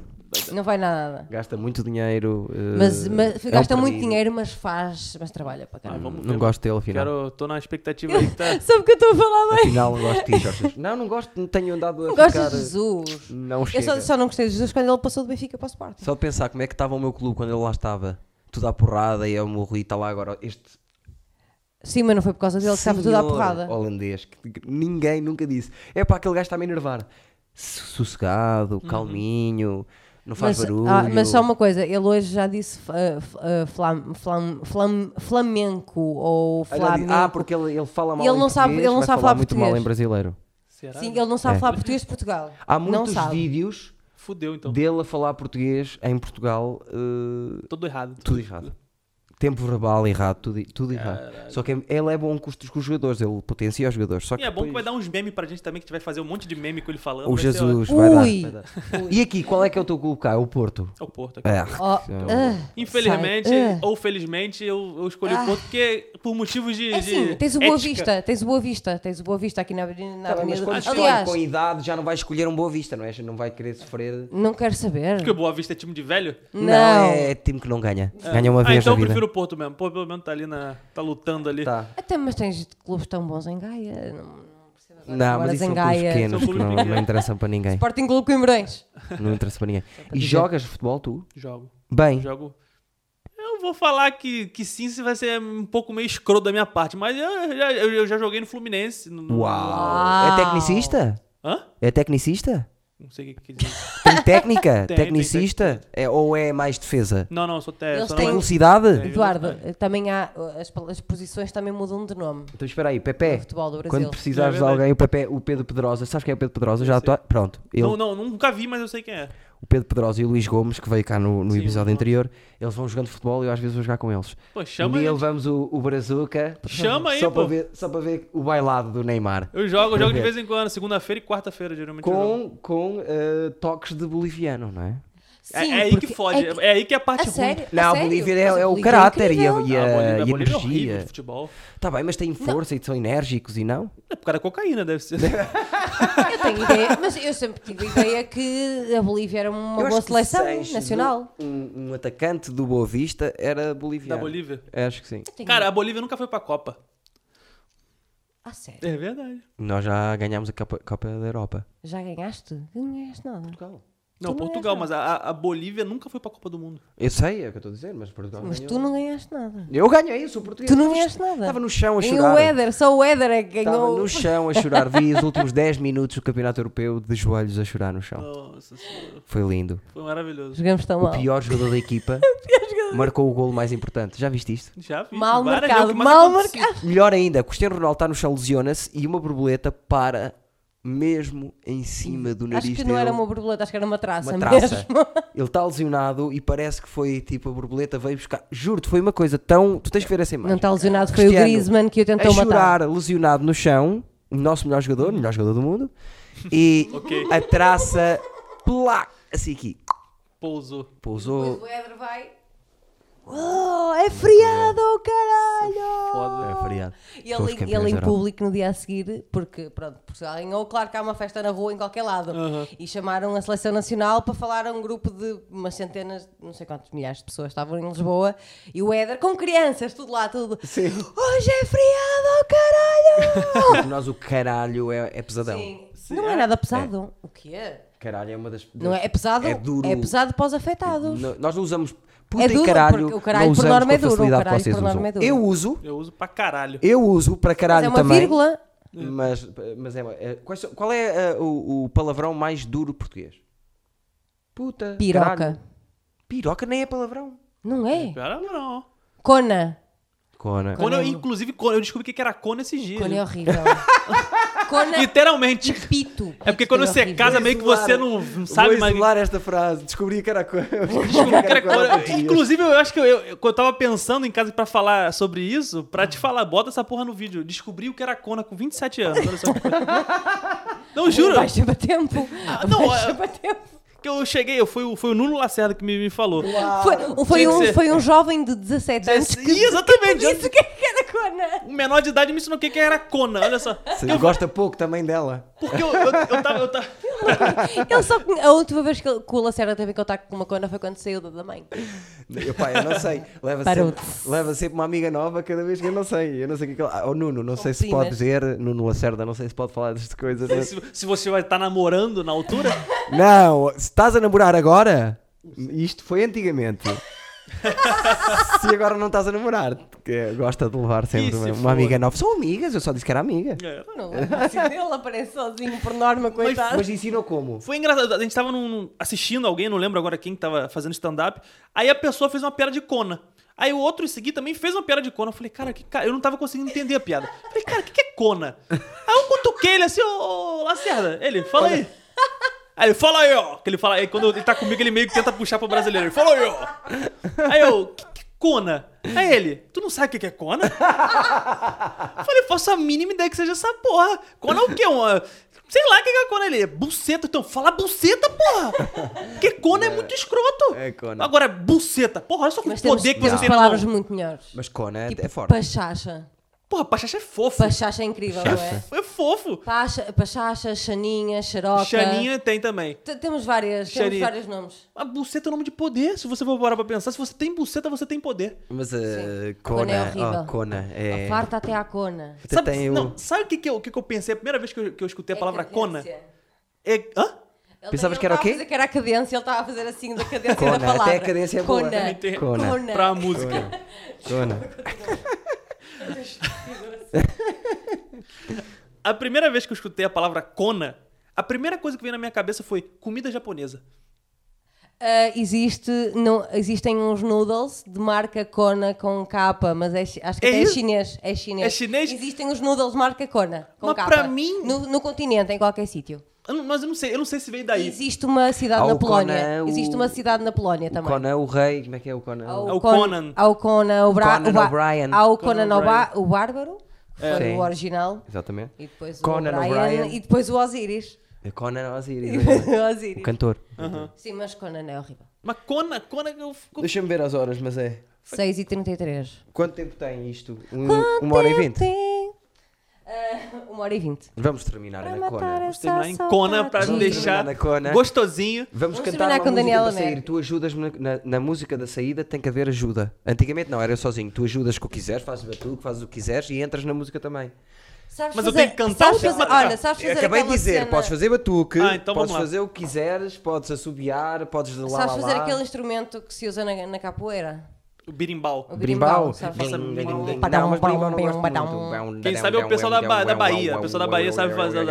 C: Não vai nada.
A: Gasta muito dinheiro. eh,
C: Mas, mas
A: é um
C: gasta muito
A: perdido.
C: dinheiro, mas faz, mas trabalha para
B: Ah,
C: caralho.
B: vamos ver.
A: Não gosto dele, afinal.
B: Quero, tô na expectativa aí que tá.
A: [laughs]
C: Sabe o que eu estou a falar bem?
A: Afinal, não gosto de t-shirts. Não, não gosto, não tenho andado a
C: Não gosto
A: ficar.
C: de Jesus.
A: Não
C: Eu
A: chega.
C: só,
A: Só...
C: só não gostei de Jesus quando ele passou do Benfica para o Sporting.
A: de pensar como é que estava o meu clube quando ele lá estava. Tudo à porrada e é eu morri e está tá lá agora. Este
C: Sim, mas não foi por causa dele que estava tudo à
A: senhor Oh,
C: porrada.
A: holandês que ninguém nunca disse. É para aquele gajo está a me enervar. Sossegado, calminho, não faz
C: Uhum. Mas,
A: barulho.
C: ah, mas só uma coisa, ele hoje já disse ah, f- ah, flam, flam, flam- flamenco ou
A: Ah, já
C: flamenco.
A: disse- Ah, porque ele, ele fala mal
C: Ele
A: em
C: não sabe-
A: português,
C: ele não
A: mas fala
C: sabe falar
A: muito mal
C: português.
A: em brasileiro.
B: Será?
C: Sim, ele não sabe
A: É.
C: falar português de Portugal.
A: Há
C: não
A: muitos
C: sabe.
A: vídeos
B: Fudeu, então.
A: dele a falar português em Portugal eh,
B: Tudo errado.
A: tudo errado. tempo verbal errado, tudo, tudo errado.
B: Caralho.
A: Só que ele é bom com os, com os jogadores, ele potencia os jogadores. Só
B: E é bom que vai
A: depois
B: dar uns memes pra gente também, que a gente vai fazer um monte de meme com ele falando.
A: o
B: vai ser
A: Jesus
C: Ui.
A: vai dar, vai dar. E aqui, qual é que é o teu clube cá? O Porto.
B: ótimo. É o Porto aqui.
A: É.
C: Oh, ah,
B: Infelizmente,
C: sai, ah.
B: ou felizmente, eu, eu escolhi o Porto porque, por motivos de.
C: É sim,
B: de
C: tens o Boa
B: ética.
C: Vista, tens o Boa Vista, tens o Boa Vista aqui na, na
A: Tá mas
C: Avenida.
A: quando escolhe
C: Aliás,
A: com idade já não vai escolher um Boa Vista, não é? Já Não vai querer sofrer.
C: não quero saber.
B: Porque o Boa Vista é time de velho.
C: Não,
A: é time que não é ganha. Ganha uma
B: ah,
A: vez
B: então
A: na
B: eu
A: vida.
B: prefiro o Porto mesmo. Pô, pelo menos tá ali na. tá lutando ali.
A: Tá.
C: Até mas tens clubes tão bons em Gaia. Não, não percebo agora.
A: Tá. Não,
C: Agora
A: mas isso são clubes
C: Gaia.
A: pequenos
B: São
A: que
B: clubes
A: não,
B: pequenos.
A: não interessam para ninguém.
C: Sporting Clube Coimbrões.
A: Não interessa para ninguém. E jogas futebol tu?
B: Jogo.
A: Bem,
B: Jogo. Eu vou falar que, que sim, se vai ser um pouco meio escroto da minha parte, mas eu, já- eu, eu já joguei no Fluminense. no- no-
A: Uau! É tecnicista?
B: Hã?
A: É tecnicista?
B: Não sei o que que diz.
A: Tem técnica?
B: Tem, tem
A: tecnicista? É, ou é mais defesa?
B: Não, não, sou até.
C: Eles
B: Só
C: têm-
B: não...
A: Velocidade?
C: Eduardo, também há. As, as posições também mudam de nome.
A: Então espera aí, Pepe.
C: No futebol do Brasil.
A: Quando precisares
B: É
A: de alguém, o Pepe, o Pedro Pedrosa, sabes quem é o Pedro Pedrosa? Já atua... Pronto, ele,
B: Não, não, nunca vi, mas eu sei quem é.
A: o Pedro Pedrosa e o Luís Gomes, que veio cá no, no
B: Sim,
A: episódio
B: o-
A: anterior, eles vão jogando futebol e eu às vezes vou jogar com eles.
B: Pô,
A: Um
B: chama
A: dia
B: ele.
A: levamos o, o Brazuca
B: Chama aí,
A: só para
B: pô.
A: ver, só para ver o bailado do Neymar.
B: Eu jogo, eu jogo de
A: Perfeito.
B: vez em quando, segunda-feira e quarta-feira, geralmente. eu jogo.
A: Com, com eh, toques de boliviano, não é?
B: É,
C: Sim,
B: é aí que
C: porque
B: fode, é,
C: que-
B: é aí que é a parte
C: a
B: ruim.
C: sério? A
A: Não, a
C: sério?
A: Bolívia
C: Mas
A: é, é o
C: Bolívia
A: caráter e
C: incrível.
A: a, e
B: Ah,
A: a-
B: a Bolívia, a
A: e a
B: Bolívia é horrível
A: energia.
B: de futebol.
A: Tá bem, mas têm força e são enérgicos e não?
B: É por causa da cocaína,
A: [laughs]
B: deve ser.
C: Eu tenho ideia, mas eu sempre tive a ideia que a Bolívia era uma boa seleção nacional.
A: um, um atacante do Boa Vista era boliviano.
B: da Bolívia.
A: Acho que sim.
C: Eu tenho-
B: Cara, a Bolívia nunca foi pra Copa.
C: Ah, sério?
B: É verdade.
A: Nós já ganhámos a Copa, Copa da Europa.
C: Já ganhaste? Não ganhaste nada.
A: Portugal.
B: Não,
C: Tu não
B: Portugal,
C: és,
B: mas a, a- a Bolívia nunca foi pra Copa do Mundo.
A: Eu sei, é o que eu estou a dizer, mas Portugal
C: Mas
A: ganhou.
C: tu não ganhaste nada.
A: Eu ganhei, sou português.
C: Tu não
A: Tava-
C: ganhaste nada.
A: Estava no chão a
C: Nem o
A: chorar.
C: Éder, só o Éder é que
A: Estava
C: ganhou.
A: no chão a chorar. Vi os
C: [laughs]
A: últimos 10 minutos do Campeonato Europeu de joelhos a chorar no chão.
B: Nossa senhora.
A: Foi lindo.
B: Foi maravilhoso.
C: Jogamos tão
A: O
C: mal.
A: pior jogador da
C: [laughs]
A: equipa marcou o golo mais importante. Já viste isto?
B: Já vi.
C: Mal
B: várias
C: marcado,
B: vezes, mas
C: mal
B: aconteceu.
C: marcado.
A: Melhor ainda, Cristiano Ronaldo está no chão, lesiona-se e uma borboleta para mesmo em cima do nariz
C: Acho que
A: dele.
C: não era uma borboleta, acho que era uma traça,
A: Uma traça.
C: mesmo. [laughs]
A: Ele está lesionado e parece que foi tipo a borboleta veio buscar. Juro-te, foi uma coisa tão. Tu tens que ver essa
C: Não
A: imagem.
C: está lesionado, foi o
A: Cristiano,
C: Griezmann que o tentou
A: a
C: matar.
A: chorar, lesionado no chão, o nosso melhor jogador, o melhor jogador do mundo, e
B: Ok.
A: a traça plá, assim aqui,
B: Pousou.
A: pousou.
C: Éder vai. Oh, é friado, caralho!
B: Foda.
A: É variado.
C: E
A: São os
C: ele, ele
A: campeões da
C: em
A: Europa.
C: público no dia a seguir, porque pronto, Portugal ganhou, claro que há uma festa na rua em qualquer lado. E chamaram a seleção nacional para falar a um grupo de umas centenas, não sei quantos milhares de pessoas estavam em Lisboa e o Éder com crianças, tudo lá, tudo.
A: Sim.
C: Hoje é friado, caralho!
A: [laughs] Para nós o caralho é, é pesadão.
C: Sim. Não é nada pesado. O que é?
A: Caralho é uma das.
C: Não é, é pesado?
A: É duro.
C: pesado para os afetados.
A: No- nós não usamos puta
C: É duro,
A: e caralho.
C: porque o caralho
A: não
C: por
A: usamos
C: norma
A: com
C: é
A: a
C: duro, o
A: facilidade
C: caralho
A: que vocês
C: por norma
A: usam.
C: é duro.
A: Eu uso,
B: Eu uso pra caralho.
A: eu uso para
C: Mas
A: caralho
C: é uma
A: também.
C: vírgula.
A: Mas, mas é, é- quais são- qual é ah, o, o palavrão mais duro português? Puta.
C: Piroca.
A: caralho. Piroca nem é palavrão.
C: Não é?
B: Pera, não.
C: Cona.
A: Cona.
B: Quando eu, inclusive, quando eu descobri o que era cona esses dias.
C: Cona
B: [laughs]
C: é horrível. Cona e
B: Literalmente.
C: pito.
B: É porque quando você casa, meio que você não não sabe
A: Vou
B: mais.
A: isolar esta frase. Descobri que era cona. [laughs]
B: Desculpa, cara, agora- Inclusive, eu acho que eu, eu, quando eu tava pensando em casa pra falar sobre isso, pra te falar, bota essa porra no vídeo. Descobri o que era Kona com 27 anos. Olha só que coisa. Não, juro.
C: Vais sempre a tempo.
B: não,
C: Vais
B: é-
C: sempre a tempo.
B: Que eu cheguei, eu fui, o- foi o Nuno Lacerda que me, me falou.
C: Foi, foi,
B: Ah, tinha que
C: um,
B: ser-
C: foi um jovem de 17 anos
B: Dezesse-
C: que
B: Ih, Exatamente.
C: disse o que é que era cona.
B: Um menor de idade me ensinou o que que era Kona, olha só.
A: Você gosta pouco também dela.
B: Porque eu, eu, eu tava. Eu tava...
C: Ele só, a última vez que, ele- que o Lacerda teve contato com uma cona foi quando saiu da da mãe.
A: Epá, eu não sei. Leva
C: Parou.
A: sempre, leva sempre uma amiga nova cada vez que eu não sei. Eu não sei o que é que ela- Ah, o Nuno,
B: Oh,
A: não sei se
C: Opinas.
A: pode dizer. Nuno Lacerda, não sei se pode falar deste coisa. mas-
B: Se, se você vai estar namorando na altura,
A: Não, se estás a namorar agora, isto foi antigamente. se agora não estás a namorar, que gosta de levar sempre
B: E se
A: uma, uma
B: for?
A: amiga nova. São amigas, eu só disse que era amiga.
B: é,
C: Não,
B: [laughs]
C: assim, ele aparece sozinho por norma, coitado.
A: Mas ensinou como?
B: Foi engraçado, a gente tava num- num- assistindo alguém, não lembro agora quem que tava fazendo stand-up. Aí a pessoa fez uma piada de cona. Aí o outro em seguida também fez uma piada de cona. Eu falei, cara, que cara, eu não tava conseguindo entender a piada. Eu Falei, cara, o que, que é cona? Aí eu cutuquei ele assim, ô ô, Lacerda. Ele, fala aí. Aí ele, fala aí, ó. Que ele fala, aí quando ele tá comigo, ele meio que tenta puxar pro brasileiro. Ele, fala aí, ó. Aí eu, que, que Cona. Aí ele, tu não sabe o que que é Cona? Falei, faço a mínima ideia que seja essa porra. Cona é o quê? Uma... Sei lá o que que é Cona. Ele, buceta. Então, fala buceta, porra. Porque Cona é muito escroto.
A: É Kona.
B: Agora, buceta. Porra, olha só que
C: Mas
B: poder que
C: temos, temos
B: você tem. na
C: palavras
B: mão.
C: muito melhores.
A: Mas Kona é,
C: Tipo,
A: é forte.
C: Pachacha.
B: Porra, pachacha é fofo.
C: Pachacha é incrível, não é?
B: É fofo.
C: Pacha, pachacha, Xaninha, Xaroca.
B: Xaninha tem também.
C: T- Temos várias, temos
B: Xaninha.
C: vários nomes.
B: A buceta é um nome de poder. Se você for parar pra pensar, se você tem buceta, você tem poder.
A: Mas
C: Sim.
A: a
C: Kona é
A: Kona,
C: horrível. Tá
A: oh, Kona é.
C: Farta até à cona.
A: Você
B: sabe,
A: tem o-
B: não, sabe o que, que, eu, o que que eu pensei? A primeira vez que eu, que eu escutei a palavra
C: É
B: cona.
C: cadência.
B: É, hã?
C: Ele-
A: Pensavas
C: ele
A: que era o
C: estava a
A: quê?
C: fazer que era a cadência, ele estava a fazer assim da cadência
A: Kona,
C: da palavra.
A: até a cadência é boa.
C: Cona.
A: Também
B: tem-
A: Kona.
C: Kona.
B: Pra música.
A: Kona.
B: A primeira vez que eu escutei a palavra kona, a primeira coisa que veio na minha cabeça foi comida japonesa.
C: Ah, existe, não, existem uns noodles de marca Kona com capa, mas é chi- acho que
B: É
C: até é
B: isso?
C: chinês, é chinês.
B: É chinês?
C: Existem os noodles de marca Kona com
B: Mas
C: capa.
B: para mim-
C: No, no continente, em qualquer sítio.
B: Eu não- mas eu não sei, eu não sei se veio daí.
C: Existe uma cidade
A: Há
C: na
A: Ah, o
C: Polónia.
A: Conan, o-
C: Existe uma cidade na Polónia
A: O
C: [laughs] também.
A: Kona é o rei. Como é que é o Kona?
C: Há
B: Há o
C: Con-
B: Conan.
C: Há o Conan, o Bra-
A: Conan
C: o Ba-
A: O'Brien.
C: Há o
B: Conan É.
C: Conan, O'Ba- o Bárbaro, que foi
A: Sim.
C: o original.
A: Exatamente.
C: E depois
A: Conan
C: o O'Brien.
A: O'Brien.
C: E depois o Osiris.
A: É Conan Osiris. é?
C: o
A: [laughs] o
C: Osiris.
A: cantor.
B: Aham.
C: Sim, mas Conan é horrível.
B: Mas kona, kona eu fico...
A: Deixa-me ver as horas, mas é.
C: 6 e 33.
A: Quanto tempo tem isto? Um, uma hora e vinte.
C: Ah, uma hora e vinte.
A: Vamos terminar
C: Pra
A: na
C: matar
A: Kona.
C: a-
B: Vamos terminar em
C: Só
B: kona pra
A: saudade.
B: deixar
A: Vamos terminar na Kona.
B: gostosinho.
A: Vamos,
C: Vamos
A: cantar
C: terminar
A: uma
C: com
A: música
C: Daniela
A: para sair.
C: Mercury.
A: Tu ajudas-me na, na música da saída, tem que haver ajuda. Antigamente não, era eu sozinho. Tu ajudas com o que quiseres, fazes batuque, fazes o que quiseres e entras na música também.
C: Sabes
B: Mas eu
C: fazer,
B: tenho que cantar
C: sabes
B: ou tenho
C: fazer,
B: que matar?
C: Olha, sabes fazer
A: Acabei de
C: aquela
A: dizer,
C: cena,
A: podes fazer batuque,
B: Ah, então vamos
A: podes
B: lá.
A: fazer o que quiseres, podes assobiar, podes de lá
C: Sabes
A: lá,
C: fazer
A: lá.
C: aquele instrumento que se usa na, na capoeira?
B: O birimbau.
C: O
A: Brimbau.
C: sabes
A: Bim,
C: fazer?
A: bim, bim,
B: Birimbau.
A: bim. Não, mas birimbau não gosto muito.
B: um Quem sabe é o pessoal da Ba- da Bahia. O pessoal da Bahia sabe fazer-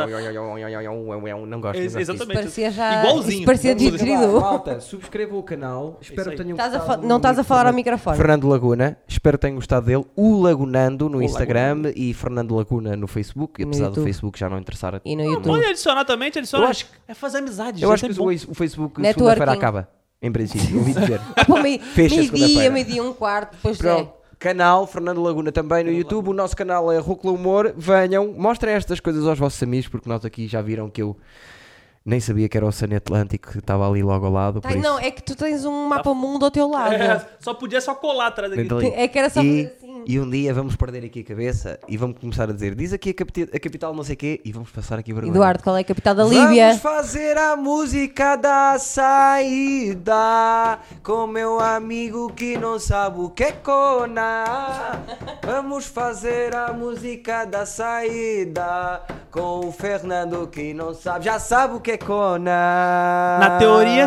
A: Não gosto.
B: Ex-
A: não gosto.
B: Exatamente.
C: parecia já-
B: Igualzinho.
C: isso parecia
B: Vamos
C: de-
B: usar.
C: Querido.
A: Malta, subscrevam o canal. Espero que
B: aí.
A: tenham
C: Estás a
A: gostado
C: fa-
A: do
C: não estás a
A: livro
C: falar ao
A: Fernando-
C: microfone.
A: Fernando Laguna, espero que tenham gostado dele. O Lagunando no Instagram e Fernando Laguna no Facebook.
C: No
A: Apesar do
C: YouTube.
A: Facebook já não interessar a
C: E no
B: Ah,
C: YouTube.
B: Pode adicionar também, te adiciona.
A: Eu acho
B: É fazer amizade.
A: Eu
B: gente,
A: acho que
B: é
A: o,
B: bom.
A: o Facebook
C: Networking.
A: segunda-feira acaba. Em princípio,
C: [laughs]
A: ouvi dizer.
C: Pô, meio-
A: Fecha segunda-feira.
C: Tipo, meio-dia, meio-dia, um quarto, depois
A: Pronto.
C: é.
A: Canal Fernando Laguna também no YouTube. O nosso canal é Rúcula Humor. Venham, mostrem estas coisas aos vossos amigos, porque nós aqui já viram que eu nem sabia que era o Oceano Atlântico que estava ali logo ao lado.
C: Tá,
A: por isso-
C: não, é que tu tens um mapa mundo ao teu lado.
B: [laughs] É, só podia só colar atrás daqui.
A: Dali.
C: É que era só
A: e,
C: fazer assim.
A: e um dia vamos perder aqui a cabeça e vamos começar a dizer: diz aqui a, capti- a capital, não sei o quê, e vamos passar aqui vergonha.
C: Eduardo, qual é a capital da
A: Vamos
C: Líbia?
A: fazer a música da saída com meu amigo que não sabe o que é cona. Vamos fazer a música da saída com o Fernando que não sabe, já sabe o que é cona.
B: Na teoria,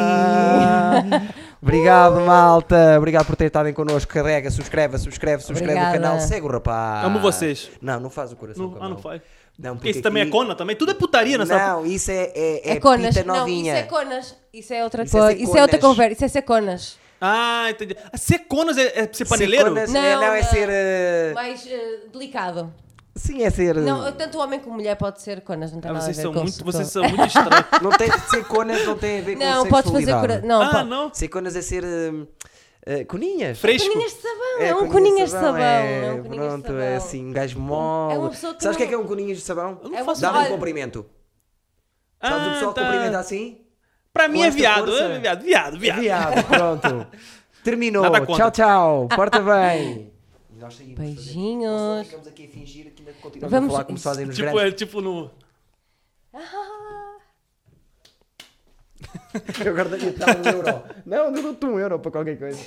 B: sim.
A: [laughs] Obrigado, malta. Obrigado por ter estado em connosco. Carrega, subscreve, subscreve, subscreve
C: Obrigada.
A: o canal. Segue o rapaz.
B: Amo vocês.
A: Não, não faz o coração.
B: Não-
A: com a
B: ah, não
A: mão.
B: faz.
A: Não,
B: Porque isso também é
A: aqui-
B: cona também. Tudo é putaria nessa
A: não, isso é, é, é,
C: É conas.
A: pita
C: Não, isso
A: novinha.
C: é conas. Isso é outra
A: Isso é
C: coisa.
A: ser
C: Isso é outra
A: conas.
C: conversa. Isso é ser conas.
B: Ah, entendi. Ah, Ser conas é, é ser paneleiro?
A: conas-
C: Não,
A: é, não, é
C: não.
A: ser. eh,
C: Mais eh, delicado.
A: Sim, é ser. eh,
C: Não, tanto homem como mulher pode ser conas, não tem
B: Ah,
C: nada
B: vocês
C: a ver
B: são
C: com
B: muito,
C: com-
B: vocês são muito estranhos.
A: [laughs] não tem de ser conas, não tem a ver
C: Não,
A: com
C: podes fazer
A: sexualidade.
C: cora... Não,
B: ah,
C: pode-
B: não.
A: Ser conas é ser. eh, eh, coninhas.
B: Fresco.
C: Coninhas de sabão,
A: É,
C: é, um
A: coninhas
C: coninhas de sabão. É, um coninhas de
A: pronto,
C: sabão.
A: é assim, um gajo mole.
C: É uma pessoa que
A: Sabes o que é
C: não-
A: que é um coninhas de sabão?
C: não É uma faço pessoa-
A: Dá-me um
C: Olha-
A: cumprimento. Sabes o pessoal que
B: tá.
A: cumprimenta assim?
B: Pra mim
A: Com
B: é
A: esta
B: viado,
A: força.
B: é viado, viado, viado. Tipo,
A: Viado, pronto. Terminou.
B: Nada
A: Tchau,
B: contra.
A: tchau. Porta bem. E Nós saímos fazer-
C: Beijinhos.
A: Nós ficamos aqui a fingir que ainda continuamos
C: Vamos-
A: a falar como se fazem nos
B: Tipo,
A: grandes.
B: é tipo no.
C: Ah,
A: Eu guardaria um euro. Não, eu dou-te um euro para qualquer coisa.